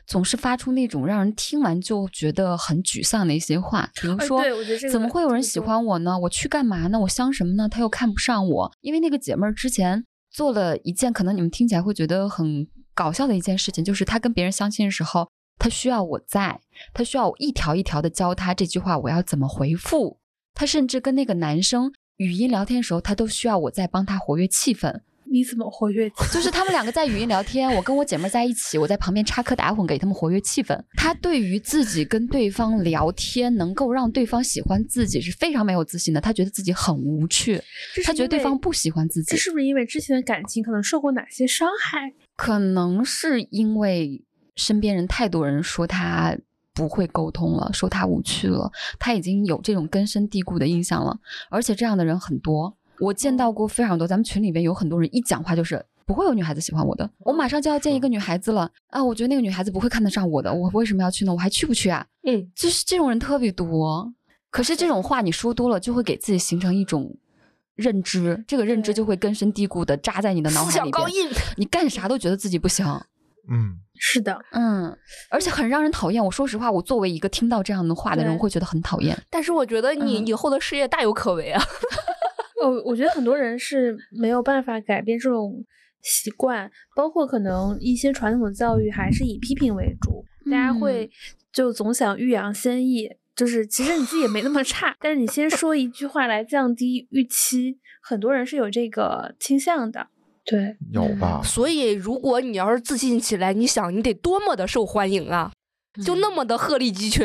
Speaker 2: 总是发出那种让人听完就觉得很沮丧的一些话，比如
Speaker 5: 哎
Speaker 2: 说。
Speaker 5: 对我觉得这个
Speaker 2: 怎么会有人
Speaker 5: 这个
Speaker 2: 喜
Speaker 5: 多
Speaker 2: 欢我呢？我去干嘛呢？我香什么呢？他又看不上我，因为那个姐妹儿之前做了一件可能你们听起来会觉得很搞笑的一件事情，就是她跟别人相亲的时候，她需要我在，她需要我一条一条的教她这句话我要怎么回复，她甚至跟那个男生语音聊天的时候，她都需要我在帮她活跃气氛，
Speaker 5: 你怎么活跃起来？
Speaker 2: 就是他们两个在语音聊天，我跟我姐妹儿在一起，我在旁边插科打诨，给他们活跃气氛。他对于自己跟对方聊天，能够让对方喜欢自己是非常没有自信的。他觉得自己很无趣，
Speaker 5: 这
Speaker 2: 他
Speaker 5: 是
Speaker 2: 觉得
Speaker 5: 因
Speaker 2: 对
Speaker 5: 为
Speaker 2: 方不喜欢自己
Speaker 5: 这是不是因为之前的感情可能受过哪些伤害？
Speaker 2: 可能是因为身边人太多人说他不会沟通了，说他无趣了，他已经有这种根深蒂固的印象了。而且这样的人很多，我见到过非常多。咱们群里边有很多人一讲话就是。不会有女孩子喜欢我的，我马上就要见一个女孩子了啊！我觉得那个女孩子不会看得上我的，我为什么要去呢？我还去不去啊？
Speaker 4: 嗯，
Speaker 2: 就是这种人特别多。可是这种话你说多了，就会给自己形成一种认知，这个认知
Speaker 5: 对
Speaker 2: 就会根深蒂固的扎在你的脑
Speaker 4: 思
Speaker 2: 海
Speaker 4: 想
Speaker 2: 里
Speaker 4: 高
Speaker 2: 边。
Speaker 4: 印， (laughs)
Speaker 2: 你干啥都觉得自己不行，
Speaker 3: 嗯，
Speaker 5: 是的，
Speaker 2: 嗯，而且很让人讨厌。我说实话，我作为一个听到这样的话的人，
Speaker 5: 对
Speaker 2: 我会觉得很讨厌。
Speaker 4: 但是我觉得你
Speaker 2: 嗯
Speaker 4: 以后的事业大有可为啊。
Speaker 5: 呃我我觉得很多人是没有办法改变这种习惯，包括可能一些传统的教育还是以批评为主，大家会就总想欲扬先抑，就是其实你自己也没那么差，但是你先说一句话来降低预期，很多人是有这个倾向的。对，
Speaker 3: 有吧？
Speaker 2: 嗯
Speaker 4: 所以，如果你要是自信起来，你想你得多么的受欢迎啊，
Speaker 2: 嗯
Speaker 4: 就那么的鹤立鸡群。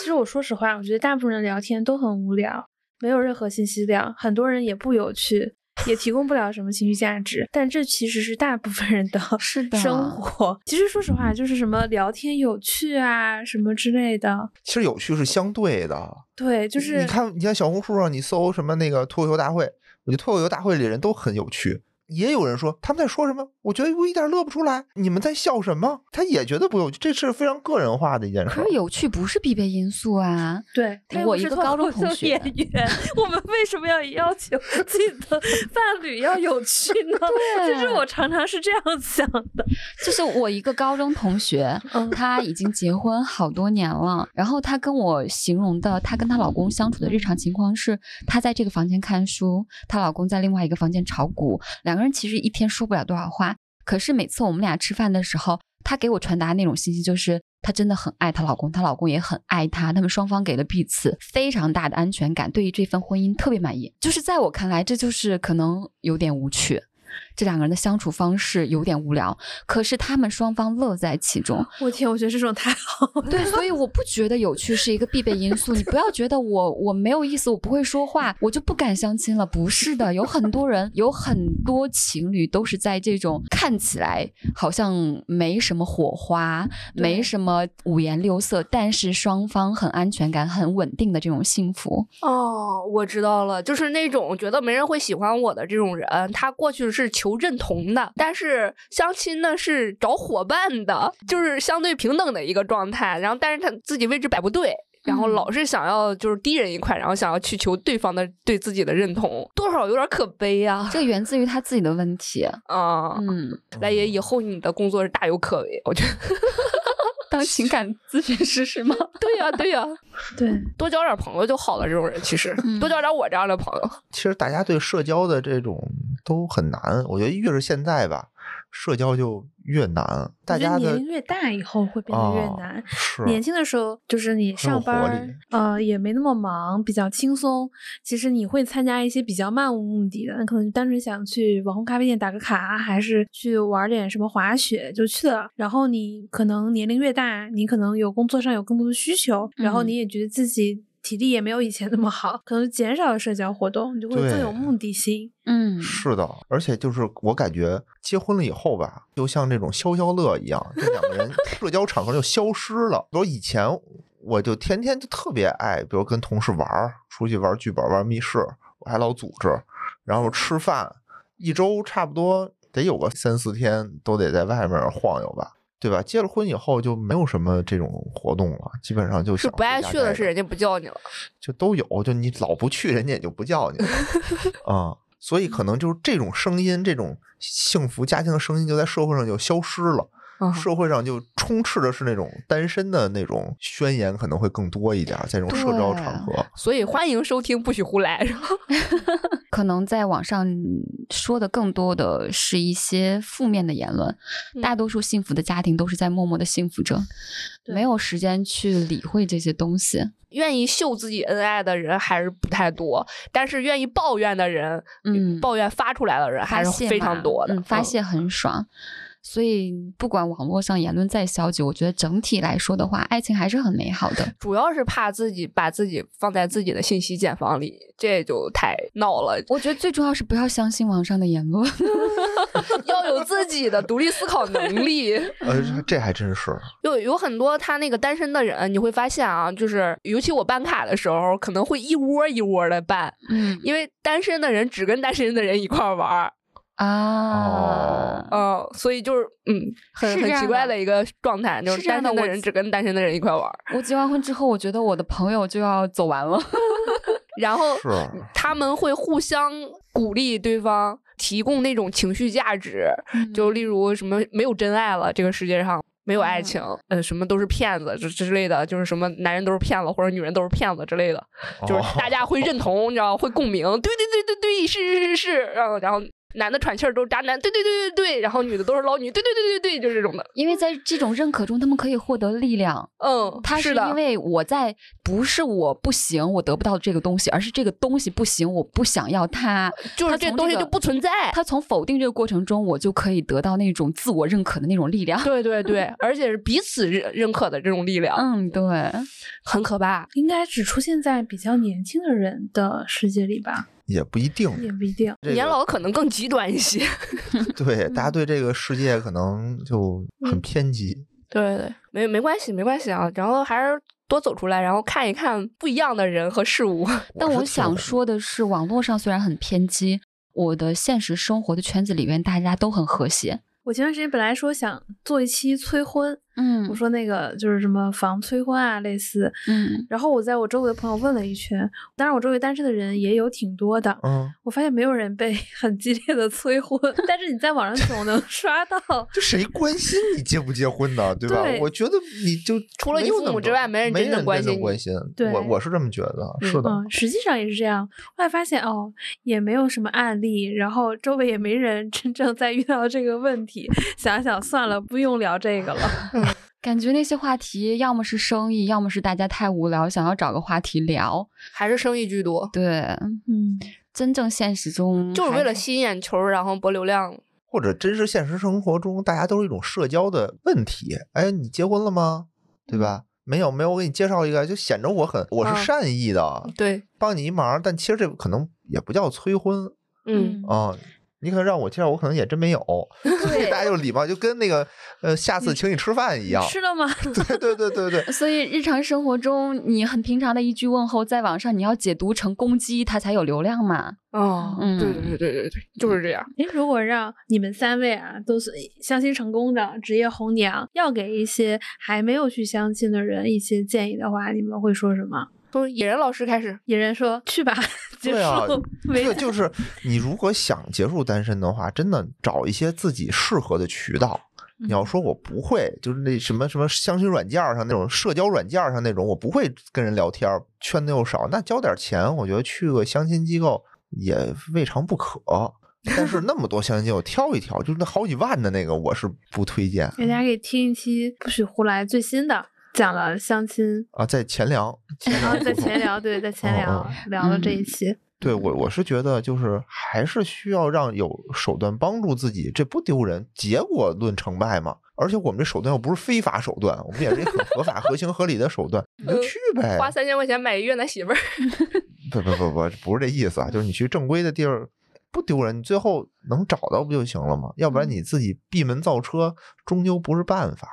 Speaker 5: 其实我说实话，我觉得大部分人聊天都很无聊，没有任何信息量，很多人也不有趣，也提供不了什么情绪价值。但这其实是大部分人 (laughs) 的
Speaker 2: 是的
Speaker 5: 生活。其实说实话，就是什么聊天有趣啊，什么之类的。
Speaker 3: 其实有趣是相对的，
Speaker 5: 对，就是
Speaker 3: 你看，你看小红书上你搜什么那个脱口秀大会，我觉得脱口秀大会里人都很有趣。也有人说他们在说什么，我觉得我一点乐不出来。你们在笑什么？他也觉得不有趣，这是非常个人化的一件事
Speaker 2: 可
Speaker 3: 儿
Speaker 2: 是。有趣不是必备因素啊。
Speaker 5: 对，他又
Speaker 2: 我
Speaker 5: 不
Speaker 2: 一
Speaker 5: 是
Speaker 2: 个
Speaker 5: 脱
Speaker 2: 高中
Speaker 5: 口秀
Speaker 2: 同学
Speaker 5: 演员，我们为什么要要求自己 (laughs) 的伴侣要有趣呢？ (laughs) 就是
Speaker 2: 对
Speaker 5: 我常常是这样想的。
Speaker 2: 就是我一个高中同学，
Speaker 5: 嗯
Speaker 2: 她已经结婚好多年了。然后她跟我形容的，她跟她老公相处的日常情况是，她在这个房间看书，她老公在另外一个房间炒股，两个人其实一天说不了多少话。可是每次我们俩吃饭的时候，她给我传达那种信息就是，她真的很爱她老公，她老公也很爱她，他们双方给了彼此非常大的安全感，对于这份婚姻特别满意。就是在我看来，这就是可能有点无趣。这两个人的相处方式有点无聊，可是他们双方乐在其 (laughs) 中。
Speaker 5: 我天，我觉得这种太好了。
Speaker 2: 对，所以我不觉得有趣是一个必备因素。你不要觉得我我没有意思，我不会说话，我就不敢相亲了。不是的，有很多人，有很多情侣都是在这种看起来好像没什么火花，
Speaker 5: 对
Speaker 2: 没什么五颜六色，但是双方很安全感、很稳定的这种幸福。
Speaker 4: 哦，我知道了，就是那种觉得没人会喜欢我的这种人，他过去是求认同的，但是相亲呢是找伙伴的，就是相对平等的一个状态。然后，但是他自己位置摆不对。然后
Speaker 2: 嗯
Speaker 4: 老是想要就是低人一块，然后想要去求对方的对自己的认同，多少有点可悲呀、
Speaker 2: 这源自于他自己的问题。
Speaker 4: 啊。
Speaker 2: 嗯，
Speaker 4: 来也以后你的工作是大有可为，我觉得。 (laughs)
Speaker 2: 当情感咨询师是吗？
Speaker 4: 对呀、对呀、
Speaker 2: (laughs)
Speaker 5: 对，
Speaker 4: 多交点朋友就好了。这种人其实
Speaker 2: 嗯
Speaker 4: 多交点我这样的朋友，
Speaker 3: 其实大家对社交的这种都很难，我觉得越是现在吧，社交就越难。大
Speaker 5: 我觉
Speaker 3: 家
Speaker 5: 得
Speaker 3: 的
Speaker 5: 年龄越大以后会变得越
Speaker 3: 哦
Speaker 5: 难。
Speaker 3: 是
Speaker 5: 年轻的时候，就是你
Speaker 3: 很有
Speaker 5: 上班
Speaker 3: 活
Speaker 5: 儿
Speaker 3: 力，
Speaker 5: 呃，也没那么忙，比较轻松。其实你会参加一些比较漫无目的的，可能单纯想去网红咖啡店打个卡，还是去玩点什么滑雪就去了。然后你可能年龄越大，你可能有工作上有更多的需求，然后
Speaker 2: 嗯
Speaker 5: 你也觉得自己体力也没有以前那么好，可能减少了社交活动，你就会更有
Speaker 3: 对
Speaker 5: 目的性。
Speaker 2: 嗯，
Speaker 3: 是的，而且就是我感觉结婚了以后吧，就像这种消消乐一样，这两个人 (laughs) 社交场合就消失了。比如以前我就天天就特别爱，比如跟同事玩儿，出去玩儿剧本、玩儿密室，我还老组织，然后吃饭，一周差不多得有个三四天都得在外面晃悠吧。对吧？结了婚以后就没有什么这种活动了，基本上就是想
Speaker 4: 不
Speaker 3: 回
Speaker 4: 爱
Speaker 3: 家
Speaker 4: 去了，
Speaker 3: 待
Speaker 4: 是
Speaker 3: 着
Speaker 4: 人家不叫你了。 (laughs)
Speaker 3: 就都有，就你老不去，人家也就不叫你了啊、所以可能就是这种声音，这种幸福家庭的声音，就在社会上就消失了。
Speaker 4: 嗯
Speaker 3: 社会上就充斥的是那种单身的那种宣言，可能会更多一点，在这种社交场合。
Speaker 4: 所以欢迎收听，不许胡来。是吧
Speaker 2: 可能在网上说的更多的是一些负面的言论，
Speaker 4: 嗯
Speaker 2: 大多数幸福的家庭都是在默默的幸福着，
Speaker 5: 对
Speaker 2: 没有时间去理会这些东西。
Speaker 4: 愿意秀自己恩爱的人还是不太多，但是愿意抱怨的人，
Speaker 2: 嗯
Speaker 4: 抱怨发出来的人还
Speaker 2: 发
Speaker 4: 是
Speaker 2: 泄
Speaker 4: 非
Speaker 2: 嘛
Speaker 4: 常多的。
Speaker 2: 嗯，发泄很爽。所以，不管网络上言论再消极，我觉得整体来说的话，爱情还是很美好
Speaker 4: (laughs)
Speaker 2: 的。
Speaker 4: 主要是怕自己把自己放在自己的信息茧房里，这就太闹了。 (laughs)
Speaker 2: 我觉得最重要是不要相信网上的言论。
Speaker 4: 要有自己的独立思考能力。 (laughs)
Speaker 3: 呃，这这还真是，
Speaker 4: 有有很多他那个单身的人，你会发现啊，就是尤其我办卡的时候，可能会一窝一窝的办，
Speaker 2: 嗯
Speaker 4: 因为单身的人只跟单身的人一块儿玩儿，
Speaker 2: (laughs) 啊
Speaker 3: 哦，
Speaker 4: 嗯、所以就是嗯，很
Speaker 2: 是这
Speaker 4: 很
Speaker 2: 样
Speaker 4: 奇
Speaker 2: 的
Speaker 4: 怪的一个状态，就是是
Speaker 2: 这样
Speaker 4: 单
Speaker 2: 的
Speaker 4: 身的
Speaker 2: 我
Speaker 4: 人只跟单身的人一块儿玩儿，
Speaker 2: 我结完婚之后，我觉得我的朋友就要走完了。
Speaker 4: 然后
Speaker 3: 是
Speaker 4: 他们会互相鼓励对方，提供那种情绪价值，就例如什么没有真爱了，这个世界上没有爱情，呃，什么都是骗子之之类的，就是什么男人都是骗子或者女人都是骗子之类的， (laughs)
Speaker 3: 哦
Speaker 4: 就是大家会认同，你知道，会共鸣，对对对对对，是是是是，然后然后男的喘气儿都是渣男，对对对对对，然后女的都是捞女，对对对对对，就是这种的，
Speaker 2: 因为在这种认可中，他们可以获得力量。
Speaker 4: 嗯，
Speaker 2: 他
Speaker 4: 是
Speaker 2: 是
Speaker 4: 的
Speaker 2: 因为我在不是我不行，我得不到这个东西，而是这个东西不行，我不想要它。
Speaker 4: 就是
Speaker 2: 他
Speaker 4: 这
Speaker 2: 从
Speaker 4: 东西
Speaker 2: 这
Speaker 4: 就
Speaker 2: 个
Speaker 4: 不存在。
Speaker 2: 他从否定这个过程中，我就可以得到那种自我认可的那种力量。 (laughs)
Speaker 4: 对对对，而且是彼此认认可的这种力量，
Speaker 2: 嗯，对，
Speaker 4: 很可怕。
Speaker 5: 应该只出现在比较年轻的人的世界里吧，
Speaker 3: 也不一定。
Speaker 5: 也不一定。
Speaker 3: 这
Speaker 4: 年
Speaker 3: 个
Speaker 4: 老嗯可能更极端一些。 (laughs)
Speaker 3: 对大家对这个世界可能就
Speaker 4: 嗯
Speaker 3: 很偏激。
Speaker 4: 对对，没没关系，没关系啊。然后还是多走出来，然后看一看不一样的人和事物。 (laughs)
Speaker 2: 但
Speaker 3: 是
Speaker 2: 我
Speaker 3: 挺
Speaker 2: 想
Speaker 3: 火
Speaker 2: 说的是，网络上虽然很偏激，我的现实生活的圈子里面大家都很和谐。
Speaker 5: 我前段时间本来说想做一期催婚，
Speaker 2: 嗯
Speaker 5: 我说那个就是什么防催婚啊，类似。
Speaker 2: 嗯，
Speaker 5: 然后我在我周围的朋友问了一圈，当然我周围单身的人也有挺多的，
Speaker 3: 嗯，
Speaker 5: 我发现没有人被 (laughs) 很激烈的催婚，但是你在网上总能 (laughs) 刷到。
Speaker 3: 这谁关心你结不结婚呢？对吧？
Speaker 5: 对
Speaker 3: 我觉得你就
Speaker 4: 除了你
Speaker 3: 没有
Speaker 4: 父
Speaker 3: 那
Speaker 4: 母
Speaker 3: 么
Speaker 4: 之外没人
Speaker 3: 没
Speaker 4: 真的
Speaker 3: 人
Speaker 4: 关心
Speaker 3: 心
Speaker 4: 你
Speaker 3: 关心。
Speaker 5: 对
Speaker 3: 我我是这么觉得，啊
Speaker 4: 嗯
Speaker 3: 是的。
Speaker 5: 嗯，实际上也是这样。后来发现哦，也没有什么案例，然后周围也没人真正在遇到这个问题。想想算了，不用聊这个了。
Speaker 2: 感觉那些话题要么是生意，要么是大家太无聊，想要找个话题聊。
Speaker 4: 还是生意居多，
Speaker 2: 对，
Speaker 5: 嗯，
Speaker 2: 真正现实中
Speaker 4: 嗯就是
Speaker 2: 还
Speaker 4: 为了吸引眼球，然后博流量。
Speaker 3: 或者真实现实生活中，大家都是一种社交的问题。哎，你结婚了吗？对吧？没有，没有，我给你介绍一个，就显着我很我
Speaker 4: 嗯
Speaker 3: 是善意的，
Speaker 4: 对，
Speaker 3: 帮你一忙。但其实这可能也不叫催婚
Speaker 4: 嗯，
Speaker 3: 啊、你可能让我介绍，我可能也真没有，所以大家就礼貌，就跟那个呃，下次请你吃饭一样。
Speaker 5: (laughs) 吃了吗？
Speaker 3: 对对对
Speaker 4: (laughs)
Speaker 3: 对对，
Speaker 2: 所以日常生活中，你很平常的一句问候，在网上你要解读成攻击，它才有流量嘛。
Speaker 4: 哦，
Speaker 2: 嗯
Speaker 4: 对对对对对对，就是这样。
Speaker 5: 诶，如果让你们三位啊，都是相亲成功的职业红娘，要给一些还没有去相亲的人一些建议的话，你们会说什么？
Speaker 4: 从野人老师开始，
Speaker 5: 野人说：“去吧，结束，
Speaker 3: 对啊
Speaker 5: (laughs) 没
Speaker 3: 这就是你如果想结束单身的话，真的找一些自己适合的渠道。你
Speaker 5: 嗯
Speaker 3: 要说我不会，就是那什么什么相亲软件儿上那种社交软件儿上那种，我不会跟人聊天儿，圈子又少，那交点钱，我觉得去个相亲机构也未尝不可。但是那么多相亲机构，挑一挑，就是那好几万的那个，我是不推荐
Speaker 5: 给大家可以听一期《不许胡来》最新的，讲了相亲，
Speaker 3: 啊。在前
Speaker 5: (laughs)
Speaker 3: 凉，前
Speaker 5: 然后
Speaker 3: 凉
Speaker 5: 哦在前聊，对，在前聊、
Speaker 3: 哦
Speaker 5: 聊了这一
Speaker 2: 嗯
Speaker 5: 期。
Speaker 3: 对我，我是觉得就是还是需要让有手段帮助自己，这不丢人。结果论成败嘛，而且我们这手段又不是非法手段，我们也是一个很合法、合情合理的手段，你就去呗。
Speaker 4: 呃花三千块钱买一越南媳妇儿，
Speaker 3: 不不不不，不是这意思啊，就是你去正规的地儿不丢人，你最后能找到不就行了吗？要不然你自己闭门造车，终究不是办法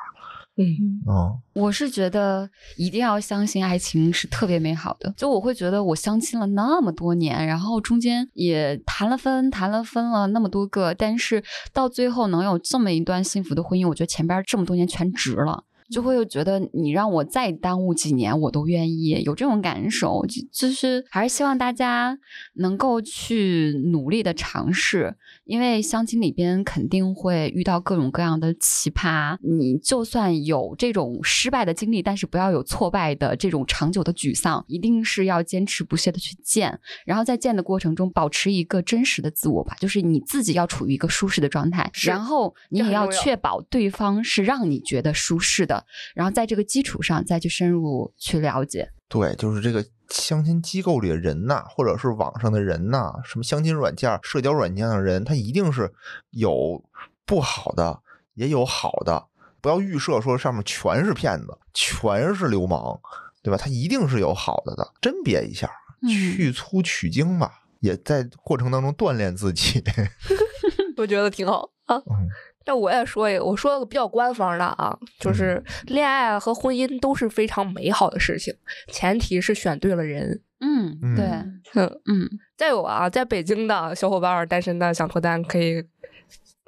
Speaker 4: 嗯，
Speaker 3: 啊、
Speaker 5: 嗯，
Speaker 2: 我是觉得一定要相信爱情是特别美好的。就我会觉得我相亲了那么多年，然后中间也谈了分，谈了分了那么多个，但是到最后能有这么一段幸福的婚姻，我觉得前边这么多年全值了。就会觉得你让我再耽误几年，我都愿意，有这种感受。就就是还是希望大家能够去努力的尝试，因为相亲里边肯定会遇到各种各样的奇葩。你就算有这种失败的经历，但是不要有挫败的这种长久的沮丧，一定是要坚持不懈的去见。然后在建的过程中，保持一个真实的自我吧，就是你自己要处于一个舒适的状态，
Speaker 4: 是
Speaker 2: 然后你也
Speaker 4: 这很
Speaker 2: 要
Speaker 4: 重要
Speaker 2: 确保对方是让你觉得舒适的，然后在这个基础上再去深入去了解。
Speaker 3: 对，就是这个相亲机构里的人呐、或者是网上的人呐、什么相亲软件、社交软件上的人，他一定是有不好的，也有好的。不要预设说上面全是骗子，全是流氓，对吧？他一定是有好的的，甄别一下，
Speaker 2: 嗯，
Speaker 3: 去粗取精吧，也在过程当中锻炼自己。
Speaker 4: (laughs)
Speaker 3: (laughs)
Speaker 4: 我觉得挺好啊
Speaker 3: 嗯。
Speaker 4: 那我也说一个，我说个比较官方的啊，就是恋爱和婚姻都是非常美好的事情，前提是选对了人。
Speaker 2: 嗯，
Speaker 3: 嗯
Speaker 2: 对，
Speaker 4: 嗯，
Speaker 2: 嗯，
Speaker 4: 再有啊，在北京的小伙伴儿单身的想脱单可以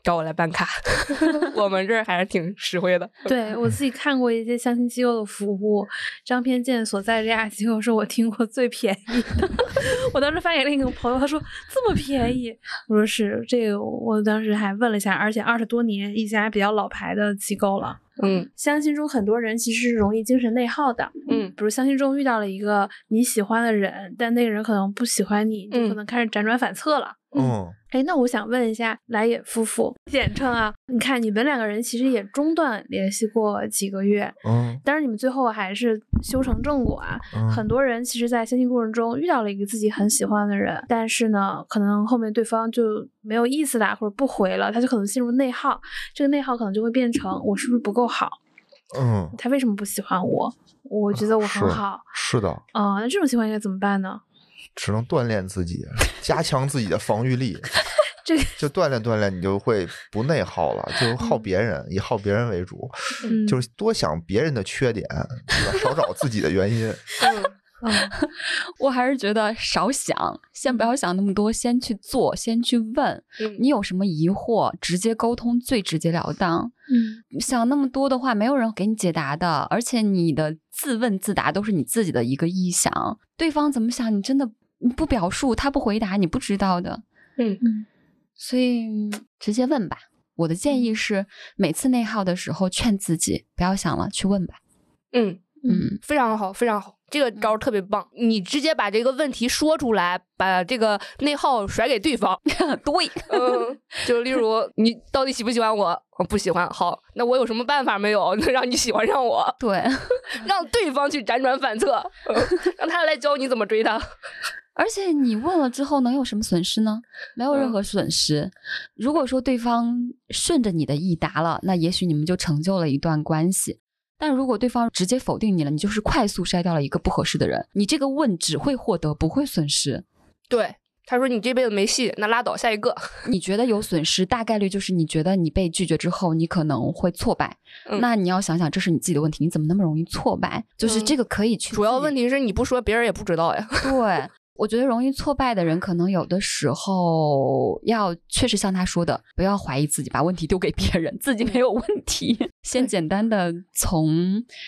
Speaker 4: 找我来办卡， (laughs) 我们这儿还是挺实惠的。 (laughs)
Speaker 5: 对我自己看过一些相亲机构的服务，张偏见所在这 (laughs) 家机构是我听过最便宜的。 (laughs) 我当时发给另一个朋友，他说这么便宜，我说是这个，我当时还问了一下，而且二十多年一家比较老牌的机构了。
Speaker 4: 嗯
Speaker 5: 相亲中很多人其实是容易精神内耗的，
Speaker 4: 嗯，
Speaker 5: 比如相亲中遇到了一个你喜欢的人，但那个人可能不喜欢你，你就
Speaker 4: 嗯
Speaker 5: 可能开始辗转反侧了。
Speaker 3: 嗯，
Speaker 5: 哎，那我想问一下来也夫妇，简称啊，你看你们两个人其实也中断联系过几个月，
Speaker 3: 嗯
Speaker 5: 当然你们最后还是修成正果啊。
Speaker 3: 嗯，
Speaker 5: 很多人其实，在相亲过程中遇到了一个自己很喜欢的人，但是呢，可能后面对方就没有意思啦，或者不回了，他就可能进入内耗，这个内耗可能就会变成我是不是不够好，
Speaker 3: 嗯，
Speaker 5: 他为什么不喜欢我？我觉得我很
Speaker 3: 啊是
Speaker 5: 好，
Speaker 3: 是的，
Speaker 5: 啊、那这种情况应该怎么办呢？
Speaker 3: 只能锻炼自己，加强自己的防御
Speaker 2: (laughs)
Speaker 3: 力。
Speaker 5: 这个
Speaker 3: 就锻炼锻炼，你就会不内耗了，
Speaker 2: 嗯
Speaker 3: 就耗别人，以耗别人为主，
Speaker 5: 嗯，
Speaker 3: 就是多想别人的缺点，对吧？少找自己的原
Speaker 2: (laughs)
Speaker 3: 因。
Speaker 5: 嗯
Speaker 2: 我还是觉得少想，先不要想那么多，先去做，先去问。
Speaker 4: 嗯
Speaker 2: 你有什么疑惑，直接沟通最直截了当。
Speaker 5: 嗯
Speaker 2: 想那么多的话，没有人给你解答的，而且你的自问自答都是你自己的一个臆想，对方怎么想，你真的你不表述，他不回答，你不知道的，
Speaker 4: 嗯
Speaker 5: 嗯
Speaker 2: 所以嗯直接问吧。我的建议是，每次内耗的时候，劝自己不要想了，去问吧。 (laughs)
Speaker 4: 嗯，
Speaker 2: 嗯，
Speaker 4: 非常好，非常好，这个招儿特别棒。你直接把这个问题说出来，把这个内耗甩给对方。
Speaker 2: 对， (laughs)
Speaker 4: 嗯， (laughs) 就例如你到底喜不喜欢我？我不喜欢。好，那我有什么办法没有 (laughs) 能让你喜欢上我？
Speaker 2: 对。
Speaker 4: 让对方去辗转反侧，嗯 (laughs) 让他来教你怎么追他。
Speaker 2: 而且你问了之后能有什么损失呢？没有任
Speaker 4: 嗯
Speaker 2: 何损失。如果说对方顺着你的意答了，那也许你们就成就了一段关系。但如果对方直接否定你了，你就是快速筛掉了一个不合适的人。你这个问只会获得，不会损失。
Speaker 4: 对，他说你这辈子没戏，那拉倒，下一个。
Speaker 2: 你觉得有损失，大概率就是你觉得你被拒绝之后，你可能会挫败。
Speaker 4: 嗯
Speaker 2: 那你要想想，这是你自己的问题，你怎么那么容易挫败？就是
Speaker 4: 嗯
Speaker 2: 这个可以去
Speaker 4: 主要
Speaker 2: 自己
Speaker 4: 问题是你不说，别人也不知道呀。 (laughs)
Speaker 2: 对，我觉得容易挫败的人，可能有的时候要确实像他说的，不要怀疑自己，把问题丢给别人，自己没有问题。 (laughs) 先
Speaker 4: 对
Speaker 2: 简单的从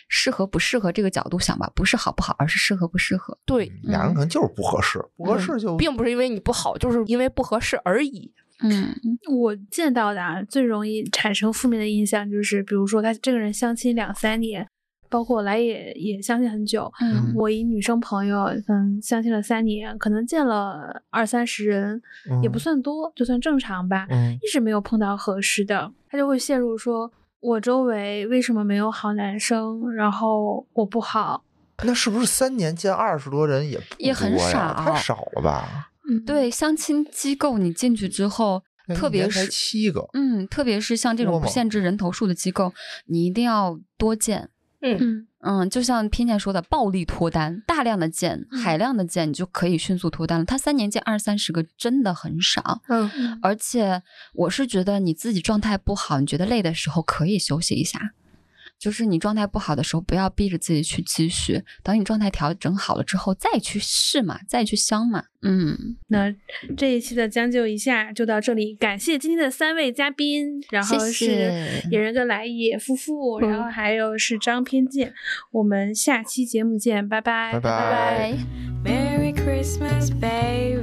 Speaker 2: 适合不适合这个角度想吧，不是好不好，而是适合不适合。
Speaker 4: 对，
Speaker 3: 俩
Speaker 2: 嗯
Speaker 3: 人可能就是不合适，不合适就
Speaker 4: 并不是因为你不好，就是因为不合适而已。
Speaker 2: 嗯
Speaker 5: 我见到的啊，最容易产生负面的印象就是，比如说他这个人相亲两三年，包括我来也也相亲很久。
Speaker 2: 嗯
Speaker 5: 我一女生朋友，嗯，相亲了三年，可能见了二三十人，也不
Speaker 3: 嗯
Speaker 5: 算多，就算正常吧，
Speaker 3: 嗯
Speaker 5: 一直没有碰到合适的，他就会陷入说，我周围为什么没有好男生，然后我不好，
Speaker 3: 那是不是三年见二十多人也不
Speaker 2: 也很
Speaker 3: 多呀
Speaker 2: 少
Speaker 3: 太少了吧？
Speaker 5: 嗯，
Speaker 2: 对，相亲机构你进去之后，
Speaker 3: 那
Speaker 2: 特
Speaker 3: 一年
Speaker 2: 别
Speaker 3: 才
Speaker 2: 是
Speaker 3: 七个，
Speaker 2: 嗯，特别是像这种
Speaker 3: 多
Speaker 2: 不
Speaker 3: 吗
Speaker 2: 限制人头数的机构，你一定要多见。
Speaker 4: 嗯，
Speaker 5: 嗯，
Speaker 2: 嗯，就像偏见说的，暴力脱单，大量的见，海量的见，你就可以迅速脱单了。他三年见二三十个，真的很少。
Speaker 4: 嗯
Speaker 5: 嗯，
Speaker 2: 而且我是觉得你自己状态不好，你觉得累的时候可以休息一下。就是你状态不好的时候，不要逼着自己去继续，等你状态调整好了之后再去试嘛，再去相嘛。嗯，
Speaker 5: 那这一期的将就一下就到这里，感谢今天的三位嘉宾，然后
Speaker 2: 谢
Speaker 5: 是
Speaker 2: 谢
Speaker 5: 野人跟来野夫妇，然后还有是张偏见，我们下期节目见，拜拜，
Speaker 3: 拜拜
Speaker 2: 拜拜。
Speaker 6: Merry Christmas, baby.